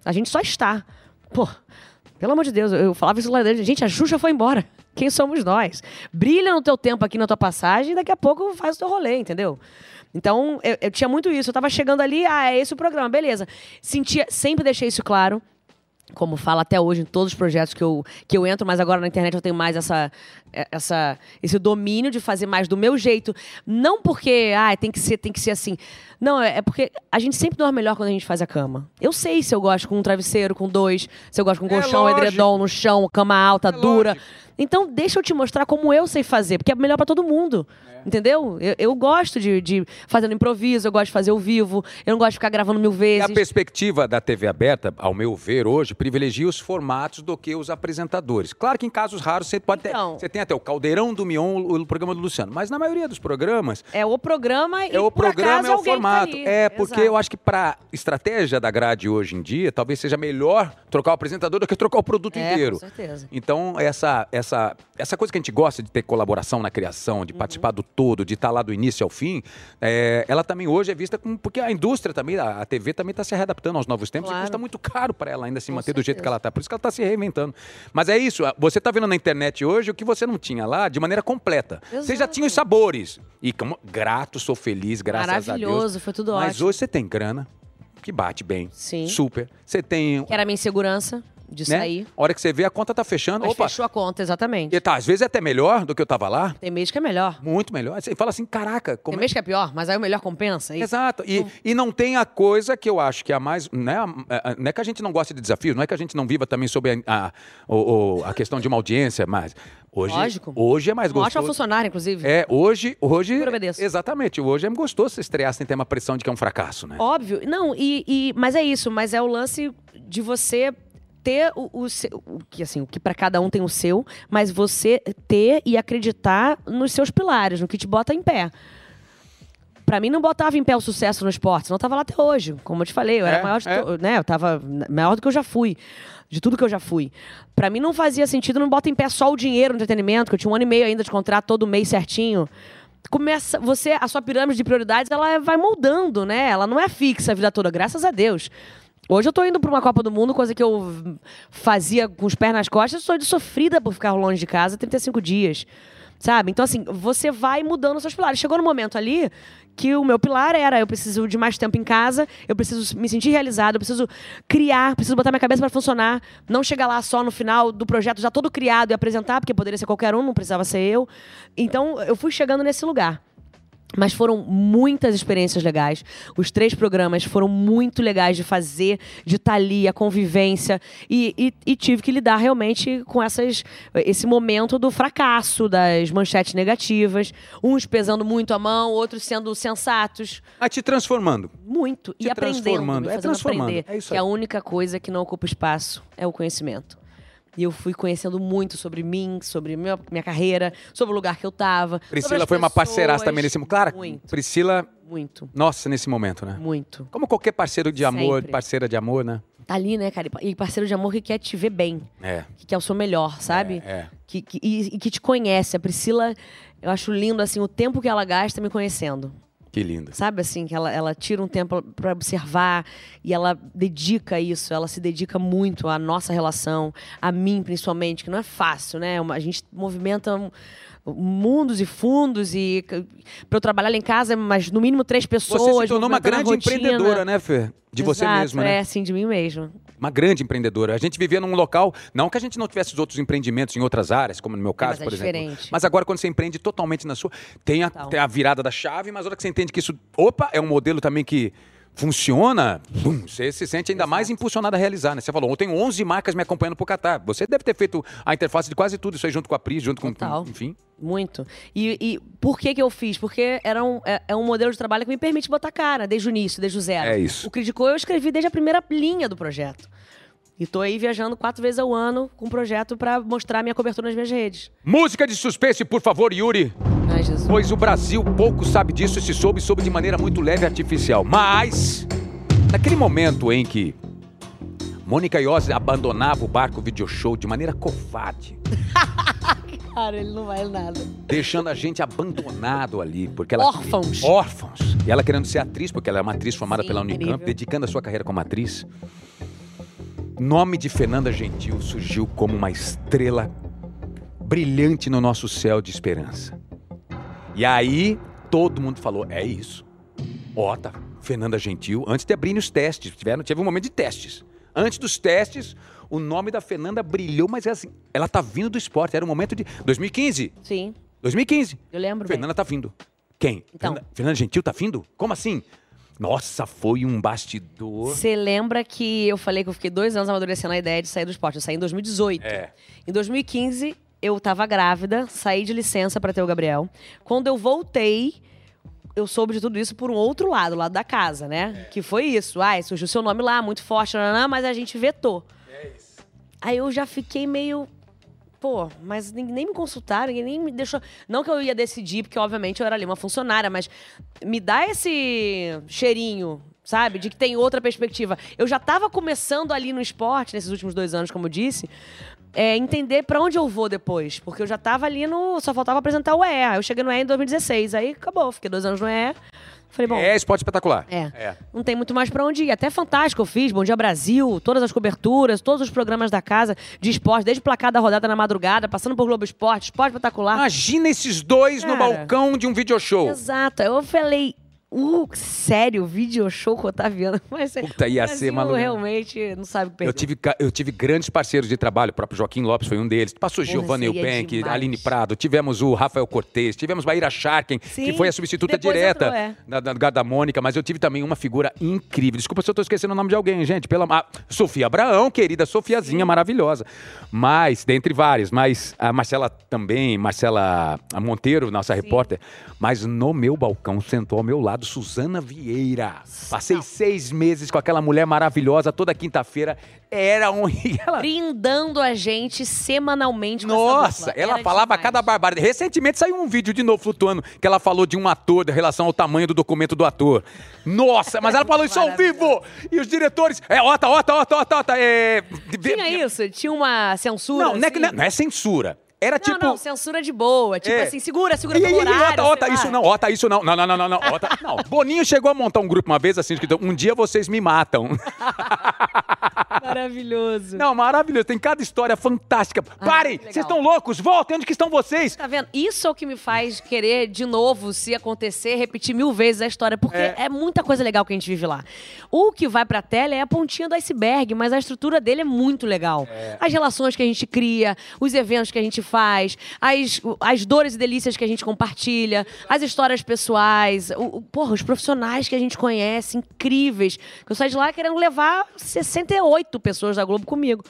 B: A gente só está. Pô, pelo amor de Deus, eu- eu falava isso lá dentro. Gente, a Xuxa foi embora. Quem somos nós? Brilha no teu tempo aqui na tua passagem e daqui a pouco faz o teu rolê, entendeu? Então, eu, eu tinha muito isso. Eu tava chegando ali, ah, é esse o programa, beleza. Sentia, sempre deixei isso claro. Como fala até hoje em todos os projetos que eu, que eu entro, mas agora na internet eu tenho mais essa, é- essa, esse domínio de fazer mais do meu jeito. Não porque, ah, tem que ser, tem que ser assim. Não, é é porque a gente sempre dorme melhor quando a gente faz a cama. Eu sei se eu gosto com um travesseiro, com dois, se eu gosto com um
A: É
B: colchão,
A: lógico. É
B: edredom no chão, cama alta, dura.
A: lógico.
B: Então, deixa eu te mostrar como eu sei fazer, porque é melhor pra todo mundo.
A: É.
B: Entendeu? Eu, eu gosto de, de fazer no improviso, eu gosto de fazer ao vivo, eu não gosto de ficar gravando mil
A: E a
B: vezes.
A: perspectiva da TV aberta, ao meu ver hoje, privilegia os formatos do que os apresentadores. Claro que em casos raros você pode ter-
B: Então.
A: você tem até o Caldeirão do Mion, o programa do Luciano, mas na maioria dos programas
B: É o programa e
A: é o
B: por
A: programa
B: acaso,
A: é o
B: alguém
A: formato.
B: Tá ali.
A: é porque
B: Exato.
A: eu acho que para estratégia da grade hoje em dia, talvez seja melhor trocar o apresentador do que trocar o produto
B: É, com
A: inteiro.
B: certeza.
A: Então, essa, essa, essa coisa que a gente gosta de ter colaboração na criação, de
B: Uhum.
A: participar do todo, de estar lá do início ao fim, é, ela também hoje é vista como. Porque a indústria também, a, a TV também está se readaptando aos novos tempos e
B: Claro.
A: custa muito caro para ela ainda se
B: Com
A: manter do jeito que
B: certeza.
A: ela está. Por isso que ela está se reinventando. Mas é isso, a- você está vendo na internet hoje o que você não tinha lá de maneira completa. Você já
B: Exato.
A: tinha os sabores. E como, grato, sou feliz, graças a Deus.
B: Maravilhoso, foi tudo
A: Mas
B: ótimo.
A: hoje você tem grana, que bate bem.
B: Sim.
A: Super. Você tem.
B: Que era a minha insegurança de
A: né?
B: sair.
A: A hora que você vê, a conta tá fechando.
B: Mas
A: opa.
B: fechou a conta, exatamente.
A: E tá, às vezes é até melhor do que eu tava lá.
B: Tem mês que é melhor.
A: Muito melhor. Aí Você fala assim, caraca, como é...
B: Tem mês que é pior, mas aí o melhor compensa. é E...
A: Exato. E, e não tem a coisa que eu acho que é a mais. Não é, a- a- não é que a gente não goste de desafios, não é que a gente não viva também sobre a, a, o- o- a questão de uma audiência, mas. Hoje,
B: Lógico.
A: hoje é mais
B: Um ótimo
A: gostoso.
B: funcionário, inclusive.
A: É, hoje. hoje
B: Super obedeço.
A: Exatamente. Hoje é gostoso se estrear sem ter uma pressão de que é um fracasso, né?
B: Óbvio. Não, e, e- mas é isso, mas é o lance de você ter o, o seu, o que assim, o que para cada um tem o seu, mas você ter e acreditar nos seus pilares, no que te bota em pé. Pra mim não botava em pé o sucesso no esporte, senão eu tava lá até hoje. Como eu te falei, eu
A: É,
B: era maior, de
A: é.
B: to- né, eu tava na- maior do que eu já fui, de tudo que eu já fui. Pra mim não fazia sentido, não bota em pé só o dinheiro no entretenimento, que eu tinha um ano e meio ainda de contrato todo mês certinho. Começa, você, a sua pirâmide de prioridades, ela é, vai moldando, né? Ela não é fixa a vida toda, graças a Deus. Hoje eu tô indo pra uma Copa do Mundo, coisa que eu fazia com os pés nas costas, sou de sofrida por ficar longe de casa 35 dias. Sabe? Então, assim, você vai mudando os seus pilares. Chegou no momento ali que o meu pilar era: eu preciso de mais tempo em casa, eu preciso me sentir realizado, eu preciso criar, preciso botar minha cabeça para funcionar, não chegar lá só no final do projeto já todo criado e apresentar, porque poderia ser qualquer um, não precisava ser eu. Então, eu fui chegando nesse lugar. Mas foram muitas experiências legais. Os três programas foram muito legais de fazer, de estar ali, a convivência. E, e- e tive que lidar realmente com essas, esse momento do fracasso, das manchetes negativas. Uns pesando muito a mão, outros sendo sensatos.
A: Vai te transformando.
B: Muito.
A: Te
B: e aprendendo.
A: transformando,
B: me
A: é
B: fazendo
A: transformando,
B: Aprender,
A: é isso
B: que
A: aí.
B: a única coisa que não ocupa espaço é o conhecimento. E eu fui conhecendo muito sobre mim, sobre minha, minha carreira, sobre o lugar que eu tava. sobre
A: Priscila
B: as
A: foi uma parceiraça
B: pessoas.
A: também nesse momento. Claro,
B: Muito,
A: Priscila,
B: muito,
A: nossa, nesse momento, né?
B: muito.
A: Como qualquer parceiro de amor,
B: Sempre.
A: parceira de amor, né?
B: Tá ali, né, cara? E parceiro de amor que quer te ver bem,
A: É.
B: que quer o seu melhor, sabe?
A: É.
B: Que, que- e, e que te conhece. A Priscila, eu acho lindo, assim, o tempo que ela gasta me conhecendo.
A: Que lindo.
B: Sabe assim, que ela, ela tira um tempo para observar e ela dedica isso, ela se dedica muito à nossa relação, a mim principalmente, que não é fácil, né? Uma- A gente movimenta um- mundos e fundos e para eu trabalhar lá em casa, mas no mínimo três pessoas.
A: Você se tornou uma
B: movimentando a
A: grande
B: rotina.
A: empreendedora, né, Fer? De você
B: Exato,
A: mesma, né?
B: É, sim, de mim mesma.
A: Uma grande empreendedora. A gente vivia num local, não que a gente não tivesse os outros empreendimentos em outras áreas, como no meu caso,
B: mas é
A: por exemplo.
B: diferente.
A: Mas agora, quando você empreende totalmente na sua, tem a,
B: Total.
A: tem a virada da chave, mas a hora que você entende que isso, opa, é um modelo também que funciona, bum, você se sente ainda mais impulsionado a realizar, né? Você falou, eu tenho 11 marcas me acompanhando pro Catar. Você deve ter feito a interface de quase tudo, isso aí junto com a Pri, junto com,
B: Total.
A: enfim.
B: Muito. E, e por que que eu fiz? Porque era um, é, é um modelo de trabalho que me permite botar cara desde o início, desde o zero.
A: É isso.
B: O Criticou eu escrevi desde a primeira linha do projeto. E tô aí viajando quatro vezes ao ano com um projeto pra mostrar minha cobertura nas minhas redes.
A: Música de suspense, por favor, Yuri.
B: Ai, Jesus.
A: Pois o Brasil pouco sabe disso e se soube, soube de maneira muito leve e artificial. Mas, naquele momento em que Mônica Iose abandonava o barco video show de maneira covarde,
B: Cara, ele não vai nada.
A: deixando a gente abandonado ali, porque ela...
B: Órfãos.
A: Órfãos. E ela querendo ser atriz, porque ela é uma atriz formada
B: Sim,
A: pela Unicamp,
B: incrível.
A: dedicando a sua carreira como atriz. Nome de Fernanda Gentil surgiu como uma estrela brilhante no nosso céu de esperança. E aí todo mundo falou: é isso. Ó, tá. Fernanda Gentil, antes de abrirem os testes, tiveram, teve um momento de testes. Antes dos testes, o nome da Fernanda brilhou, mas é assim, ela tá vindo do esporte. Era um momento de. 2015!
B: Sim,
A: 2015!
B: eu lembro bem.
A: Fernanda tá vindo. Quem?
B: Então.
A: Fernanda, Fernanda Gentil tá vindo? Como assim? Nossa, foi um bastidor.
B: Você lembra que eu falei que eu fiquei dois anos amadurecendo a ideia de sair do esporte? Eu saí em 2018.
A: É.
B: Em 2015, eu tava grávida, saí de licença pra ter o Gabriel. Quando eu voltei, eu soube de tudo isso por um outro lado, o lado da casa, né? Que foi isso. Ai, surgiu seu nome lá, muito forte, nananã, mas a gente vetou. Aí eu já fiquei meio. Pô, mas nem, nem me consultaram, ninguém nem me deixou. Não que eu ia decidir, porque obviamente eu era ali uma funcionária, mas me dá esse cheirinho, sabe? De que tem outra perspectiva. Eu já tava começando ali no esporte, nesses últimos dois anos, como eu disse, é, entender pra onde eu vou depois. Porque eu já tava ali no. Só faltava apresentar o EE. Eu cheguei no EE em 2016, aí acabou, fiquei dois anos no EE. Falei, bom.
A: É esporte espetacular.
B: É.
A: É.
B: Não tem muito mais pra onde ir. Até fantástico eu fiz, Bom Dia Brasil, todas as coberturas, todos os programas da casa de esporte, desde placar da rodada na madrugada, passando por Globo Esporte, esporte espetacular.
A: Imagina esses dois no
B: Cara.
A: balcão de um video show.
B: Exato. Aí Eu falei, uh, sério, video show com o Otaviano. [LAUGHS] Mas é-
A: Puta, ia
B: o
A: ser
B: Brasil
A: maluco.
B: realmente não sabe o que perder.
A: Eu tive, ca- eu tive grandes parceiros de trabalho, o próprio Joaquim Lopes foi um deles. Passou
B: Porra,
A: Giovanna
B: seria
A: Eubank,
B: demais.
A: Aline Prado, tivemos o Rafael Cortez, tivemos Maíra Sharken, que
B: Sim,
A: foi a substituta
B: depois
A: direta
B: entrou, é.
A: da, da, da Mônica, mas eu tive também uma figura incrível. Desculpa se eu tô esquecendo o nome de alguém, gente. Pela, ah, Sofia Abraão, querida Sofiazinha, maravilhosa. Mas, dentre várias, mas a Marcela também, Marcela Monteiro, nossa repórter. Mas no meu balcão sentou ao meu lado Suzana Vieira. Passei seis meses com aquela mulher maravilhosa, toda quinta-feira. Era um. [LAUGHS] e ela-
B: Brindando a gente semanalmente com Tipo essa
A: nossa,
B: dupla.
A: ela
B: Era
A: falava
B: demais.
A: cada barbárie. Recentemente saiu um vídeo de novo flutuando que ela falou de um ator em relação ao tamanho do documento do ator. Nossa, mas ela falou isso ao vivo! E os diretores, é ota, ota, ota, ota, ota, é...
B: Tinha isso? Tinha uma censura?
A: Não, não é, que-
B: assim?
A: não é- não é censura. Era
B: Não,
A: tipo...
B: não, censura de boa. Tipo
A: É.
B: assim, segura, segura
A: Ih,
B: pelo
A: ih, ih, ota,
B: horário.
A: ota,
B: sei lá.
A: isso não, ota, isso não. Não, não, não, não, não,
B: [LAUGHS]
A: ota, não. Boninho chegou a montar um grupo uma vez assim, escrito, um dia vocês me
B: [LAUGHS]
A: matam.
B: Maravilhoso.
A: Não, maravilhoso, tem cada história fantástica. Parem,
B: Ah, que
A: vocês
B: legal.
A: estão loucos, voltem, onde que estão vocês?
B: Tá vendo? Isso é o que me faz querer, de novo, se acontecer, repetir mil vezes a história. Porque
A: É.
B: é, muita coisa legal que a gente vive lá. O que vai pra tela é a pontinha do iceberg, mas a estrutura dele é muito legal.
A: É.
B: As relações que a gente cria, os eventos que a gente faz, as, as dores e delícias que a gente compartilha, as histórias pessoais, o, o- porra, os profissionais que a gente conhece, incríveis. Eu saí de lá querendo levar 68 pessoas da Globo comigo.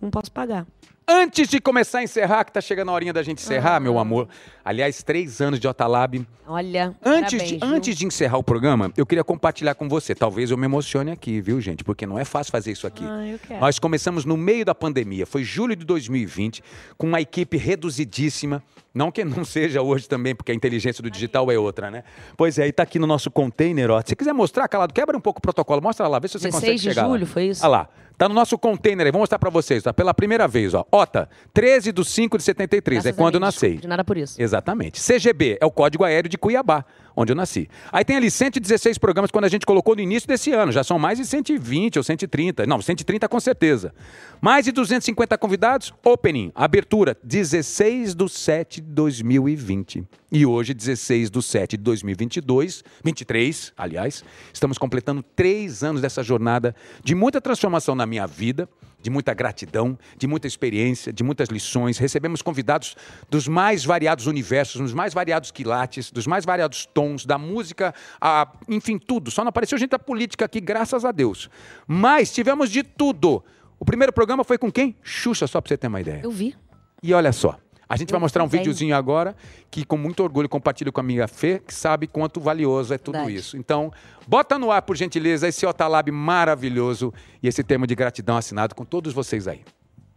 B: Não posso pagar.
A: Antes de começar a encerrar, que tá chegando a horinha da gente encerrar, meu amor. Aliás, três anos de Otalab.
B: Olha.
A: Antes,
B: parabéns,
A: de,
B: viu?
A: antes de encerrar o programa, eu queria compartilhar com você. Talvez eu me emocione aqui, viu, gente? Porque não é fácil fazer isso aqui.
B: Ah, eu quero.
A: Nós começamos no meio da pandemia, foi julho de 2020, com uma equipe reduzidíssima. Não que não seja hoje também, porque a inteligência do digital é outra, né? Pois é, e tá aqui no nosso container, ó. Se quiser mostrar, calado, quebra um pouco o protocolo, mostra lá, vê se você
B: 16
A: consegue
B: de
A: chegar lá.
B: julho, foi isso?
A: Olha lá. Tá no nosso container aí, vou mostrar pra vocês, tá? Pela primeira vez, ó. OTA, 13 de 5 de 73, é
B: Graças
A: quando
B: a
A: eu
B: mim,
A: nasci.
B: desculpa De nada por isso.
A: Exatamente. CGB é o Código Aéreo de Cuiabá. onde eu nasci. Aí tem ali 116 programas quando a gente colocou no início desse ano. Já são mais de 120 ou 130. Não, 130 com certeza. Mais de 250 convidados. Opening, abertura, 16 de 7 de 2020. E hoje, 16 de 7 de 2022, 23, aliás, estamos completando três anos dessa jornada de muita transformação na minha vida, de muita gratidão, de muita experiência, de muitas lições. Recebemos convidados dos mais variados universos, dos mais variados quilates, dos mais variados tons, da música, a, enfim, tudo. Só não apareceu gente da política aqui, graças a Deus. Mas tivemos de tudo. O primeiro programa foi com quem? Xuxa, só para você ter uma ideia.
B: Eu vi.
A: E olha só, a gente vai
B: Eu
A: mostrar um
B: também.
A: videozinho agora que com muito orgulho compartilho com a minha Fê, que sabe quanto valioso é tudo
B: Verdade.
A: isso. Então, bota no ar, por gentileza, esse Otalab maravilhoso e esse tema de gratidão assinado com todos vocês aí.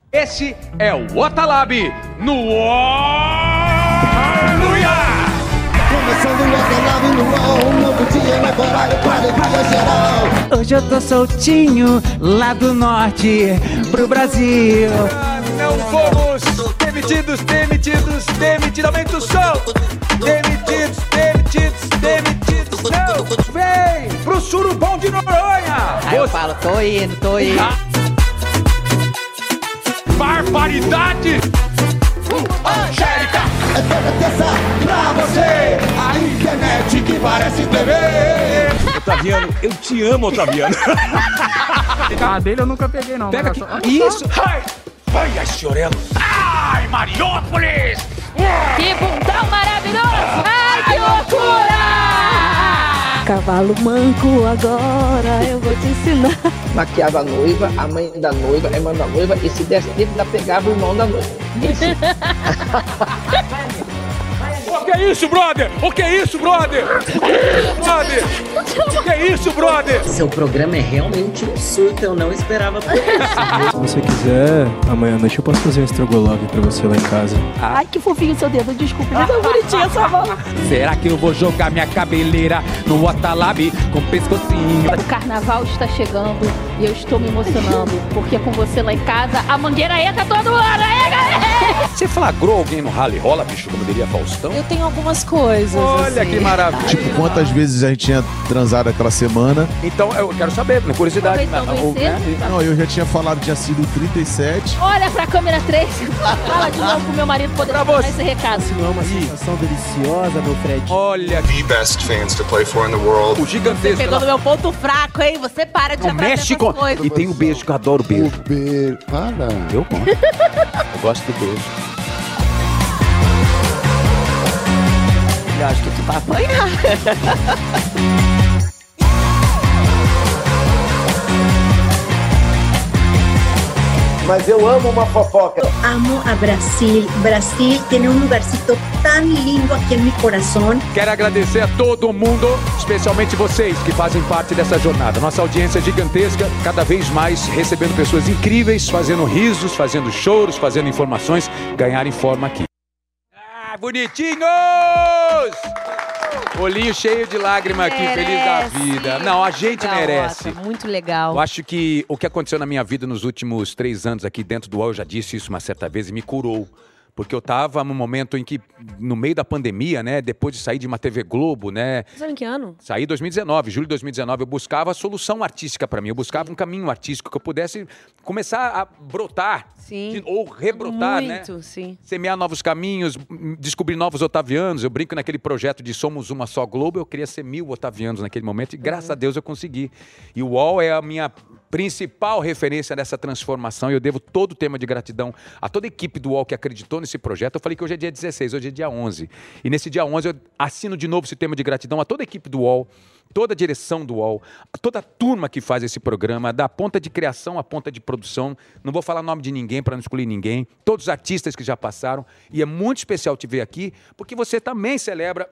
A: Esse é o Otalab no Aleluia!
F: Hoje eu tô soltinho lá do norte pro Brasil.
A: Não fomos demitidos, demitidos, demitidos. Aumenta o som. Demitidos, demitidos, demitidos. Não, vem pro surubão de Noronha. Ah.
F: Aí eu falo, tô indo, tô indo.
A: Barbaridade. Angélica. É toda terça pra você. A internet que parece TV. Otaviano, eu te amo, Otaviano.
G: Ah, dele eu nunca peguei, não.
A: Pega
G: mas
A: aqui.
G: eu só-
A: Isso. Ai, ai, ai, chorelo. Ai, Mariópolis.
H: Que bundão maravilhoso! Ai, que loucura! Cavalo manco agora, eu vou te ensinar.
I: maquiava a noiva, a mãe da noiva, a irmã da noiva, e se desse tempo ainda pegava o irmão da noiva.
A: O que é isso, brother? O que é isso, brother? brother? O que é isso, brother?
J: Seu programa é realmente um surto, eu não esperava por
G: Se você quiser, amanhã à noite eu posso fazer um estrogonofe pra você lá em casa.
H: Ai, que fofinho seu dedo, desculpa.
A: Ah.
H: Já tão bonitinha essa mão.
A: Será que eu vou jogar minha cabeleira no Otalab com pescocinho?
H: O carnaval está chegando e eu estou me emocionando, porque com você lá em casa, a mangueira entra todo ano, é, galera?
A: Você flagrou alguém no rally rola, bicho, como diria Faustão?
H: Eu tenho algumas coisas, assim.
A: Olha que maravilha.
K: Tipo, quantas vezes a gente tinha transado aquela semana?
A: Então, eu quero saber, né, curiosidade.
H: Uma vez,
A: Ah,
H: talvez,
A: né?
K: Não, eu já tinha falado, tinha sido 37.
H: Olha pra câmera 3, fala de novo pro meu marido poder
A: Pra
H: dar
A: você.
H: esse recado.
F: É uma sensação deliciosa, meu Fred.
A: Olha
K: The best fans to play for in the world.
A: o gigantesco.
B: Pegou no meu ponto fraco, hein? Você para de
A: Não
B: abraçar
A: mexe
B: essas
A: com.
B: coisas.
A: E tem o beijo, que eu adoro o beijo.
K: Uber, para.
A: Eu gosto. Eu gosto do beijo.
F: Eu acho que tu tá apanhando.
I: Mas eu amo uma fofoca.
J: Amo a Brasil. Brasil tem um lugarcito tão lindo aqui em meu coração.
A: Quero agradecer a todo mundo, especialmente vocês que fazem parte dessa jornada. Nossa audiência é gigantesca, cada vez mais recebendo pessoas incríveis, fazendo risos, fazendo choros, fazendo informações, ganharem forma aqui. Ah, bonitinhos! Olhinho cheio de lágrima aqui, feliz da
B: Merece.
A: vida. Não, a gente
B: Garota,
A: merece.
B: Muito legal.
A: Eu acho que o que aconteceu na minha vida nos últimos três anos aqui dentro do UOL, eu já disse isso uma certa vez e me curou. Porque eu tava num momento em que, no meio da pandemia, né, depois de sair de uma TV Globo, né,
B: Sabe em que ano?
A: Saí em 2019, julho de 2019, eu buscava a solução artística para mim, eu buscava um caminho artístico que eu pudesse começar a brotar
B: Sim.
A: de- ou rebrotar, né?
B: Muito, sim.
A: Semear novos caminhos, m- descobrir novos Otavianos. Eu brinco naquele projeto de Somos Uma Só Globo, eu queria ser mil Otavianos naquele momento e graças a Deus eu consegui. E o UOL é a minha principal referência dessa transformação e eu devo todo o tema de gratidão a toda a equipe do UOL que acreditou nesse projeto. Eu falei que hoje é dia 16, hoje é dia 11. E nesse dia 11 eu assino de novo esse tema de gratidão a toda a equipe do UOL, toda a direção do UOL, a toda a turma que faz esse programa, da ponta de criação à ponta de produção. Não vou falar nome de ninguém para não excluir ninguém. Todos os artistas que já passaram. E é muito especial te ver aqui, porque você também celebra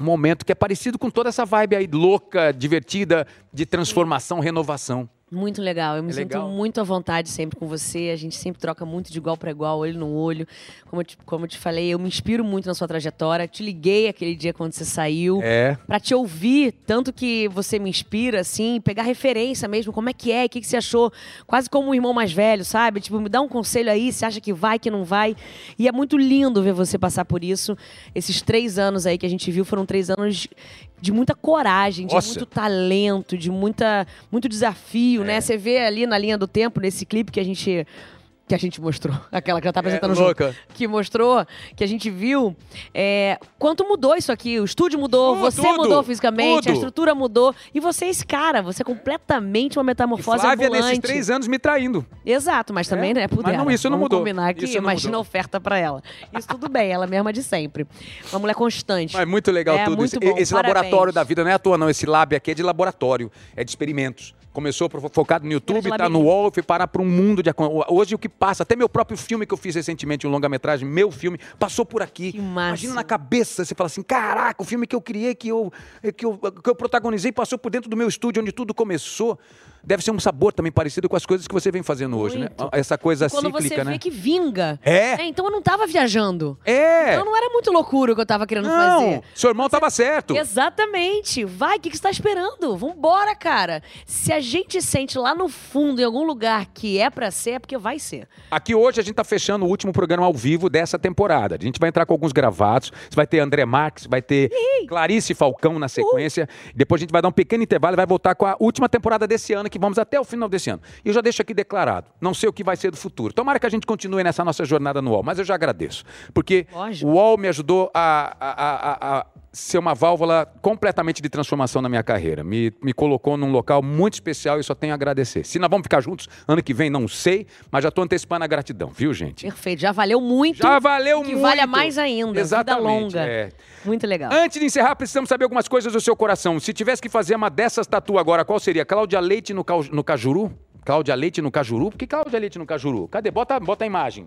A: um momento que é parecido com toda essa vibe aí louca, divertida, de transformação, renovação.
B: Muito legal. Eu me
A: É
B: sinto
A: legal.
B: muito à vontade sempre com você. A gente sempre troca muito de igual para igual, olho no olho. Como eu, te, como eu te falei, eu me inspiro muito na sua trajetória. Te liguei aquele dia quando você saiu.
A: É.
B: Pra te ouvir, tanto que você me inspira, assim, pegar referência mesmo, como é que é, o que, que você achou, quase como um irmão mais velho, sabe? Tipo, me dá um conselho aí, você acha que vai, que não vai. E é muito lindo ver você passar por isso. Esses três anos aí que a gente viu foram três anos de muita coragem, de
A: Nossa.
B: muito talento, de muita, muito desafio, né? Você vê ali na linha do tempo, nesse clipe que a gente. Que a gente mostrou, [LAUGHS] aquela
A: É
B: que já tá apresentando junto
A: louca.
B: que mostrou, que a gente viu, é, quanto mudou isso aqui. O estúdio mudou,
A: Tudo,
B: você
A: tudo,
B: mudou fisicamente,
A: tudo.
B: a estrutura mudou. E você é esse cara, você é completamente uma metamorfose
A: Flávia,
B: é ambulante.
A: nesses três anos, me traindo.
B: Exato, mas também,
A: É,
B: né, por
A: mas
B: dela.
A: não, isso não
B: Vamos
A: mudou.
B: combinar aqui,
A: Isso não
B: imagina
A: mudou.
B: a oferta pra ela. Isso tudo bem, ela é mesma de sempre. Uma mulher constante.
A: Mas muito legal
B: É,
A: tudo
B: muito
A: isso.
B: bom,
A: Esse
B: parabéns.
A: laboratório da vida não é à toa, não. Esse lab aqui é de laboratório, é de experimentos. Começou pro- focado no YouTube,
B: Grande
A: tá no
B: labirinto.
A: UOL, fui parar para um mundo de... acon- Hoje o que passa, até meu próprio filme que eu fiz recentemente, um longa-metragem, meu filme, passou por aqui.
B: Que massa.
A: Imagina na cabeça, você fala assim, caraca, o filme que eu criei, que eu, que eu, que eu protagonizei, passou por dentro do meu estúdio, onde tudo começou. Deve ser um sabor também parecido com as coisas que você vem fazendo hoje, né? Essa coisa
B: Quando
A: cíclica,
B: você
A: né?
B: vê que vinga.
A: É.
B: né, Então eu não tava viajando.
A: É.
B: Então não era muito loucura o que eu tava querendo fazer.
A: Não, seu irmão estava certo.
B: Exatamente. Vai, o que, que você tá esperando? Vambora, cara. Se a gente sente lá no fundo, em algum lugar, que é pra ser, é porque vai ser.
A: Aqui hoje a gente está fechando o último programa ao vivo dessa temporada. A gente vai entrar com alguns gravados. Você vai ter André Marques, vai ter Clarice Falcão na sequência. Depois a gente vai dar um pequeno intervalo e vai voltar com a última temporada desse ano, que vamos até o final desse ano. E eu já deixo aqui declarado. Não sei o que vai ser do futuro. Tomara que a gente continue nessa nossa jornada no UOL, mas eu já agradeço. Porque
B: Lógico.
A: o UOL me ajudou a- a- a- a- a ser uma válvula completamente de transformação na minha carreira. Me, me colocou num local muito especial e só tenho a agradecer. Se nós vamos ficar juntos ano que vem, não sei, mas já estou antecipando a gratidão, viu, gente?
B: Perfeito. Já valeu muito.
A: Já valeu
B: e que
A: muito.
B: valha mais ainda.
A: Exatamente,
B: Vida longa.
A: é.
B: Muito legal.
A: Antes de encerrar, precisamos saber algumas coisas do seu coração. Se tivesse que fazer uma dessas tatu agora, qual seria? Cláudia Leite no, cau- no Cajuru? Cláudia Leite no Cajuru? Por que Cláudia Leite no Cajuru? Cadê? Bota, bota a imagem.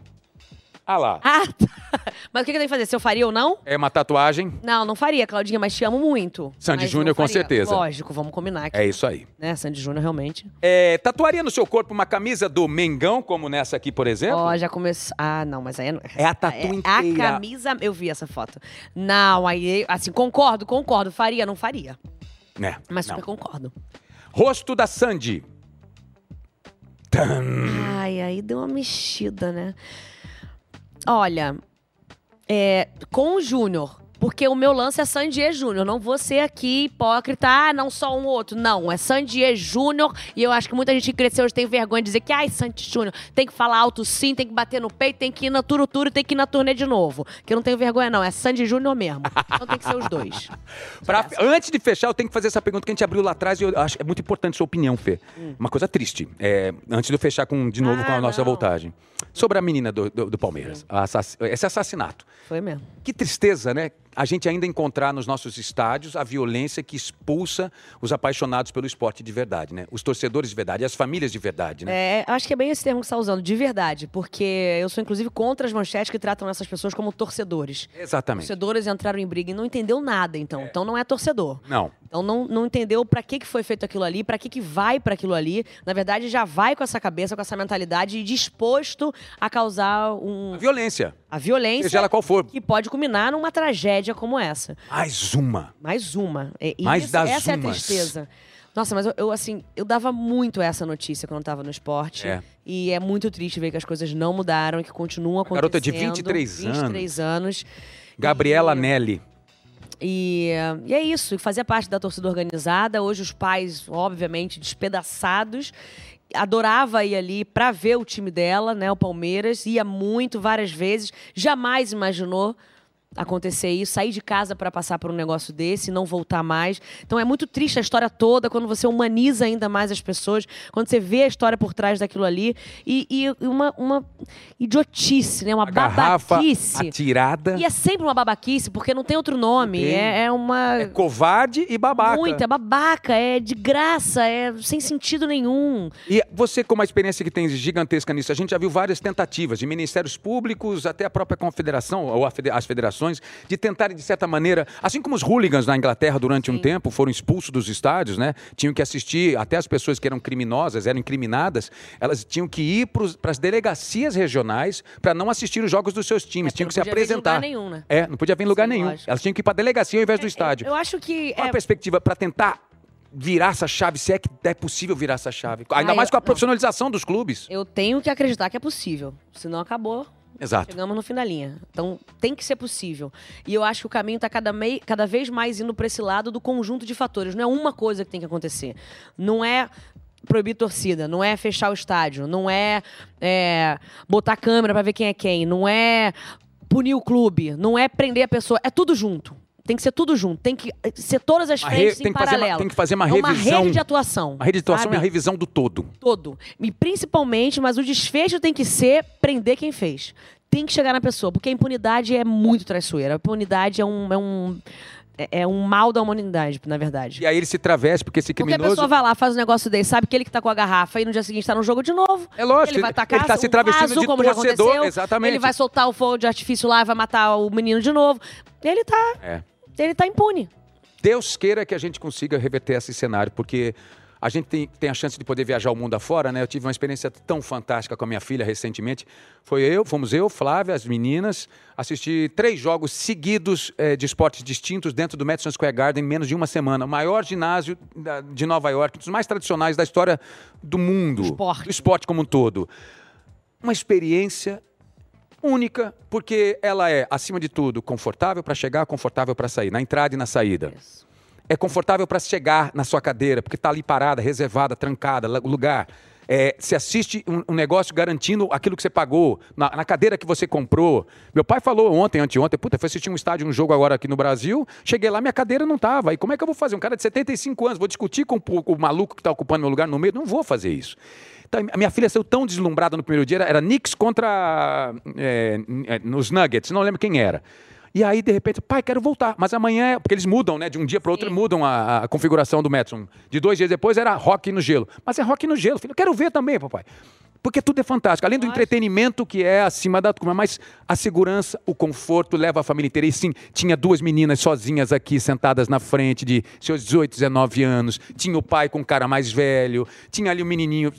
A: Ah lá.
B: [LAUGHS] Ah, tá. Mas o que, que eu tenho que fazer? Se eu faria ou não?
A: É uma tatuagem?
B: Não, não faria, Claudinha, mas te amo muito.
A: Sandy
B: Mas
A: Júnior,
B: não
A: com
B: faria.
A: certeza.
B: Lógico, vamos combinar aqui.
A: É isso aí.
B: Né, Sandy Júnior, realmente.
A: É, tatuaria no seu corpo uma camisa do Mengão, como nessa aqui, por exemplo?
B: Ó, já começou. Ah, não, mas aí não.
A: É a tatu
B: É,
A: inteira.
B: A camisa. Eu vi essa foto. Não, aí. Assim, concordo, concordo. Faria, não faria.
A: Né?
B: Mas
A: Não.
B: super concordo.
A: Rosto da Sandy.
B: Ai, aí deu uma mexida, né? Olha, é, com o Júnior. Porque o meu lance é Sandier Júnior. Não vou ser aqui hipócrita, ah, não só um outro. Não, é Sandier Júnior. E eu acho que muita gente que cresceu hoje tem vergonha de dizer que, ai, Sandy Júnior, tem que falar alto sim, tem que bater no peito, tem que ir na turuturo, tem que ir na turnê de novo. Que eu não tenho vergonha, não. É Sandy Júnior mesmo. Então tem que ser os dois.
A: Pra- antes de fechar, eu tenho que fazer essa pergunta que a gente abriu lá atrás e eu acho é muito importante sua opinião, Fê.
B: Hum.
A: Uma coisa triste. é, antes de eu fechar com, de novo com
B: Ah,
A: a nossa voltagem. Sobre a menina do, do- do Palmeiras. a assass- esse assassinato.
B: Foi mesmo.
A: Que tristeza, né? A gente ainda encontrar nos nossos estádios a violência que expulsa os apaixonados pelo esporte de verdade, né? Os torcedores de verdade, as famílias de verdade, né?
B: É, eu acho que é bem esse termo que você está usando, de verdade, porque eu sou inclusive contra as manchetes que tratam essas pessoas como torcedores.
A: Exatamente.
B: Torcedores entraram em briga e não entendeu nada, então. Então não é torcedor.
A: Não.
B: Então não, não entendeu pra que, que foi feito aquilo ali, pra que, que vai pra aquilo ali. Na verdade, já vai com essa cabeça, com essa mentalidade e disposto a causar um,
A: Violência.
B: a violência.
A: Seja ela qual for.
B: é Que pode culminar numa tragédia como essa.
A: Mais uma.
B: Mais uma. É, E
A: Mais
B: isso-
A: das
B: Essa é a
A: umas.
B: tristeza. Nossa, mas eu, eu, assim, eu dava muito essa notícia quando eu tava no esporte.
A: É.
B: E é muito triste ver que as coisas não mudaram e que continuam acontecendo.
A: Garota de 23 anos.
B: 23 anos.
A: Gabriela Nelly.
B: E, e é isso, e fazia parte da torcida organizada. Hoje os pais, obviamente, despedaçados. Adorava ir ali pra ver o time dela, né, o Palmeiras. Ia muito, várias vezes. Jamais imaginou acontecer isso, sair de casa pra passar por um negócio desse e não voltar mais. Então é muito triste a história toda quando você humaniza ainda mais as pessoas, quando você vê a história por trás daquilo ali e, e uma, uma idiotice, né, uma
A: A garrafa
B: babaquice.
A: atirada.
B: E é sempre uma babaquice, porque não tem outro nome.
A: Não tem.
B: É, é uma.
A: É covarde e babaca.
B: Muita, é babaca, é de graça, é sem sentido nenhum.
A: E você, com uma experiência que tem gigantesca nisso, a gente já viu várias tentativas de ministérios públicos até a própria confederação, ou a fede- as federações, situações de tentarem, de certa maneira, assim como os hooligans na Inglaterra durante um tempo foram expulsos dos estádios, né? Tinham que assistir, até as pessoas que eram criminosas, eram incriminadas, elas tinham que ir para as delegacias regionais para não assistir os jogos dos seus times, tinham que se
B: É, podia vir de lugar
A: apresentar.
B: nenhum, né?
A: É, não podia vir em lugar nenhum. Elas tinham que ir para a delegacia ao invés do estádio.
B: É, Eu acho que.
A: Qual a
B: é-
A: perspectiva para tentar virar essa chave, se é que é possível virar essa chave? Ainda
B: Ah,
A: mais
B: eu-
A: com a
B: não.
A: profissionalização dos clubes.
B: Eu tenho que acreditar que é possível. Senão acabou.
A: Exato.
B: Chegamos no fim da linha. Então tem que ser possível. E eu acho que o caminho está cada, mei- cada vez mais indo para esse lado do conjunto de fatores. Não é uma coisa que tem que acontecer. Não é proibir torcida, não é fechar o estádio, não é, é, botar câmera para ver quem é quem, não é punir o clube, não é prender a pessoa. É tudo junto. Tem que ser tudo junto. Tem que eh, ser todas as
A: Uma
B: frentes
A: re-
B: em
A: tem que fazer uma-
B: paralelo.
A: tem que fazer uma
B: é uma
A: revisão.
B: rede de atuação.
A: A rede de atuação
B: sabe?
A: é a revisão do todo.
B: todo. E principalmente, mas o desfecho tem que ser prender quem fez. Tem que chegar na pessoa, porque a impunidade é muito traiçoeira. A impunidade é um, é um, é- é um mal da humanidade, na verdade.
A: E aí ele se traveste porque esse
B: Porque a
A: criminoso.
B: pessoa vai lá, faz um negócio desse, sabe que ele que tá com a garrafa e no dia seguinte tá no jogo de novo.
A: É lógico,
B: Ele vai
A: ele-
B: tacar
A: ele tá se
B: o
A: travestindo
B: vaso,
A: de
B: como já
A: torcedor,
B: aconteceu.
A: exatamente.
B: Ele vai soltar o fogo de artifício lá, vai matar o menino de novo. Ele tá,
A: É.
B: ele tá impune.
A: Deus queira que a gente consiga reverter esse cenário, porque a gente tem, tem a chance de poder viajar o mundo afora, né? Eu tive uma experiência tão fantástica com a minha filha recentemente. Foi eu, fomos eu, Flávia, as meninas, assistir três jogos seguidos eh, de esportes distintos dentro do Madison Square Garden em menos de uma semana. O maior ginásio da- de Nova York, um dos mais tradicionais da história do mundo. Esporte. Do esporte como um todo. Uma experiência única, porque ela é, acima de tudo, confortável para chegar, confortável para sair, na entrada e na saída. É confortável para chegar na sua cadeira, porque está ali parada, reservada, trancada, lu- lugar. É, se assiste um, um negócio garantindo aquilo que você pagou, na, na cadeira que você comprou. Meu pai falou ontem, anteontem, puta, eu fui assistir um estádio, um jogo agora aqui no Brasil, cheguei lá, minha cadeira não tava. E como é que eu vou fazer? Um cara de 75 anos, vou discutir com o, o maluco que está ocupando meu lugar no meio? Não vou fazer isso. Então, a minha filha saiu tão deslumbrada no primeiro dia, era, era Knicks contra é, n- é, nos Nuggets, não lembro quem era. E aí, de repente, pai, quero voltar. Mas amanhã, é- porque eles mudam, né? De um dia para outro, mudam a, a configuração do Metson. De dois dias depois era rock no gelo. Mas é rock no gelo, filho. Eu quero ver também, papai. Porque tudo é fantástico. Além do entretenimento que é acima da turma, mas a segurança, o conforto leva a família inteira. E sim, tinha duas meninas sozinhas aqui, sentadas na frente de seus 18, 19 anos. Tinha o pai com um cara mais velho. Tinha ali o menininho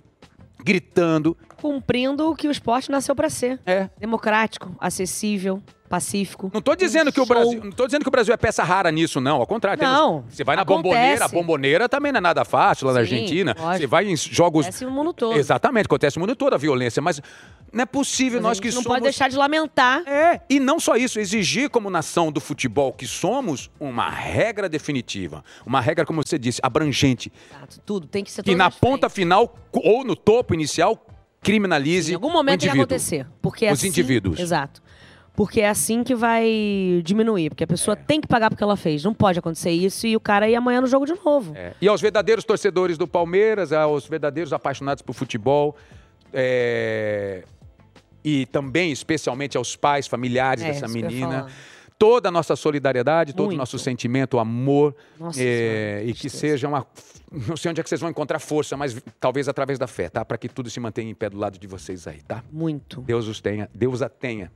A: gritando.
B: Cumprindo o que o esporte nasceu para ser.
A: É.
B: Democrático, acessível, pacífico.
A: Não tô
B: Um
A: dizendo que o Brasil, não tô dizendo que o Brasil é peça rara nisso não, ao contrário, temos-
B: Não,
A: você vai na
B: acontece.
A: bomboneira, a bomboneira também não é nada fácil lá na
B: Sim,
A: Argentina.
B: lógico.
A: Você vai em jogos
B: Acontece no um mundo todo.
A: Exatamente, acontece no mundo todo a violência, mas não é possível
B: Mas a
A: nós
B: gente
A: que
B: não
A: somos
B: pode deixar de lamentar.
A: É, e não só isso, exigir como nação do futebol que somos uma regra definitiva, uma regra como você disse, abrangente,
B: Tudo, tem que ser
A: que
B: todas
A: na
B: as
A: ponta final ou no topo inicial criminalize
B: Em algum momento
A: o
B: tem que
A: indivíduo.
B: acontecer. Porque é
A: os
B: assim-
A: indivíduos.
B: Exato. Porque é assim que vai diminuir. Porque a pessoa
A: É.
B: tem que pagar porque ela fez. Não pode acontecer isso e o cara ir amanhã no jogo de novo.
A: É. E aos verdadeiros torcedores do Palmeiras, aos verdadeiros apaixonados por futebol, é, e também, especialmente, aos pais, familiares
L: É,
A: dessa
L: isso que eu ia
A: menina.
L: falar.
A: Toda a nossa solidariedade, todo o
L: Muito.
A: nosso sentimento, amor.
L: Nossa
A: é, e que seja uma. Não sei onde é que vocês vão encontrar força, mas talvez através da fé, tá? Para que tudo se mantenha em pé do lado de vocês aí, tá?
B: Muito.
A: Deus os tenha, Deus a tenha.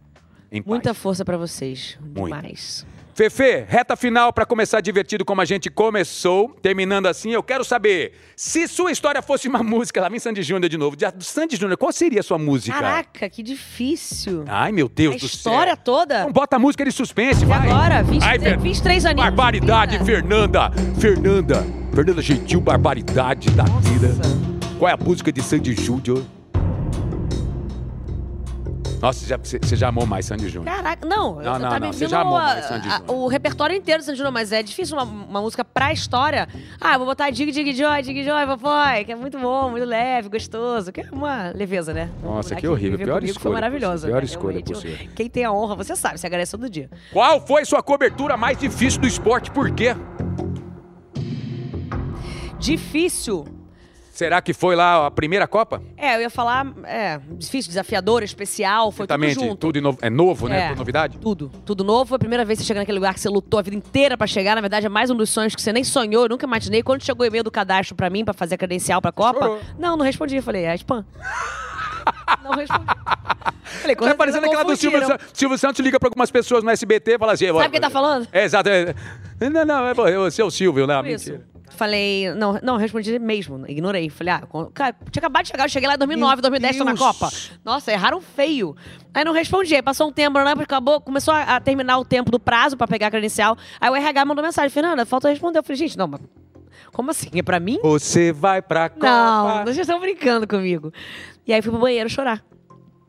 A: Em paz.
B: Muita força pra vocês. Demais.
A: Fefe, reta final para começar divertido como a gente começou. Terminando assim, eu quero saber se sua história fosse uma [LAUGHS] música. Lá vem Sandy Júnior de novo. De- Do Sandy Júnior, qual seria a sua música?
B: Caraca, que difícil.
A: Ai, meu Deus
B: a
A: do
B: história
A: céu.
B: toda.
A: Então bota a música de suspense, vai.
B: agora? 23
A: Ai, Fer-
B: 23 aninhos.
A: Barbaridade, Fernanda. Fernanda. Fernanda Gentil, barbaridade da vida. Qual é a música de Sandy Júnior? Nossa, você já- você você já amou mais Sandy Júnior.
B: Caraca, não,
A: Não,
B: eu
A: não,
B: tava
A: não,
B: me
A: você
B: vindo
A: já amou
B: a-
A: mais Sandy
B: a- o repertório inteiro do Sandy Júnior, mas é difícil uma, uma música pra história. Ah, eu vou botar Dig Dig Joy, Dig Joy, papai, que é muito bom, muito leve, gostoso, que é uma leveza, né?
A: Nossa, que
B: Aqui,
A: horrível.
B: viver
A: Pior
B: comigo
A: escolha.
B: Foi maravilhoso.
A: Pior
B: né?
A: escolha
B: Realmente,
A: possível.
B: Quem tem a honra, você sabe, se agradece todo dia.
A: Qual foi sua cobertura mais difícil do esporte? Por quê?
B: Difícil.
A: Será que foi lá a primeira Copa?
B: É, eu ia falar, é, difícil, desafiador, especial, foi tudo
A: Exatamente.
B: junto.
A: ino- é novo, né?
B: É.
A: Tudo novidade?
B: Tudo. Tudo novo, foi a primeira vez que você chega naquele lugar que você lutou a vida inteira pra chegar. Na verdade, é mais um dos sonhos que você nem sonhou, eu nunca imaginei.
A: [LAUGHS]
B: Quando chegou o e-mail do cadastro pra mim, pra fazer a credencial pra Copa, não, não respondi. Eu falei, é spam. Não respondi. Falei, com
A: Tá
B: certeza
A: parecendo aquela do Silvio
B: confundiram.
A: Santos. Silvio Santos liga pra algumas pessoas no SBT e fala assim...
B: Sabe quem tá falando?
A: É, exato. é. Não, não, é você é o Silvio, não,
B: Isso.
A: mentira.
B: Falei, não, não, respondi mesmo, ignorei. Falei, ah, con- cara, tinha acabado de chegar, eu cheguei lá em 2009, 2010, tô na Copa. Nossa, erraram feio. Aí não respondi, aí passou um tempo, né, acabou, começou a, a terminar o tempo do prazo pra pegar a credencial. Aí o RH mandou mensagem, Fernanda, falta eu responder. Eu falei, gente, não, mas como assim? É pra mim?
A: Você vai pra Copa.
B: Não, vocês estão brincando comigo. E aí fui pro banheiro chorar.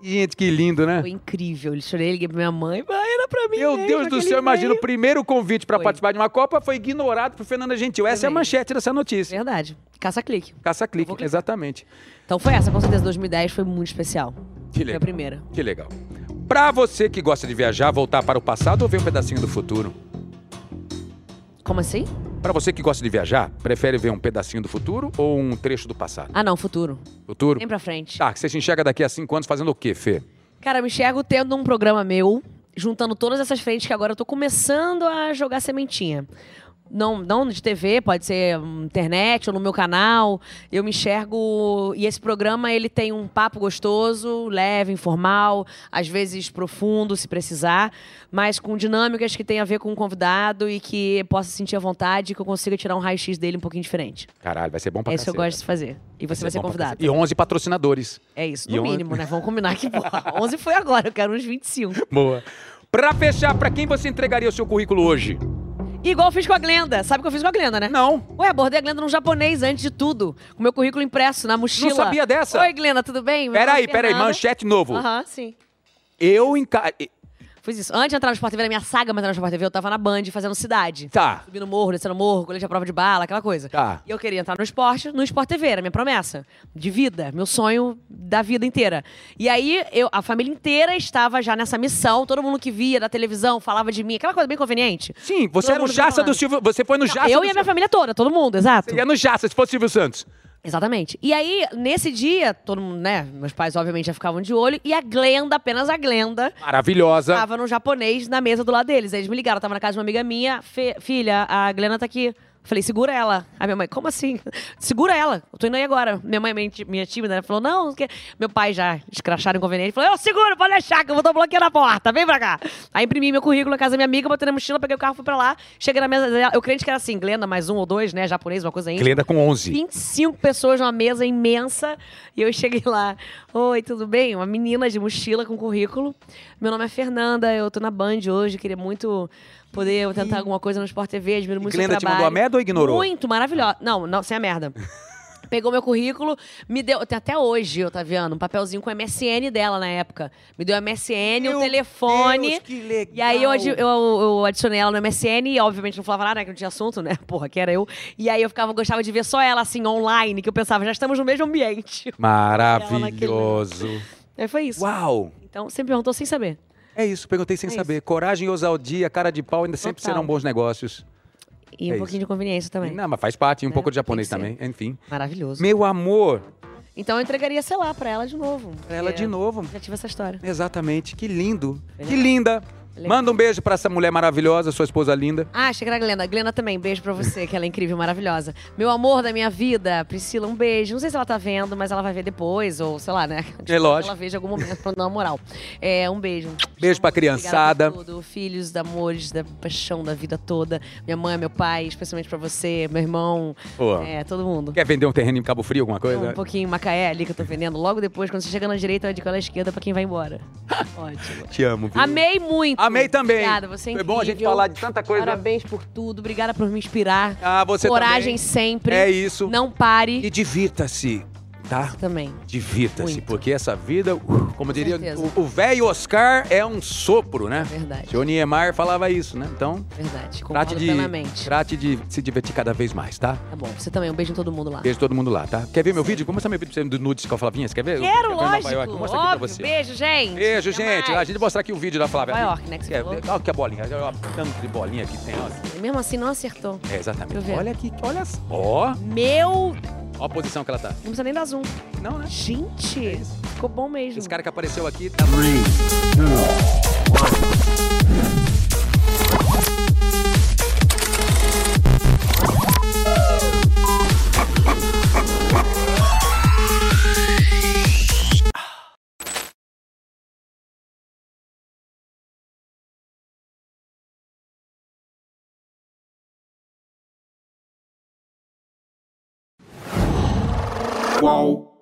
A: Gente, que lindo, né?
B: Foi incrível, eu chorei, liguei pra minha mãe, mãe, era pra mim
A: Meu
B: mesmo,
A: Deus do
B: aquele
A: céu, imagina
B: e-mail."
A: o primeiro convite pra participar de uma Copa foi ignorado por Fernanda Gentil. Essa é a manchete dessa notícia.
B: Verdade. Caça-clique.
A: Caça-clique, exatamente.
B: Então foi essa, com certeza, 2010 foi muito especial.
A: Que legal.
B: Foi É a primeira.
A: Que legal. Pra você que gosta de viajar, voltar para o passado ou ver um pedacinho do futuro?
B: Como assim?
A: Pra você que gosta de viajar, prefere ver um pedacinho do futuro ou um trecho do passado?
B: Ah, não, futuro.
A: Futuro?
B: Nem pra frente.
A: Tá, que você se enxerga daqui a cinco anos fazendo o quê, Fê?
B: Cara, eu me enxergo tendo um programa meu, juntando todas essas frentes que agora eu tô começando a jogar sementinha. Não, não de TV, pode ser hum, internet ou no meu canal. Eu me enxergo. E esse programa ele tem um papo gostoso, leve, informal, às vezes profundo, se precisar, mas com dinâmicas que tem a ver com o convidado e que possa sentir à vontade, que eu consiga tirar um raio-x dele um pouquinho diferente.
A: Caralho, vai ser bom pra
B: é isso que eu
A: caceta.
B: gosto de fazer. E você vai ser
A: bom pra
B: convidado.
A: caceta. E 11 patrocinadores. [LAUGHS]
B: É isso,
A: E
B: no
A: on-
B: mínimo, né? Vamos combinar que porra, [LAUGHS] 11 foi agora, eu quero uns 25.
A: Boa. Pra fechar, pra quem você entregaria o seu currículo hoje?
B: Igual eu fiz com a Glenda. Sabe o que eu fiz com a Glenda, né?
A: Não.
B: Ué, abordei a Glenda num japonês antes de tudo. Com meu currículo impresso na mochila.
A: Não sabia dessa?
B: Oi, Glenda, tudo bem? Meu
A: Peraí,
B: nome é
A: peraí,
B: Fernanda.
A: manchete novo.
B: Aham, sim.
A: Eu encar... e-
B: Fiz isso. Antes de entrar no Sport TV, na minha saga, mas entrar no Sport TV, eu tava na Band fazendo cidade.
A: Tá.
B: Subindo morro, descendo morro, colete à prova de bala, aquela coisa.
A: Tá.
B: E eu queria entrar no esporte, no Sport TV, era minha promessa. De vida, meu sonho da vida inteira. E aí, eu, a família inteira estava já nessa missão, todo mundo que via da televisão falava de mim, aquela coisa bem conveniente.
A: Sim, você
B: Todo
A: era o
B: mundo tá
A: Jaça
B: falando.
A: do Silvio. Você foi no Jaça
B: Eu
A: do
B: e a minha família toda, todo mundo, exato.
A: Você ia no Jaça, se fosse Silvio Santos.
B: Exatamente. E aí, nesse dia, todo mundo, né? Meus pais, obviamente, já ficavam de olho. E a Glenda, apenas a Glenda,
A: Maravilhosa.
B: Tava no japonês na mesa do lado deles. Aí eles me ligaram, eu tava na casa de uma amiga minha. "Fe- filha, a Glena tá aqui. Eu Falei, segura ela. Aí minha mãe, como assim? [LAUGHS] Segura ela. Eu tô indo aí agora. Minha mãe, minha, tí- minha tímida, né? falou, não, não quer. Meu pai já escracharam inconveniente. Falou, eu seguro, pode deixar, que eu vou tô bloqueando a porta. Vem pra cá. Aí imprimi meu currículo na casa da minha amiga, botei na mochila, peguei o carro, fui pra lá. Cheguei na mesa dela. Eu crente que era assim, Glenda mais um ou dois, né? Japonês, uma coisa ainda.
A: Glenda com 11.
B: 25 pessoas numa mesa imensa. E eu cheguei lá. Oi, tudo bem? Uma menina de mochila com currículo. Meu nome é Fernanda, eu tô na Band hoje, queria muito poder tentar alguma coisa no Sport TV, admiro muito
A: Glenda
B: seu
A: te mandou
B: trabalho.
A: a merda ou ignorou?
B: Muito, maravilhosa. Não, não, sem
A: [LAUGHS]
B: a merda. Pegou meu currículo, me deu. Tem até hoje, Otaviano, um papelzinho com o MSN dela na época. Me deu o MSN, o um telefone. E aí eu, adi- eu- eu adicionei ela no MSN e, obviamente, não falava nada, né, que não tinha assunto, né? [LAUGHS] Porra, que era eu. E aí eu ficava, gostava de ver só ela, assim, online, que eu pensava, já estamos no mesmo ambiente. [LAUGHS]
A: Maravilhoso.
B: Aí foi isso.
A: Uau!
B: Então, você me perguntou sem saber.
A: É isso, perguntei sem
B: É
A: saber. Coragem e ousadia, cara de pau ainda sempre
B: Total.
A: serão bons negócios.
B: E
A: É
B: um pouquinho de conveniência também. É,
A: Não, mas faz parte, e um pouco de japonês
B: tem que
A: também, enfim.
B: Maravilhoso.
A: Meu amor,
B: Então eu entregaria, sei lá, pra ela de novo. É,
A: pra ela de novo.
B: Já tive essa história.
A: Exatamente, que lindo.
B: Legal.
A: Que linda.
B: Legal.
A: Manda um beijo pra essa mulher maravilhosa, sua esposa linda.
B: Ah, achei que era a Glenda. Glenda também, beijo pra você, que ela é incrível, maravilhosa. Meu amor da minha vida, Priscila, um beijo. Não sei se ela tá vendo, mas ela vai ver depois, ou sei lá, né? [LAUGHS] Espero que
A: lógico.
B: Ela veja em algum momento pra dar uma moral. É, um beijo.
A: Beijo pra
B: Obrigada
A: criançada.
B: por tudo. Filhos, da amores, da paixão da vida toda. Minha mãe, meu pai, especialmente pra você, meu irmão.
A: Pô.
B: É, todo mundo.
A: Tá. Quer vender um terreno em Cabo Frio, alguma coisa?
B: Um pouquinho Macaé ali que eu tô vendendo. Logo depois, quando você chega na direita, eu indico a esquerda pra quem vai embora. [LAUGHS] Ótimo.
A: Te amo, viu?
B: Amei muito.
A: Amei também.
B: Obrigada, você é
A: Foi bom a gente
B: incrível.
A: falar de tanta coisa.
B: Parabéns por tudo. Obrigada por me inspirar.
A: Ah, você
B: Coragem
A: também.
B: sempre.
A: É isso.
B: Não pare.
A: E divirta-se, tá?
B: Também.
A: Divirta-se,
B: Muito.
A: porque essa vida, uh, como diria
B: certeza.
A: o- o velho Oscar, é um sopro, né?
B: Verdade.
A: Seu Niemeyer falava isso, né? Então,
B: Verdade.
A: trate
B: Concordo
A: de,
B: plenamente.
A: trate de se divertir cada vez mais, tá?
B: Tá bom. Você também. Um beijo em todo mundo lá.
A: Beijo todo mundo lá, tá? Quer ver meu vídeo? Como está meu vídeo do nudes com a Flavinha? Você quer ver? Quer ver
B: Quero,
A: em Nova
B: lógico.
A: York? Vou mostrar aqui pra
B: Óbvio.
A: você.
B: Beijo, gente.
A: Beijo,
B: Até
A: gente.
B: mais.
A: A gente mostra aqui o vídeo da Flávia.
B: Nova York, né, que você
A: Quer
B: falou?
A: ver? Olha que a bolinha. Olha o tanto de bolinha que tem. Ó.
B: Mesmo assim, não acertou.
A: É,
B: Deixa eu
A: exatamente.
B: ver.
A: Olha aqui, olha só. Ó,
B: Meu.
A: ó a posição que ela tá.
B: Não precisa nem dar zoom.
A: Não, né?
B: Gente. ficou bom mesmo.
A: Esse cara que apareceu aqui tá...
L: Qual?